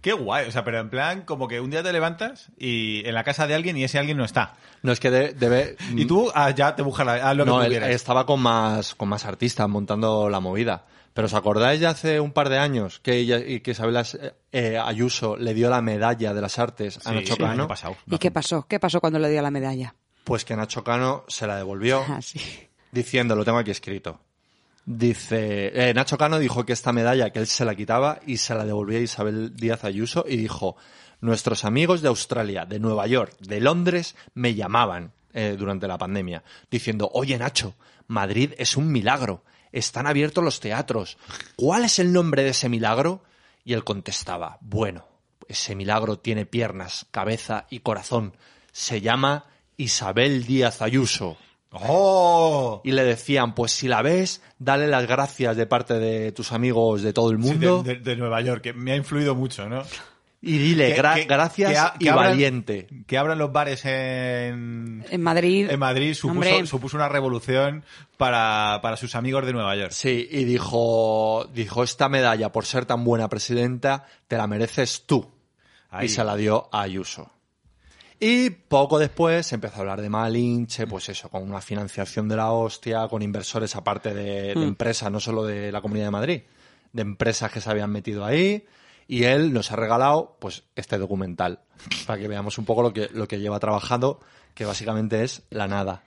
[SPEAKER 2] Qué guay, o sea, pero en plan, como que un día te levantas y en la casa de alguien y ese alguien no está.
[SPEAKER 4] No es que de- debe...
[SPEAKER 2] Y tú ah, ya te buscas la- haz lo que
[SPEAKER 4] Mm. no, este.
[SPEAKER 2] tú
[SPEAKER 4] él
[SPEAKER 2] quieras.
[SPEAKER 4] estaba con más, con más artistas montando la movida. Pero ¿os acordáis de hace un par de años que, ella, y que Isabel As- eh, Ayuso le dio la medalla de las artes a
[SPEAKER 2] Sí,
[SPEAKER 4] Nacho
[SPEAKER 2] el año
[SPEAKER 4] Cano?
[SPEAKER 2] pasado.
[SPEAKER 3] ¿Y qué pasó? ¿Qué pasó cuando le dio la medalla?
[SPEAKER 4] Pues que Nacho Cano se la devolvió
[SPEAKER 3] Ah, sí.
[SPEAKER 4] diciendo, lo tengo aquí escrito. Dice, eh, Nacho Cano dijo que esta medalla que él se la quitaba y se la devolvía a Isabel Díaz Ayuso y dijo, nuestros amigos de Australia, de Nueva York, de Londres me llamaban eh, durante la pandemia diciendo, oye Nacho, Madrid es un milagro, están abiertos los teatros, ¿cuál es el nombre de ese milagro? Y él contestaba, bueno, ese milagro tiene piernas, cabeza y corazón, se llama Isabel Díaz Ayuso
[SPEAKER 2] ¡Oh!
[SPEAKER 4] y le decían, pues si la ves, dale las gracias de parte de tus amigos de todo el
[SPEAKER 2] Sí,
[SPEAKER 4] mundo
[SPEAKER 2] de, de- de Nueva York, que me ha influido mucho, ¿no?
[SPEAKER 4] y dile gra-
[SPEAKER 2] Que- que-
[SPEAKER 4] gracias
[SPEAKER 2] que a- que
[SPEAKER 4] y
[SPEAKER 2] abran-
[SPEAKER 4] valiente.
[SPEAKER 2] Que abran los bares en,
[SPEAKER 3] En Madrid.
[SPEAKER 2] en Madrid supuso,
[SPEAKER 3] Hombre.
[SPEAKER 2] supuso una revolución para, para sus amigos de Nueva York.
[SPEAKER 4] Sí, y dijo, dijo, esta medalla por ser tan buena presidenta te la mereces tú.
[SPEAKER 2] Ahí.
[SPEAKER 4] Y se la dio a Ayuso. Y poco después se empezó a hablar de Malinche, pues eso, con una financiación de la hostia, con inversores aparte de, de
[SPEAKER 3] Hmm.
[SPEAKER 4] empresas, no solo de la Comunidad de Madrid, de empresas que se habían metido ahí. Y él nos ha regalado, pues, este documental, para que veamos un poco lo que, lo que lleva trabajando, que básicamente es la nada.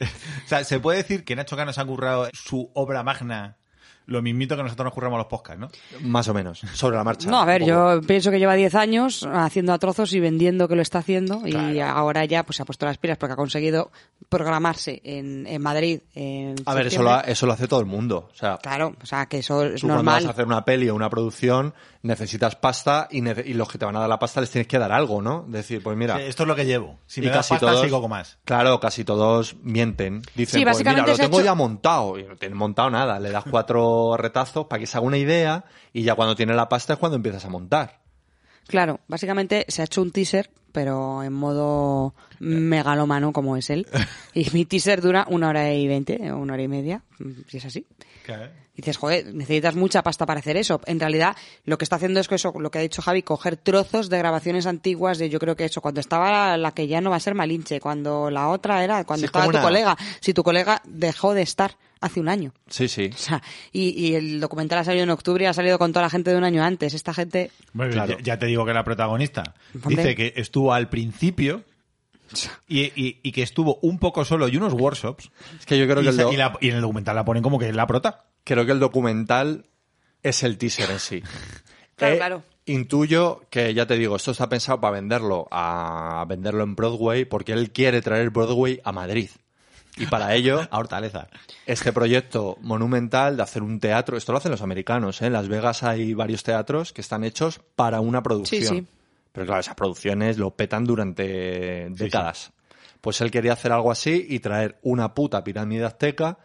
[SPEAKER 2] O sea, se puede decir que Nacho Cano se ha currado su obra magna, lo mismito que nosotros nos curramos los podcasts, ¿no?
[SPEAKER 4] Más o menos, sobre la marcha.
[SPEAKER 3] No, a ver,
[SPEAKER 4] un poco.
[SPEAKER 3] yo pienso que lleva 10 años haciendo a trozos y vendiendo que lo está haciendo y ahora ya pues se ha puesto las pilas porque ha conseguido programarse en, en Madrid. En
[SPEAKER 4] A ver, eso
[SPEAKER 3] septiembre.
[SPEAKER 4] lo, ha- eso lo hace todo el mundo. O sea,
[SPEAKER 3] Claro, o sea, que eso es
[SPEAKER 4] tú cuando vas a
[SPEAKER 3] normal.
[SPEAKER 4] hacer una peli o una producción, necesitas pasta y, nece- y los que te van a dar la pasta les tienes que dar algo, ¿no? Decir, pues mira.
[SPEAKER 2] Eh, Esto es lo que llevo. Si
[SPEAKER 4] y
[SPEAKER 2] me das
[SPEAKER 4] casi
[SPEAKER 2] pasta,
[SPEAKER 4] todos-
[SPEAKER 2] sigo con más.
[SPEAKER 4] Claro, casi todos mienten. Dicen,
[SPEAKER 3] Sí,
[SPEAKER 4] pues mira,
[SPEAKER 3] básicamente
[SPEAKER 4] lo
[SPEAKER 3] se ha
[SPEAKER 4] tengo
[SPEAKER 3] hecho-
[SPEAKER 4] ya montado. Y no tienen montado nada. Le das cuatro retazos para que se haga una idea y ya cuando tiene la pasta es cuando empiezas a montar.
[SPEAKER 3] Claro, básicamente se ha hecho un teaser, pero en modo megalomano como es él. Y mi teaser dura una hora y veinte, una hora y media, si es así. Dices, joder, necesitas mucha pasta para hacer eso. En realidad, lo que está haciendo es que eso, lo que ha dicho Javi, coger trozos de grabaciones antiguas de yo creo que eso, cuando estaba la, la que ya no va a ser Malinche, cuando la otra era, cuando
[SPEAKER 4] Sí, es
[SPEAKER 3] estaba tu
[SPEAKER 4] como una-
[SPEAKER 3] colega, si tu colega dejó de estar hace un año.
[SPEAKER 4] Sí, sí.
[SPEAKER 3] O sea, y, y el documental ha salido en octubre y ha salido con toda la gente de un año antes. Esta gente,
[SPEAKER 2] Bueno,
[SPEAKER 4] Claro.
[SPEAKER 2] ya, ya te digo que la protagonista
[SPEAKER 3] Hombre.
[SPEAKER 2] dice que estuvo al principio y, y- y que estuvo un poco solo y unos workshops.
[SPEAKER 4] Es que yo creo
[SPEAKER 2] y,
[SPEAKER 4] que el
[SPEAKER 2] se-
[SPEAKER 4] do-
[SPEAKER 2] y la- y en el documental la ponen como que es la prota.
[SPEAKER 4] creo que el documental es el teaser en sí. Eh,
[SPEAKER 3] Claro, claro.
[SPEAKER 4] Intuyo que, ya te digo, esto está pensado para venderlo, a venderlo en Broadway, porque él quiere traer Broadway a Madrid. Y para ello,
[SPEAKER 2] A Hortaleza.
[SPEAKER 4] este proyecto monumental de hacer un teatro, esto lo hacen los americanos, ¿eh? en Las Vegas hay varios teatros que están hechos para una producción.
[SPEAKER 3] Sí, sí.
[SPEAKER 4] Pero claro, esas producciones lo petan durante décadas. Pues él quería hacer algo así y traer una puta pirámide azteca,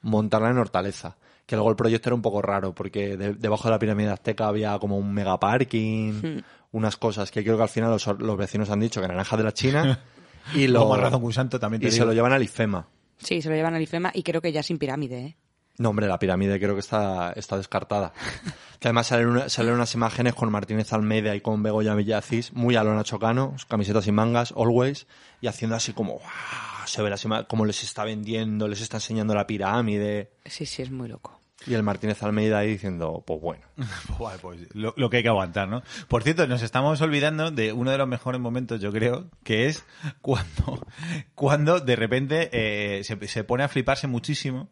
[SPEAKER 4] montarla en Hortaleza. Que luego el proyecto era un poco raro, porque de- debajo de la pirámide azteca había como un mega parking, unas cosas que creo que al final los, los vecinos han dicho que naranjas de la China. Y lo,
[SPEAKER 2] Como el razón gusanto, también te
[SPEAKER 4] y se
[SPEAKER 2] digo.
[SPEAKER 4] lo llevan al IFEMA.
[SPEAKER 3] sí, se lo llevan al IFEMA y creo que ya sin pirámide, ¿eh?
[SPEAKER 4] No, hombre, la pirámide creo que está, está descartada. que además salen, una- salen unas imágenes con Martínez Almeida y con Begoya Villacís, muy a Lona Chocano, camisetas sin mangas, always, y haciendo así como, ¡guau! se ve las ima- como les está vendiendo, les está enseñando la pirámide.
[SPEAKER 3] Sí, sí, es muy loco.
[SPEAKER 4] Y el Martínez Almeida ahí diciendo, pues bueno.
[SPEAKER 2] Buah, pues, lo, lo que hay que aguantar, ¿no? Por cierto, nos estamos olvidando de uno de los mejores momentos, yo creo, que es cuando, cuando de repente eh, se, se pone a fliparse muchísimo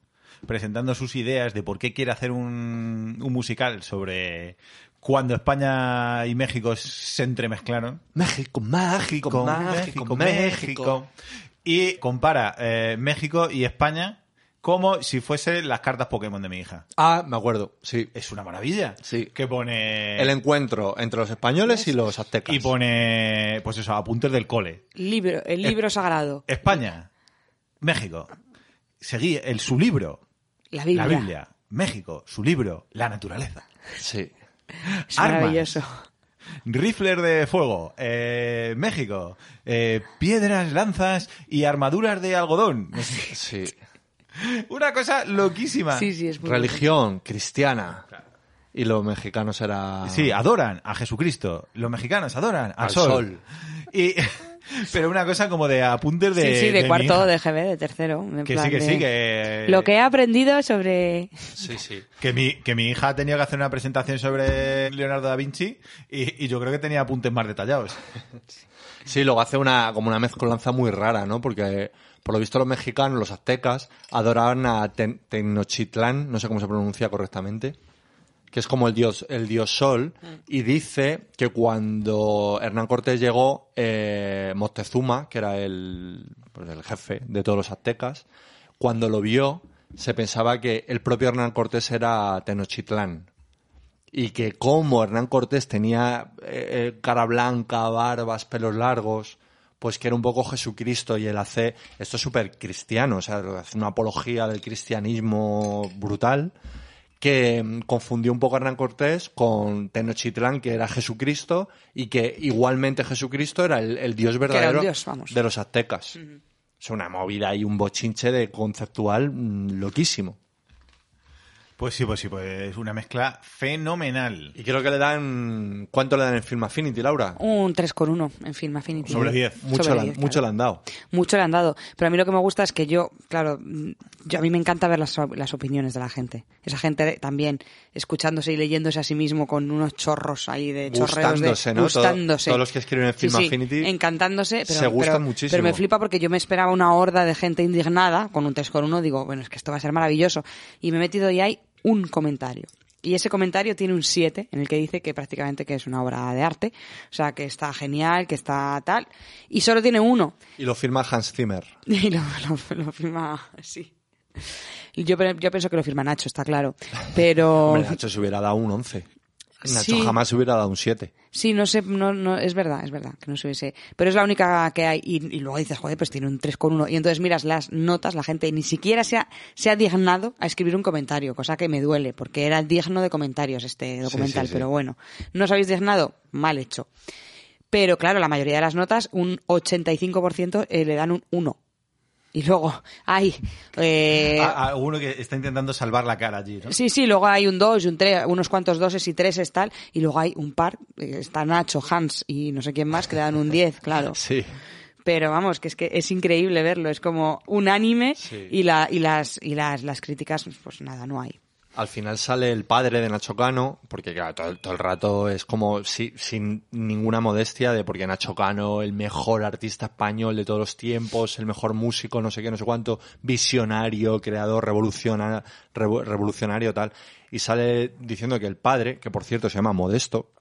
[SPEAKER 2] presentando sus ideas de por qué quiere hacer un, un musical sobre cuando España y México se entremezclaron.
[SPEAKER 4] México, mágico, mágico, México.
[SPEAKER 2] Y compara eh, México y España como si fuese las cartas Pokémon de mi hija.
[SPEAKER 4] Ah, me acuerdo, sí.
[SPEAKER 2] Es una maravilla.
[SPEAKER 4] Sí.
[SPEAKER 2] Que pone...
[SPEAKER 4] El encuentro entre los españoles y los aztecas.
[SPEAKER 2] y pone, pues eso, apuntes del cole.
[SPEAKER 3] Libro,
[SPEAKER 2] Eh,
[SPEAKER 3] el libro sagrado.
[SPEAKER 2] España, México. Seguí el, su libro,
[SPEAKER 3] La Biblia.
[SPEAKER 2] la Biblia. México, su libro, la naturaleza.
[SPEAKER 4] Sí.
[SPEAKER 3] Es
[SPEAKER 2] Armas.
[SPEAKER 3] maravilloso.
[SPEAKER 2] Rifler de fuego, eh, México, eh, piedras, lanzas y armaduras de algodón.
[SPEAKER 4] Sí.
[SPEAKER 2] Una cosa loquísima.
[SPEAKER 3] Sí, sí, es muy
[SPEAKER 4] Religión cristiana. Y los mexicanos era
[SPEAKER 2] Sí, adoran a Jesucristo. Los mexicanos adoran al,
[SPEAKER 4] Al
[SPEAKER 2] sol.
[SPEAKER 4] sol.
[SPEAKER 2] Y, pero una cosa como de apuntes de.
[SPEAKER 3] sí, sí, de,
[SPEAKER 2] mi
[SPEAKER 3] cuarto
[SPEAKER 2] hija.
[SPEAKER 3] de GB, de tercero. en
[SPEAKER 2] Que
[SPEAKER 3] plan
[SPEAKER 2] sí, que
[SPEAKER 3] de-
[SPEAKER 2] sí, que.
[SPEAKER 3] Lo que he aprendido sobre...
[SPEAKER 4] Sí, sí.
[SPEAKER 2] Que mi, que mi hija tenía que hacer una presentación sobre Leonardo da Vinci y, y yo creo que tenía apuntes más detallados.
[SPEAKER 4] Sí, luego hace una, como una mezcolanza muy rara, ¿no? Porque, por lo visto, los mexicanos, los aztecas, adoraban a Ten- Tenochtitlán, no sé cómo se pronuncia correctamente, que es como el dios, el dios sol, y dice que cuando Hernán Cortés llegó, eh, Moctezuma, que era el, pues, el jefe de todos los aztecas, cuando lo vio, se pensaba que el propio Hernán Cortés era Tenochtitlán y que como Hernán Cortés tenía eh, eh, cara blanca, barbas, pelos largos, pues que era un poco Jesucristo y él hace, esto es súper cristiano, o sea, hace una apología del cristianismo brutal, que mm, confundió un poco a Hernán Cortés con Tenochtitlán, que era Jesucristo, y que igualmente Jesucristo era el, el dios
[SPEAKER 3] era un
[SPEAKER 4] verdadero
[SPEAKER 3] dios, vamos.
[SPEAKER 4] de los aztecas. Es una movida y un bochinche de conceptual mm, loquísimo.
[SPEAKER 2] Pues sí, pues sí, pues es una mezcla fenomenal.
[SPEAKER 4] Y creo que le dan... ¿Cuánto le dan en Film Affinity, Laura?
[SPEAKER 3] Un 3 con 1 en Film Affinity.
[SPEAKER 2] Sobre 10.
[SPEAKER 4] Mucho,
[SPEAKER 3] Sobre
[SPEAKER 4] le han-
[SPEAKER 3] 10,
[SPEAKER 4] mucho
[SPEAKER 3] claro.
[SPEAKER 4] le han dado.
[SPEAKER 3] Mucho le han dado. Pero a mí lo que me gusta es que yo, claro, mm, yo a mí me encanta ver las, las opiniones de la gente. Esa gente también escuchándose y leyéndose a sí mismo con unos chorros ahí de chorreos.
[SPEAKER 4] Gustándose,
[SPEAKER 3] de,
[SPEAKER 4] ¿no? Todo-
[SPEAKER 3] Gustándose.
[SPEAKER 4] todos los que escriben en
[SPEAKER 3] Sí,
[SPEAKER 4] Film
[SPEAKER 3] sí,
[SPEAKER 4] Affinity
[SPEAKER 3] encantándose. Pero,
[SPEAKER 4] se gustan
[SPEAKER 3] pero-
[SPEAKER 4] muchísimo.
[SPEAKER 3] Pero me flipa porque yo me esperaba una horda de gente indignada con un 3 con 1. Digo, bueno, es que esto va a ser maravilloso. Y me he metido y hay un comentario. Y ese comentario tiene un 7 en el que dice que prácticamente que es una obra de arte, o sea, que está genial, que está tal, y solo tiene uno.
[SPEAKER 4] Y lo firma Hans Zimmer.
[SPEAKER 3] Y lo, lo- lo firma sí. Yo, pe- yo pienso que lo firma Nacho, está claro. Pero
[SPEAKER 4] Hombre, Nacho se hubiera dado un 11. Nacho
[SPEAKER 3] Sí.
[SPEAKER 4] jamás se hubiera dado un 7.
[SPEAKER 3] sí, no sé, no, no, es verdad, es verdad, que no se hubiese. Pero es la única que hay. Y, y luego dices, joder, pues tiene un 3 con 1. Y entonces miras las notas, la gente ni siquiera se ha, se ha dignado a escribir un comentario, cosa que me duele, porque era digno de comentarios este documental.
[SPEAKER 4] sí.
[SPEAKER 3] Pero bueno, ¿no os habéis dignado? Mal hecho. Pero claro, la mayoría de las notas, un 85% eh, le dan un 1. Y luego, ay, eh,
[SPEAKER 4] Ah,
[SPEAKER 2] A- a uno Ah, que está intentando salvar la cara allí, ¿no?
[SPEAKER 3] Sí, sí, luego hay un 2 y un 3, unos cuantos doses y treses tal, y luego hay un par, eh, está Nacho, Hans y no sé quién más que le dan un 10, claro.
[SPEAKER 4] Sí.
[SPEAKER 3] Pero vamos, que es que es increíble verlo, es como unánime
[SPEAKER 4] Sí.
[SPEAKER 3] y la y las y las las críticas pues nada, no hay.
[SPEAKER 4] Al final sale el padre de Nacho Cano, porque claro, todo, todo el rato es como si- sin ninguna modestia de porque Nacho Cano, el mejor artista español de todos los tiempos, el mejor músico, no sé qué, no sé cuánto, visionario, creador, revolucionario, revolucionario tal. Y sale diciendo que el padre, que por cierto se llama Modesto,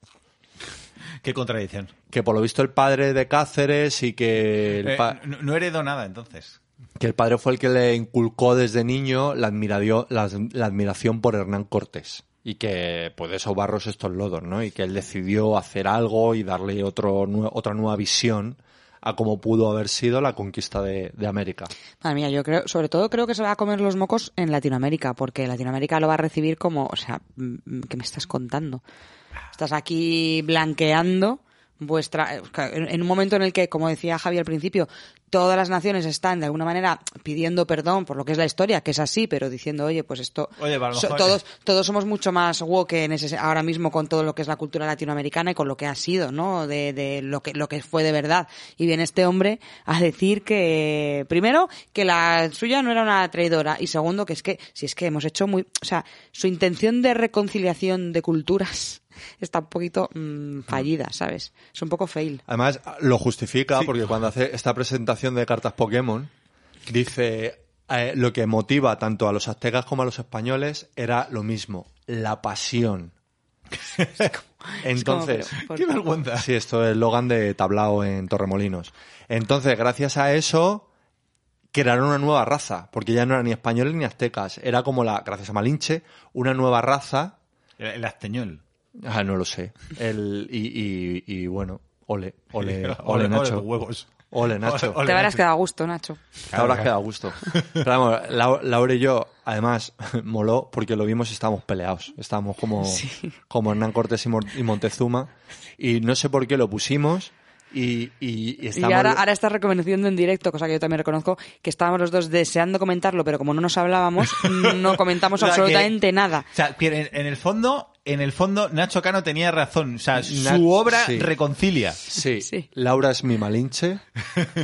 [SPEAKER 2] Qué contradicción.
[SPEAKER 4] que por lo visto el padre de Cáceres y que el,
[SPEAKER 2] Eh,
[SPEAKER 4] pa-
[SPEAKER 2] no, no heredó nada entonces.
[SPEAKER 4] que el padre fue el que le inculcó desde niño la, admiradio- la, la admiración por Hernán Cortés y que pues de esos barros estos lodos, ¿no? Y que él decidió hacer algo y darle otro, nue- otra nueva visión a cómo pudo haber sido la conquista de, de América.
[SPEAKER 3] Madre mía, yo creo, sobre todo creo que se va a comer los mocos en Latinoamérica, porque Latinoamérica lo va a recibir como, o sea, mm, ¿qué me estás contando? Estás aquí blanqueando vuestra, eh, claro, en en un momento en el que, como decía Javi al principio, todas las naciones están de alguna manera pidiendo perdón por lo que es la historia, que es así, pero diciendo, oye, pues esto,
[SPEAKER 2] Oye, pero a lo mejor-
[SPEAKER 3] todos, todos somos mucho más woke en ese, ahora mismo con todo lo que es la cultura latinoamericana y con lo que ha sido, ¿no? De, de lo que lo que fue de verdad. Y viene este hombre a decir que primero que la suya no era una traidora y segundo que es que si es que hemos hecho muy, o sea, su intención de reconciliación de culturas está un poquito mm, fallida, ¿sabes? Es un poco fail.
[SPEAKER 4] Además, lo justifica porque cuando hace esta presentación de cartas Pokémon, dice eh, lo que motiva tanto a los aztecas como a los españoles era lo mismo, la pasión.
[SPEAKER 3] Es como,
[SPEAKER 4] Entonces,
[SPEAKER 3] pero, por
[SPEAKER 2] Qué
[SPEAKER 3] favor.
[SPEAKER 2] vergüenza.
[SPEAKER 4] Sí, esto es Logan de Tablao en Torremolinos. Entonces, gracias a eso, crearon una nueva raza, porque ya no eran ni españoles ni aztecas, era como la, gracias a Malinche, una nueva raza,
[SPEAKER 2] El, el azteñol.
[SPEAKER 4] ah, no lo sé, el, y, y- y bueno, ole, ole, ole,
[SPEAKER 2] Ole, ole
[SPEAKER 4] Nacho.
[SPEAKER 2] tus huevos.
[SPEAKER 4] Ole, Nacho.
[SPEAKER 2] Ole,
[SPEAKER 3] Te habrás
[SPEAKER 2] Nacho.
[SPEAKER 3] quedado a gusto, Nacho.
[SPEAKER 4] Te habrás
[SPEAKER 2] Claro.
[SPEAKER 4] quedado a gusto. Pero vamos, Lau- Laura y yo, además, moló porque lo vimos y estábamos peleados. Estábamos como, como Hernán Cortés y, Mor- y Montezuma. Y no sé por qué lo pusimos y, y, y estábamos...
[SPEAKER 3] Y ahora, ahora estás reconociendo en directo, cosa que yo también reconozco, que estábamos los dos deseando comentarlo, pero como no nos hablábamos, no comentamos
[SPEAKER 2] O sea, que-
[SPEAKER 3] absolutamente nada.
[SPEAKER 2] O sea, pero en, en el fondo, en el fondo, Nacho Cano tenía razón. O sea, su
[SPEAKER 4] Nach-
[SPEAKER 2] obra
[SPEAKER 4] sí.
[SPEAKER 2] reconcilia.
[SPEAKER 4] Sí,
[SPEAKER 3] Sí.
[SPEAKER 4] Laura es mi malinche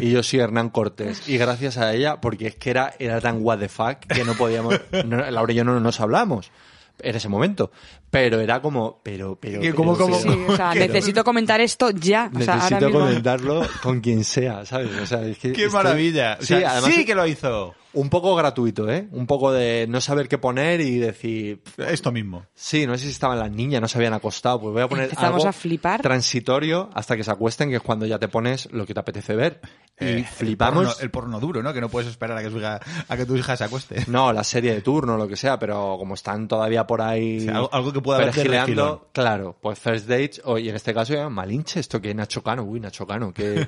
[SPEAKER 4] y yo soy Hernán Cortés. Y gracias a ella, porque es que era, era tan what the fuck que no podíamos... no, Laura y yo no nos hablamos en ese momento. Pero era como... Pero, pero...
[SPEAKER 2] Que
[SPEAKER 4] pero,
[SPEAKER 2] como- como-
[SPEAKER 3] Sí,
[SPEAKER 4] pero-
[SPEAKER 3] o sea,
[SPEAKER 2] Pero-
[SPEAKER 3] necesito comentar esto ya. O sea, ahora
[SPEAKER 4] Necesito
[SPEAKER 3] mismo-
[SPEAKER 4] comentarlo con quien sea, ¿sabes? O sea, es que
[SPEAKER 2] ¡Qué
[SPEAKER 4] estoy-
[SPEAKER 2] maravilla! O
[SPEAKER 4] Sí,
[SPEAKER 2] sea,
[SPEAKER 4] además,
[SPEAKER 2] sí que lo hizo.
[SPEAKER 4] un poco gratuito, ¿eh? Un poco de no saber qué poner y decir,
[SPEAKER 2] Esto mismo.
[SPEAKER 4] sí, no sé si estaban las niñas, no se habían acostado, pues voy a poner
[SPEAKER 3] Empezamos
[SPEAKER 4] algo
[SPEAKER 3] a flipar.
[SPEAKER 4] transitorio hasta que se acuesten, que es cuando ya te pones lo que te apetece ver. Y
[SPEAKER 2] Eh, el
[SPEAKER 4] flipamos.
[SPEAKER 2] porno- El porno, duro, ¿no? Que no puedes esperar a que, su hija- a que tu hija se acueste.
[SPEAKER 4] No, la serie de turno, lo que sea, pero como están todavía por ahí.
[SPEAKER 2] O sea, algo- algo que pueda haber de
[SPEAKER 4] pergileando,
[SPEAKER 2] refilón.
[SPEAKER 4] Claro, pues First Dates, o- y en este caso ya Malinche, esto que es Nacho Cano, uy, Nacho Cano, qué,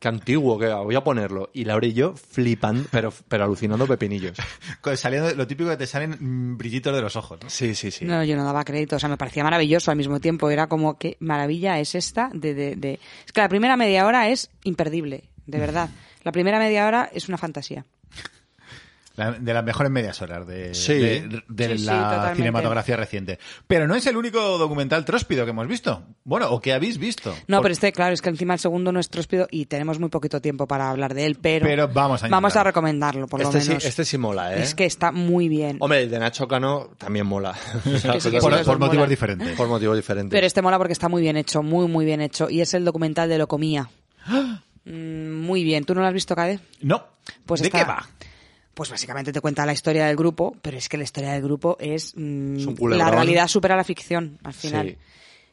[SPEAKER 4] qué antiguo, que voy a ponerlo. Y Laura y yo flipando, pero, pero alucinando pepinillos.
[SPEAKER 2] Co- Saliendo, lo típico que te salen mm, brillitos de los ojos. ¿no?
[SPEAKER 4] Sí, sí, sí.
[SPEAKER 3] No, yo no daba crédito, o sea, me parecía maravilloso al mismo tiempo, era como qué maravilla es esta de, de- de- Es que la primera media hora es imperdible, de verdad. La primera media hora es una fantasía.
[SPEAKER 2] La- de las mejores medias horas de,
[SPEAKER 4] Sí.
[SPEAKER 2] de- de
[SPEAKER 3] Sí, sí,
[SPEAKER 2] la
[SPEAKER 3] totalmente.
[SPEAKER 2] cinematografía reciente. Pero no es el único documental tróspido que hemos visto. Bueno, o que habéis visto.
[SPEAKER 3] No,
[SPEAKER 2] Por-
[SPEAKER 3] pero este, claro, es que encima el segundo no es tróspido y tenemos muy poquito tiempo para hablar de él, pero,
[SPEAKER 2] Pero vamos a
[SPEAKER 3] vamos a
[SPEAKER 2] intentarlo.
[SPEAKER 3] recomendarlo, por
[SPEAKER 4] este,
[SPEAKER 3] lo
[SPEAKER 4] sí,
[SPEAKER 3] menos.
[SPEAKER 4] este sí mola, ¿eh?
[SPEAKER 3] Es que está muy bien.
[SPEAKER 4] Hombre, el de Nacho Cano también mola.
[SPEAKER 3] que sí, que sí,
[SPEAKER 2] por,
[SPEAKER 3] que
[SPEAKER 2] por
[SPEAKER 3] os
[SPEAKER 2] motivos
[SPEAKER 3] mola.
[SPEAKER 2] diferentes.
[SPEAKER 4] Por motivos diferentes.
[SPEAKER 3] Pero este mola porque está muy bien hecho, muy, muy bien hecho. Y es el documental de Locomía.
[SPEAKER 4] ¡Ah!
[SPEAKER 3] Mm, muy bien. ¿Tú no lo has visto, Cade?
[SPEAKER 2] No.
[SPEAKER 3] Pues
[SPEAKER 2] ¿De
[SPEAKER 3] está-
[SPEAKER 2] qué va?
[SPEAKER 3] Pues básicamente te cuenta la historia del grupo, pero es que la historia del grupo es... mm,
[SPEAKER 4] Es un culebrón.
[SPEAKER 3] la realidad supera la ficción, al final.
[SPEAKER 4] Sí.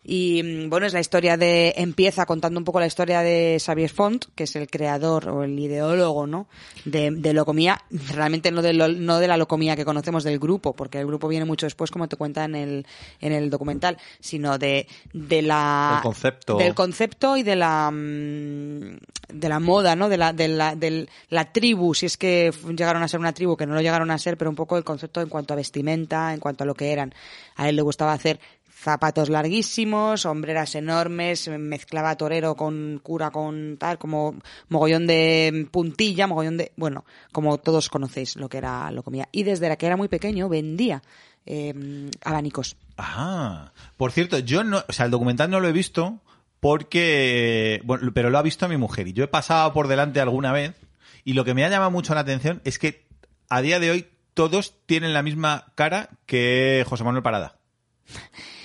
[SPEAKER 3] Y mm, bueno, es la historia de... Empieza contando un poco la historia de Xavier Font, que es el creador o el ideólogo, ¿no? De, de Locomía. Realmente no de, lo- no de la Locomía que conocemos del grupo, porque el grupo viene mucho después, como te cuenta en el, en el documental, sino de, de la...
[SPEAKER 4] Del concepto.
[SPEAKER 3] Del concepto y de la... mm, de la moda, ¿no? De la, de la, del- la tribu, si es que f- llegaron a ser una tribu, que no lo llegaron a ser, pero un poco el concepto en cuanto a vestimenta, en cuanto a lo que eran. A él le gustaba hacer zapatos larguísimos, hombreras enormes, mezclaba torero con cura con tal, como mogollón de puntilla, mogollón de, bueno, como todos conocéis lo que era lo comía. Y desde la que era muy pequeño vendía eh, abanicos.
[SPEAKER 2] Ah, por cierto, yo no, o sea, el documental no lo he visto porque, bueno, pero lo ha visto mi mujer y yo he pasado por delante alguna vez y lo que me ha llamado mucho la atención es que a día de hoy todos tienen la misma cara que José Manuel Parada.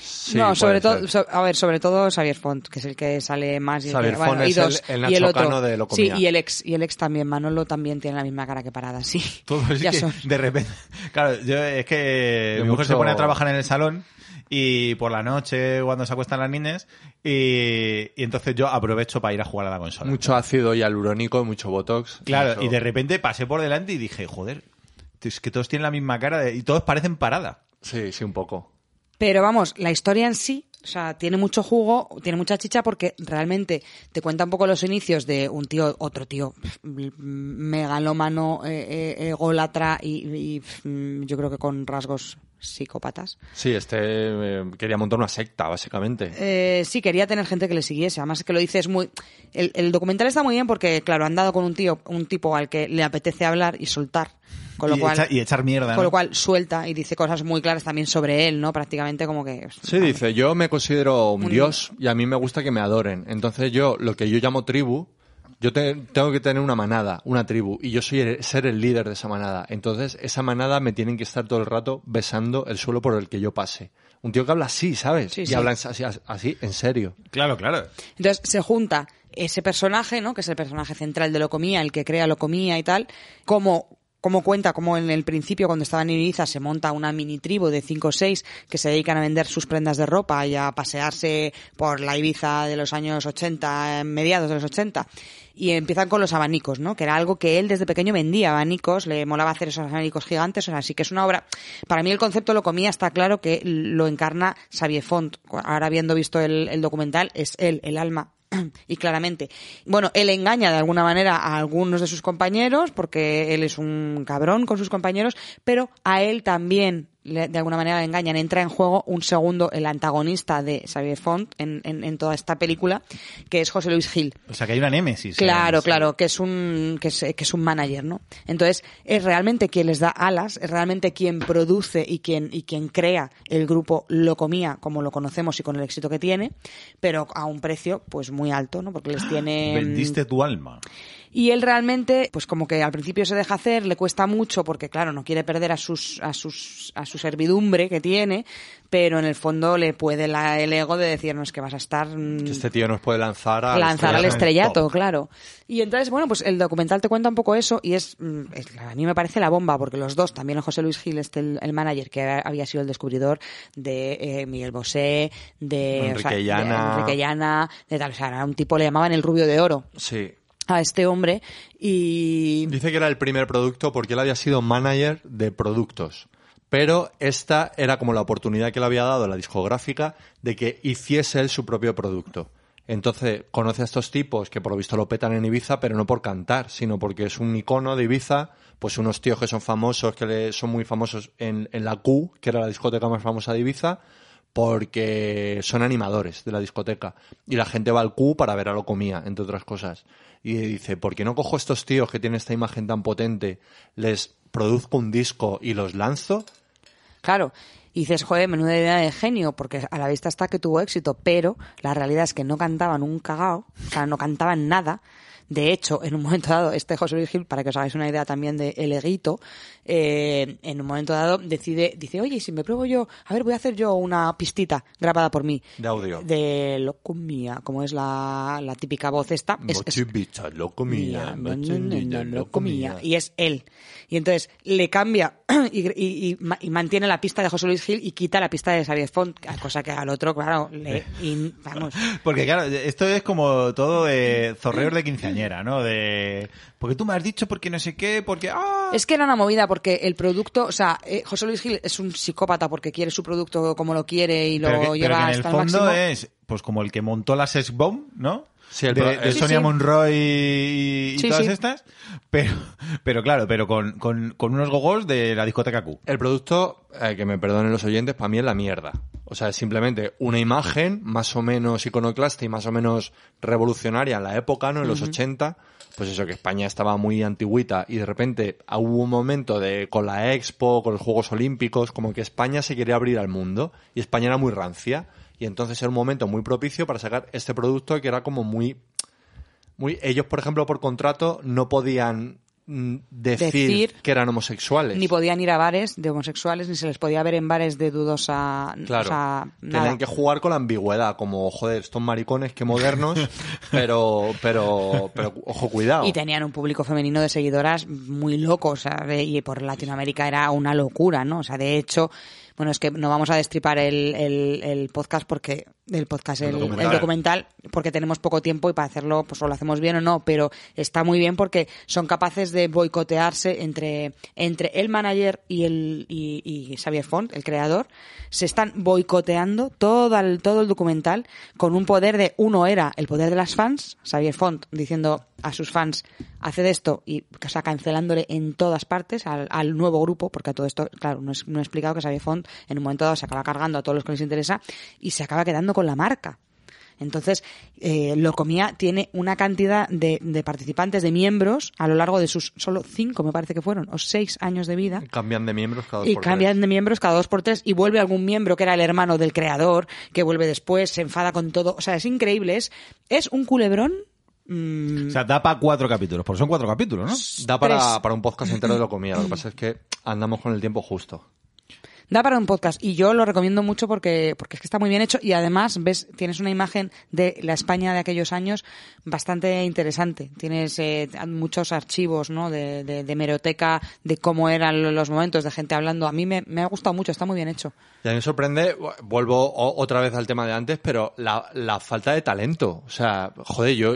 [SPEAKER 4] Sí,
[SPEAKER 3] no,
[SPEAKER 4] puede
[SPEAKER 3] sobre todo,
[SPEAKER 4] ser.
[SPEAKER 3] so- a ver, sobre todo Xavier Font, que es el que sale más. y el
[SPEAKER 4] Xavier
[SPEAKER 3] que-
[SPEAKER 4] Font
[SPEAKER 3] y
[SPEAKER 4] es el-
[SPEAKER 3] dos,
[SPEAKER 4] el
[SPEAKER 3] y
[SPEAKER 4] Nacho
[SPEAKER 3] otro.
[SPEAKER 4] Cano de Locomía.
[SPEAKER 3] Sí, y el ex, y el ex también, Manolo también tiene la misma cara que Parada, sí.
[SPEAKER 2] Todos es
[SPEAKER 3] ya
[SPEAKER 2] que
[SPEAKER 3] son.
[SPEAKER 2] de repente, claro, yo es que
[SPEAKER 4] De
[SPEAKER 2] mi mujer se
[SPEAKER 4] mucho-
[SPEAKER 2] pone a trabajar en el salón y por la noche cuando se acuestan las niñas y, y entonces yo aprovecho para ir a jugar a la consola.
[SPEAKER 4] Mucho ácido hialurónico, mucho botox.
[SPEAKER 2] Claro,
[SPEAKER 4] mucho-
[SPEAKER 2] y de repente pasé por delante y dije, joder, es que todos tienen la misma cara de- y todos parecen parada.
[SPEAKER 4] Sí, sí, un poco.
[SPEAKER 3] Pero vamos, la historia en sí, o sea, tiene mucho jugo, tiene mucha chicha porque realmente te cuenta un poco los inicios de un tío, otro tío, pf, m- megalómano, eh, eh, ególatra y, y, pf, mm, yo creo que con rasgos psicópatas.
[SPEAKER 4] Sí, este eh, quería montar una secta, básicamente.
[SPEAKER 3] Eh, sí, quería tener gente que le siguiese. Además, es que lo dices muy. El, el documental está muy bien porque, claro, han dado con un tío, un tipo al que le apetece hablar y soltar. Con lo
[SPEAKER 2] y,
[SPEAKER 3] cual.
[SPEAKER 2] echa- y echar mierda.
[SPEAKER 3] con
[SPEAKER 2] ¿no?
[SPEAKER 3] lo cual suelta y dice cosas muy claras también sobre él, ¿no? Prácticamente como que.
[SPEAKER 4] Sí, dice, yo me considero un dios y a mí me gusta que me adoren. Entonces yo, lo que yo llamo tribu, yo te- tengo que tener una manada, una tribu, y yo soy el- ser el líder de esa manada. Entonces esa manada me tienen que estar todo el rato besando el suelo por el que yo pase. Un tío que habla así, ¿sabes?
[SPEAKER 3] Sí,
[SPEAKER 4] y
[SPEAKER 3] sí.
[SPEAKER 4] habla así, así, en serio.
[SPEAKER 2] Claro, claro.
[SPEAKER 3] Entonces se junta ese personaje, ¿no? Que es el personaje central de Locomía, el que crea Locomía y tal, como cómo cuenta, cómo en el principio, cuando estaba en Ibiza, se monta una mini tribu de cinco o seis que se dedican a vender sus prendas de ropa y a pasearse por la Ibiza de los años 80, eh, mediados de los 80. Y empiezan con los abanicos, ¿no? Que era algo que él desde pequeño vendía, abanicos, le molaba hacer esos abanicos gigantes, o sea, así que es una obra... Para mí el concepto lo comía, está claro que lo encarna Xavier Font. Ahora habiendo visto el, el documental, es él, el alma y claramente. Bueno, él engaña de alguna manera a algunos de sus compañeros, porque él es un cabrón con sus compañeros, pero a él también le- de alguna manera le engañan. Entra en juego un segundo, el antagonista de Xavier Font en, en- en toda esta película, que es José Luis Gil.
[SPEAKER 2] O sea, que hay una némesis. ¿eh?
[SPEAKER 3] Claro,
[SPEAKER 2] Sí.
[SPEAKER 3] claro, que es un que es, que es un manager, ¿no? Entonces, es realmente quien les da alas, es realmente quien produce y quien y quien crea el grupo Locomía como lo conocemos y con el éxito que tiene, pero a un precio pues muy alto, ¿no? Porque les tiene
[SPEAKER 2] Ah, Vendiste tu alma.
[SPEAKER 3] y él realmente, pues como que al principio se deja hacer, le cuesta mucho porque claro, no quiere perder a sus a sus a su servidumbre que tiene, pero en el fondo le puede la- el ego de decirnos que vas a estar mm,
[SPEAKER 4] Que este tío nos puede lanzar a...
[SPEAKER 3] lanzar al
[SPEAKER 2] estrellato.
[SPEAKER 3] estrellato, claro. Y entonces, bueno, pues el documental te cuenta un poco eso y es, mm, es- a mí me parece la bomba porque los dos, también el José Luis Gil, este el, el manager que era- había sido el descubridor de eh, Miguel Bosé, de
[SPEAKER 4] Enrique
[SPEAKER 3] de
[SPEAKER 4] Llana.
[SPEAKER 3] Enrique Llana, de tal, o sea, era un tipo le llamaban el rubio de oro
[SPEAKER 4] Sí.
[SPEAKER 3] a este hombre y
[SPEAKER 4] Dice que era el primer producto porque él había sido manager de productos. Pero esta era como la oportunidad que le había dado la discográfica de que hiciese él su propio producto. Entonces conoce a estos tipos que por lo visto lo petan en Ibiza, pero no por cantar, sino porque es un icono de Ibiza, pues unos tíos que son famosos, que le- son muy famosos en, en la Q, que era la discoteca más famosa de Ibiza, porque son animadores de la discoteca y la gente va al Q para ver a lo comía, entre otras cosas. Y dice, ¿por qué no cojo a estos tíos que tienen esta imagen tan potente, les produzco un disco y los lanzo?
[SPEAKER 3] Claro. Y dices, joder, menuda idea de genio, porque a la vista está que tuvo éxito, pero la realidad es que no cantaban un cagao, o sea, no cantaban nada. De hecho, en un momento dado, este José Luis Gil, para que os hagáis una idea también de El Eguito, eh, en un momento dado decide, dice, oye, ¿y si me pruebo yo, a ver, voy a hacer yo una pistita grabada por mí.
[SPEAKER 4] De audio.
[SPEAKER 3] De locumía, como es la, la típica voz esta. Es- es-
[SPEAKER 4] Mochibicha, lo comía,
[SPEAKER 3] no, no, no,
[SPEAKER 4] mochibicha,
[SPEAKER 3] no,
[SPEAKER 4] lo
[SPEAKER 3] lo comía.
[SPEAKER 4] comía.
[SPEAKER 3] Y es él. Y entonces le cambia y, y- y ma- y mantiene la pista de José Luis Gil y quita la pista de Xavier Font, cosa que al otro, claro, le. in- vamos.
[SPEAKER 2] Porque claro, esto es como todo de zorreos de quinceañera, ¿no? De... Porque tú me has dicho porque no sé qué, porque... ¡Ah!
[SPEAKER 3] Es que era una movida porque el producto, o sea, eh, José Luis Gil es un psicópata porque quiere su producto como lo quiere y lo
[SPEAKER 2] pero que, pero
[SPEAKER 3] lleva
[SPEAKER 2] que en el
[SPEAKER 3] hasta
[SPEAKER 2] fondo
[SPEAKER 3] máximo.
[SPEAKER 2] es pues como el que montó la sex bomb no
[SPEAKER 4] Sí, el
[SPEAKER 2] de,
[SPEAKER 4] pro-
[SPEAKER 2] de
[SPEAKER 4] Sí,
[SPEAKER 2] Sonia
[SPEAKER 3] sí.
[SPEAKER 2] Monroy y, y
[SPEAKER 3] Sí,
[SPEAKER 2] todas
[SPEAKER 3] sí.
[SPEAKER 2] estas pero pero claro pero con, con, con unos gogos de la discoteca Q
[SPEAKER 4] El producto, eh, que me perdonen los oyentes, para mí es la mierda. O sea, es simplemente una imagen más o menos iconoclasta y más o menos revolucionaria en la época, ¿no? En los 80, pues eso, que España estaba muy antigüita y de repente ah, hubo un momento de con la Expo, con los Juegos Olímpicos, como que España se quería abrir al mundo y España era muy rancia y entonces era un momento muy propicio para sacar este producto que era como muy muy ellos, por ejemplo, por contrato no podían mm, decir,
[SPEAKER 3] Decir
[SPEAKER 4] que eran homosexuales.
[SPEAKER 3] Ni podían ir a bares de homosexuales, ni se les podía ver en bares de dudosa.
[SPEAKER 4] Claro.
[SPEAKER 3] o sea, nada.
[SPEAKER 4] Tienen que jugar con la ambigüedad, como, joder, estos maricones, que modernos, pero, pero, pero, ojo, cuidado.
[SPEAKER 3] Y tenían un público femenino de seguidoras muy loco, o sea, de- y por Latinoamérica era una locura, ¿no? O sea, de hecho, bueno, es que no vamos a destripar el, el- el podcast porque, el podcast, el, el documental.
[SPEAKER 4] documental.
[SPEAKER 3] porque tenemos poco tiempo y para hacerlo, pues o lo hacemos bien o no, pero está muy bien porque son capaces de boicotearse entre, entre el manager y el, y, y Xavier Font, el creador, se están boicoteando todo el, todo el documental con un poder de, uno era el poder de las fans, Xavier Font diciendo a sus fans, haced esto, y o sea, cancelándole en todas partes al, al nuevo grupo, porque a todo esto, claro, no, es- no he explicado que Xavier Font en un momento dado se acaba cargando a todos los que les interesa y se acaba quedando con la marca. Entonces, eh, Locomía tiene una cantidad de, de participantes, de miembros, a lo largo de sus solo cinco, me parece que fueron, o seis años de vida.
[SPEAKER 4] Cambian de miembros cada dos
[SPEAKER 3] Y
[SPEAKER 4] por
[SPEAKER 3] cambian
[SPEAKER 4] tres.
[SPEAKER 3] de miembros cada dos por tres y vuelve algún miembro que era el hermano del creador, que vuelve después, se enfada con todo. O sea, es increíble. Es, es un culebrón. mm,
[SPEAKER 2] o sea da para cuatro capítulos porque son cuatro capítulos no
[SPEAKER 4] Da para,
[SPEAKER 3] tres.
[SPEAKER 4] para un podcast entero de lo comía. Lo que pasa es que andamos con el tiempo justo.
[SPEAKER 3] Da para un podcast y yo lo recomiendo mucho porque, porque es que está muy bien hecho y además ves, tienes una imagen de la España de aquellos años bastante interesante. Tienes eh, muchos archivos, ¿no? De, de, de hemeroteca, de cómo eran lo- los momentos, de gente hablando. A mí me, me ha gustado mucho, está muy bien hecho.
[SPEAKER 4] Y a mí me sorprende, vu- vuelvo o- otra vez al tema de antes, pero la, la falta de talento. O sea, joder, yo,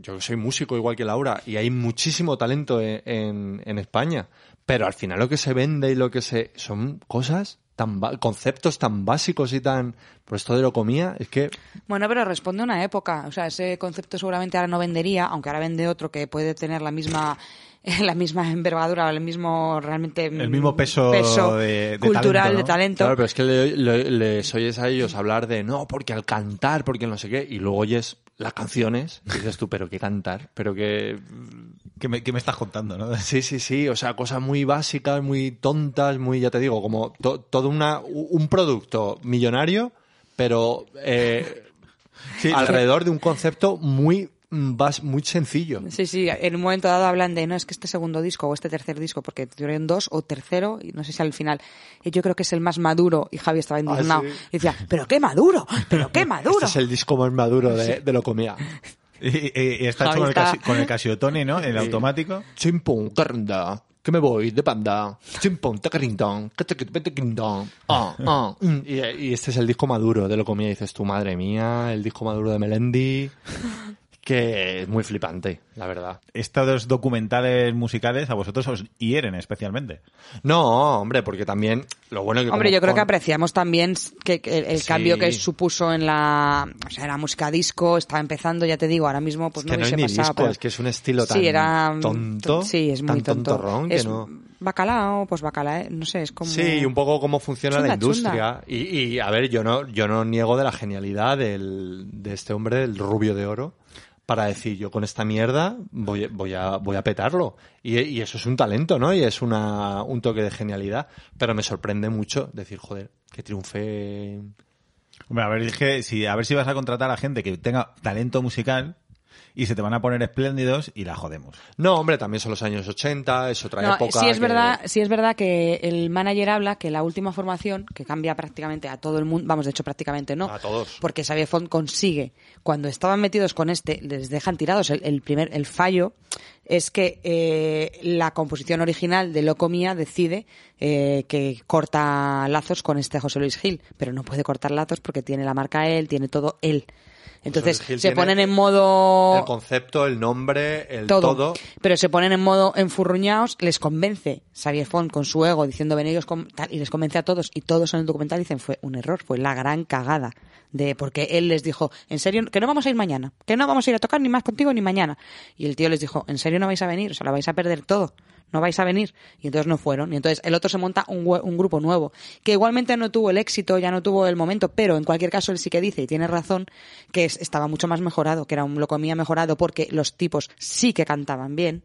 [SPEAKER 4] yo soy músico igual que Laura y hay muchísimo talento en, en- en España. Pero al final lo que se vende y lo que se... son cosas tan... ba- conceptos tan básicos y tan... Por esto de lo comía, es que...
[SPEAKER 3] Bueno, pero responde a una época. O sea, ese concepto seguramente ahora no vendería, aunque ahora vende otro que puede tener la misma la misma envergadura, o el mismo realmente mm,
[SPEAKER 2] El mismo peso de- de
[SPEAKER 3] cultural
[SPEAKER 2] talento, ¿no?
[SPEAKER 3] de talento.
[SPEAKER 4] Claro, pero es que le- le- les oyes a ellos hablar de no, porque al cantar, porque no sé qué, y luego oyes las canciones y dices tú, pero qué cantar, pero qué...
[SPEAKER 2] ¿Qué me, qué me estás contando, no?
[SPEAKER 4] Sí, sí, sí. O sea, cosas muy básicas, muy tontas, muy, ya te digo, como to- todo una, un producto millonario, pero eh,
[SPEAKER 2] Sí,
[SPEAKER 4] alrededor de un concepto muy, mm, bas- muy sencillo.
[SPEAKER 3] Sí, sí, en un momento dado hablan de, no, es que este segundo disco o este tercer disco, porque tuvieron dos o tercero, y no sé si al final, eh, yo creo que es el más maduro, y
[SPEAKER 2] Ah,
[SPEAKER 3] Javi estaba indignado.
[SPEAKER 4] sí.
[SPEAKER 3] Y decía, pero qué maduro, pero qué maduro.
[SPEAKER 4] Este es el disco más maduro de, de lo comía.
[SPEAKER 2] Y, y- y está hecho
[SPEAKER 3] Ahí
[SPEAKER 2] con el,
[SPEAKER 3] está.
[SPEAKER 2] casi- con el Casiotone, ¿no? El automático.
[SPEAKER 4] Chimpum, carrinda, que me voy de panda. Chimpum, tacarindón, que te- que te- te- quindón. Ah, ah, mm. Y, y este es el disco maduro de lo comía. Y dices tú, madre mía, el disco maduro de Melendi. Que es muy flipante, la verdad.
[SPEAKER 2] Estos documentales musicales a vosotros os hieren especialmente.
[SPEAKER 4] No, hombre, porque también lo bueno que...
[SPEAKER 3] Hombre,
[SPEAKER 4] como
[SPEAKER 3] yo creo que
[SPEAKER 4] con-
[SPEAKER 3] apreciamos también que, que el, el
[SPEAKER 4] Sí.
[SPEAKER 3] cambio que supuso en la, o sea, la música disco, estaba empezando, ya te digo, ahora mismo pues
[SPEAKER 4] Es que
[SPEAKER 3] no
[SPEAKER 4] no es
[SPEAKER 3] hubiese
[SPEAKER 4] ni
[SPEAKER 3] pasado.
[SPEAKER 4] disco,
[SPEAKER 3] pero-
[SPEAKER 4] es que es un estilo tan
[SPEAKER 3] sí, era, mm,
[SPEAKER 4] tonto,
[SPEAKER 3] Sí, es muy
[SPEAKER 4] tan
[SPEAKER 3] tonto.
[SPEAKER 4] tontorrón que
[SPEAKER 3] es
[SPEAKER 4] no-
[SPEAKER 3] Bacalao, pues bacalao, no sé, es como...
[SPEAKER 4] Sí, y un poco cómo funciona
[SPEAKER 3] Chunda,
[SPEAKER 4] la industria. Y, y, a ver, yo no, yo no niego de la genialidad del, de este hombre, el rubio de oro, para decir yo con esta mierda voy, voy, a, voy a petarlo. Y, y eso es un talento, ¿no? Y es una, un toque de genialidad. Pero me sorprende mucho decir, joder, que triunfe.
[SPEAKER 2] Hombre, a ver, dije, si, a ver si vas a contratar a gente que tenga talento musical y se te van a poner espléndidos y la jodemos.
[SPEAKER 4] No, hombre, también son los años 80, es otra
[SPEAKER 3] No,
[SPEAKER 4] época.
[SPEAKER 3] sí es
[SPEAKER 4] que-
[SPEAKER 3] verdad, sí es verdad que el manager habla que la última formación que cambia prácticamente a todo el mundo, vamos, de hecho prácticamente no,
[SPEAKER 4] A todos.
[SPEAKER 3] porque Xavier Font consigue cuando estaban metidos con este les dejan tirados el, el primer el fallo es que eh, la composición original de Loco Mía decide eh, que corta lazos con este José Luis Gil, pero no puede cortar lazos porque tiene la marca él, tiene todo él. Entonces
[SPEAKER 4] Luis Gil
[SPEAKER 3] se
[SPEAKER 4] tiene
[SPEAKER 3] ponen en modo
[SPEAKER 4] El concepto, el nombre, el
[SPEAKER 3] todo.
[SPEAKER 4] todo.
[SPEAKER 3] Pero se ponen en modo enfurruñados, les convence Xavier Font con su ego diciendo venellos con tal, y les convence a todos y todos en el documental dicen fue un error, fue la gran cagada de porque él les dijo, "En serio que no vamos a ir mañana, que no vamos a ir a tocar ni más contigo ni mañana." Y el tío les dijo, "¿En serio no vais a venir? O sea, lo vais a perder todo." No vais a venir. Y entonces no fueron. Y entonces el otro se monta un, hue- un grupo nuevo, que igualmente no tuvo el éxito, ya no tuvo el momento, pero en cualquier caso él sí que dice, y tiene razón, que es- estaba mucho más mejorado, que era un locomía mejorado, porque los tipos sí que cantaban bien.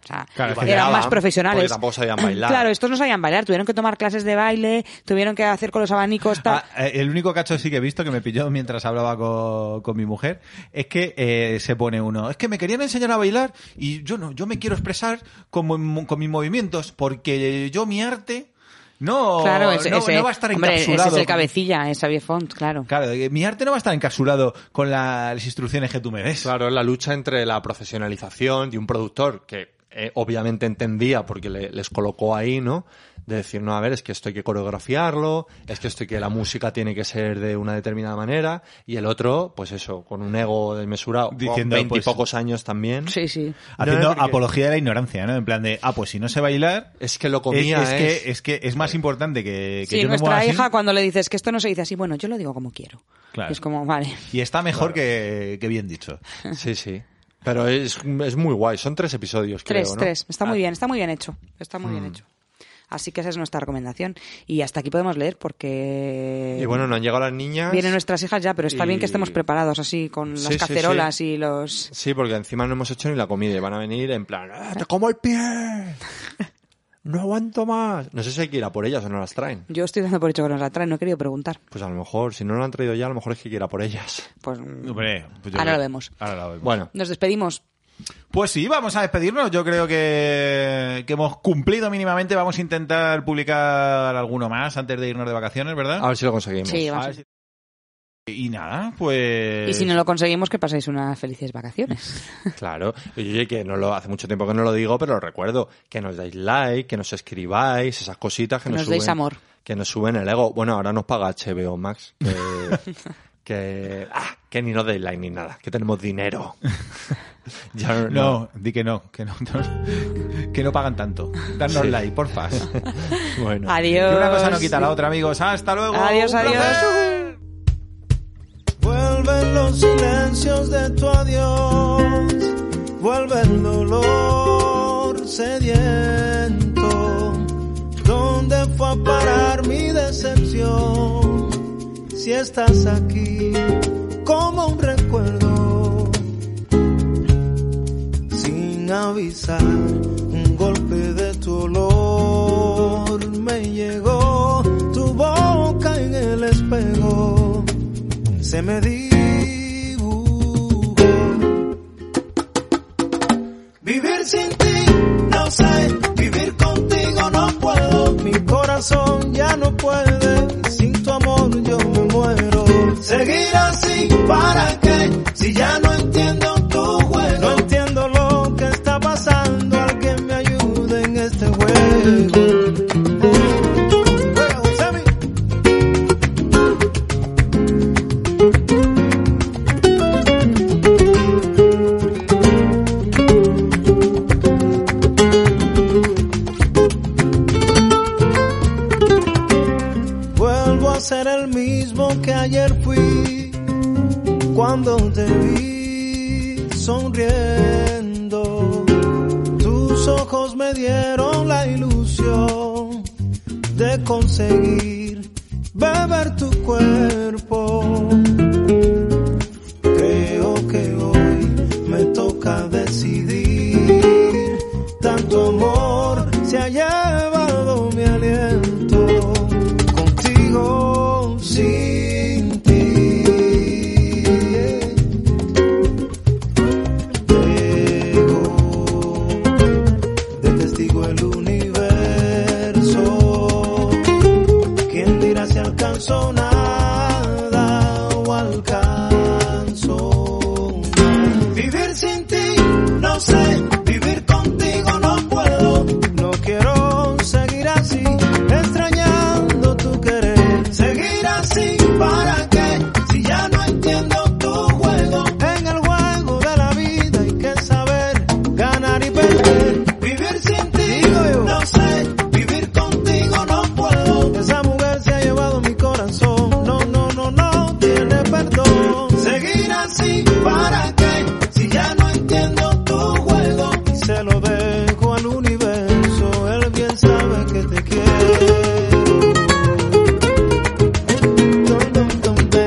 [SPEAKER 3] O sea,
[SPEAKER 4] Claro, es que
[SPEAKER 3] eran
[SPEAKER 4] bailaban,
[SPEAKER 3] más
[SPEAKER 4] porque
[SPEAKER 3] profesionales.
[SPEAKER 4] tampoco sabían bailar.
[SPEAKER 3] Claro, estos no sabían bailar, tuvieron que tomar clases de baile, tuvieron que hacer con los abanicos. Tal.
[SPEAKER 2] Ah, eh, el único cacho sí que he visto que me pilló mientras hablaba con, con mi mujer es que eh, se pone uno. Es que me querían enseñar a bailar y yo no, yo me quiero expresar con, mo- con mis movimientos porque yo mi arte no,
[SPEAKER 3] claro, ese,
[SPEAKER 2] no,
[SPEAKER 3] ese-
[SPEAKER 2] no va a estar
[SPEAKER 3] hombre,
[SPEAKER 2] encapsulado.
[SPEAKER 3] ese es el cabecilla, es Xavier Font, claro.
[SPEAKER 2] Claro, eh, mi arte no va a estar encapsulado con la- las instrucciones que tú me des.
[SPEAKER 4] Claro, es la lucha entre la profesionalización de un productor que eh, obviamente entendía porque le- les colocó ahí, ¿no? De decir, no, a ver, es que esto hay que coreografiarlo, es que esto hay que la música tiene que ser de una determinada manera, y el otro, pues eso, con un ego desmesurado,
[SPEAKER 2] Diciendo,
[SPEAKER 4] con
[SPEAKER 2] pues-
[SPEAKER 4] veintipocos años también.
[SPEAKER 3] Sí, sí.
[SPEAKER 2] Haciendo
[SPEAKER 4] No, no, porque-
[SPEAKER 2] apología de la ignorancia, ¿no? En plan de, ah, pues si no sé bailar,
[SPEAKER 4] Es que lo comía ¿eh?
[SPEAKER 2] es,
[SPEAKER 4] es-
[SPEAKER 2] que, es que es más importante que, que yo
[SPEAKER 3] sí,
[SPEAKER 2] me mueva
[SPEAKER 3] nuestra
[SPEAKER 2] así,
[SPEAKER 3] hija cuando le dices que esto no se dice así, bueno, yo lo digo como quiero.
[SPEAKER 2] Claro.
[SPEAKER 3] Y es como, vale.
[SPEAKER 2] Y está mejor que, que bien dicho.
[SPEAKER 4] Sí, sí. Pero es, es muy guay, son tres episodios,
[SPEAKER 3] Tres,
[SPEAKER 4] creo, ¿no? Ah,
[SPEAKER 3] tres. Está
[SPEAKER 2] Ah.
[SPEAKER 3] muy bien, está muy bien hecho. Está muy bien
[SPEAKER 2] Mm.
[SPEAKER 3] hecho. Así que esa es nuestra recomendación. Y hasta aquí podemos leer porque
[SPEAKER 4] Y bueno, nos han llegado las niñas.
[SPEAKER 3] vienen nuestras hijas ya, pero está bien que
[SPEAKER 4] y-
[SPEAKER 3] estemos preparados así con las
[SPEAKER 4] Sí, sí,
[SPEAKER 3] cacerolas
[SPEAKER 4] sí.
[SPEAKER 3] y los...
[SPEAKER 4] Sí, porque encima no hemos hecho ni la comida y van a venir en plan, "Ah, ¡te como el pie! ¡No aguanto más! No sé si hay que ir a por ellas o no las traen.
[SPEAKER 3] Yo estoy dando por hecho que nos la traen, no he querido preguntar.
[SPEAKER 4] Pues a lo mejor, si no lo han traído ya, a lo mejor es que quiera por ellas.
[SPEAKER 3] Pues
[SPEAKER 2] Hombre, pues yo
[SPEAKER 3] Ahora
[SPEAKER 2] creo-
[SPEAKER 3] lo vemos.
[SPEAKER 2] Ahora lo vemos.
[SPEAKER 4] Bueno,
[SPEAKER 3] nos despedimos.
[SPEAKER 2] Pues sí, vamos a despedirnos. Yo creo que, que hemos cumplido mínimamente. Vamos a intentar publicar alguno más antes de irnos de vacaciones, ¿verdad?
[SPEAKER 4] A ver si lo conseguimos.
[SPEAKER 3] Sí, vamos.
[SPEAKER 2] A ver si- Y nada, pues...
[SPEAKER 3] Y si no lo conseguimos, que paséis unas felices vacaciones.
[SPEAKER 4] Claro. Oye, que no lo, hace mucho tiempo que no lo digo, pero lo recuerdo. Que nos dais like, que nos escribáis, esas cositas que
[SPEAKER 3] Que
[SPEAKER 4] nos,
[SPEAKER 3] nos deis
[SPEAKER 4] suben-
[SPEAKER 3] amor.
[SPEAKER 4] Que nos suben el ego. Bueno, ahora nos paga HBO Max. Que, que, ah, que ni nos dais like ni nada. Que tenemos dinero. ya no-
[SPEAKER 2] No, di que no, que no, que no pagan tanto. Danos
[SPEAKER 4] Sí.
[SPEAKER 2] like, porfa.
[SPEAKER 4] Bueno.
[SPEAKER 2] Que
[SPEAKER 3] Adiós.
[SPEAKER 2] una cosa no quita la otra, amigos. Hasta luego.
[SPEAKER 3] Adiós,
[SPEAKER 2] Un
[SPEAKER 3] adiós.
[SPEAKER 2] placer.
[SPEAKER 8] Vuelven los silencios de tu adiós, vuelve el dolor sediento. ¿Dónde fue a parar mi decepción? Si estás aquí como un recuerdo, sin avisar, un golpe de tu olor me llegó, tu boca en el espejo se me dibujó. Vivir sin ti, no sé, vivir contigo no puedo. Mi corazón ya no puede, sin tu amor yo me muero. Seguir así, ¿para qué? Si ya no entiendo tu juego. No entiendo lo que está pasando, alguien me ayude en este juego. Juego, Sammy. Vuelvo a ser el mismo que ayer fui cuando te vi sonriendo. Tus ojos me dieron la ilusión de conseguir beber tu cuerpo. Creo que hoy me toca decidir. Tanto amor se ha llevado mi aliento. Contigo, sin ti. Llegó de testigo el universo. ¿Quién dirá si alcanzó nada o alcanzó? nada? Vivir sin ti, no sé, vivir contigo no puedo. No quiero seguir así, extrañando tu querer. Seguir así, ¿para qué? Si ya no entiendo tu juego. En el juego de la vida hay que saber ganar y perder. Vivir sin ti, no sé, vivir contigo no puedo. Esa mujer se ha llevado mi corazón, no, no, no, no tiene perdón. Seguir así, ¿para qué? Si ya no entiendo tu juego. Y se lo dejo al universo, él bien sabe que te quiero. Dum, dum, dum, dum.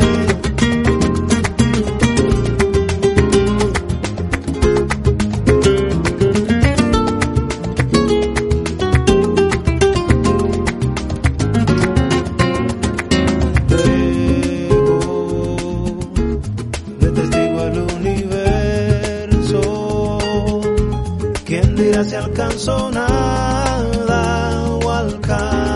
[SPEAKER 8] Luego, de testigo el universo. ¿Quién dirá si alcanzó nada o alcanzó?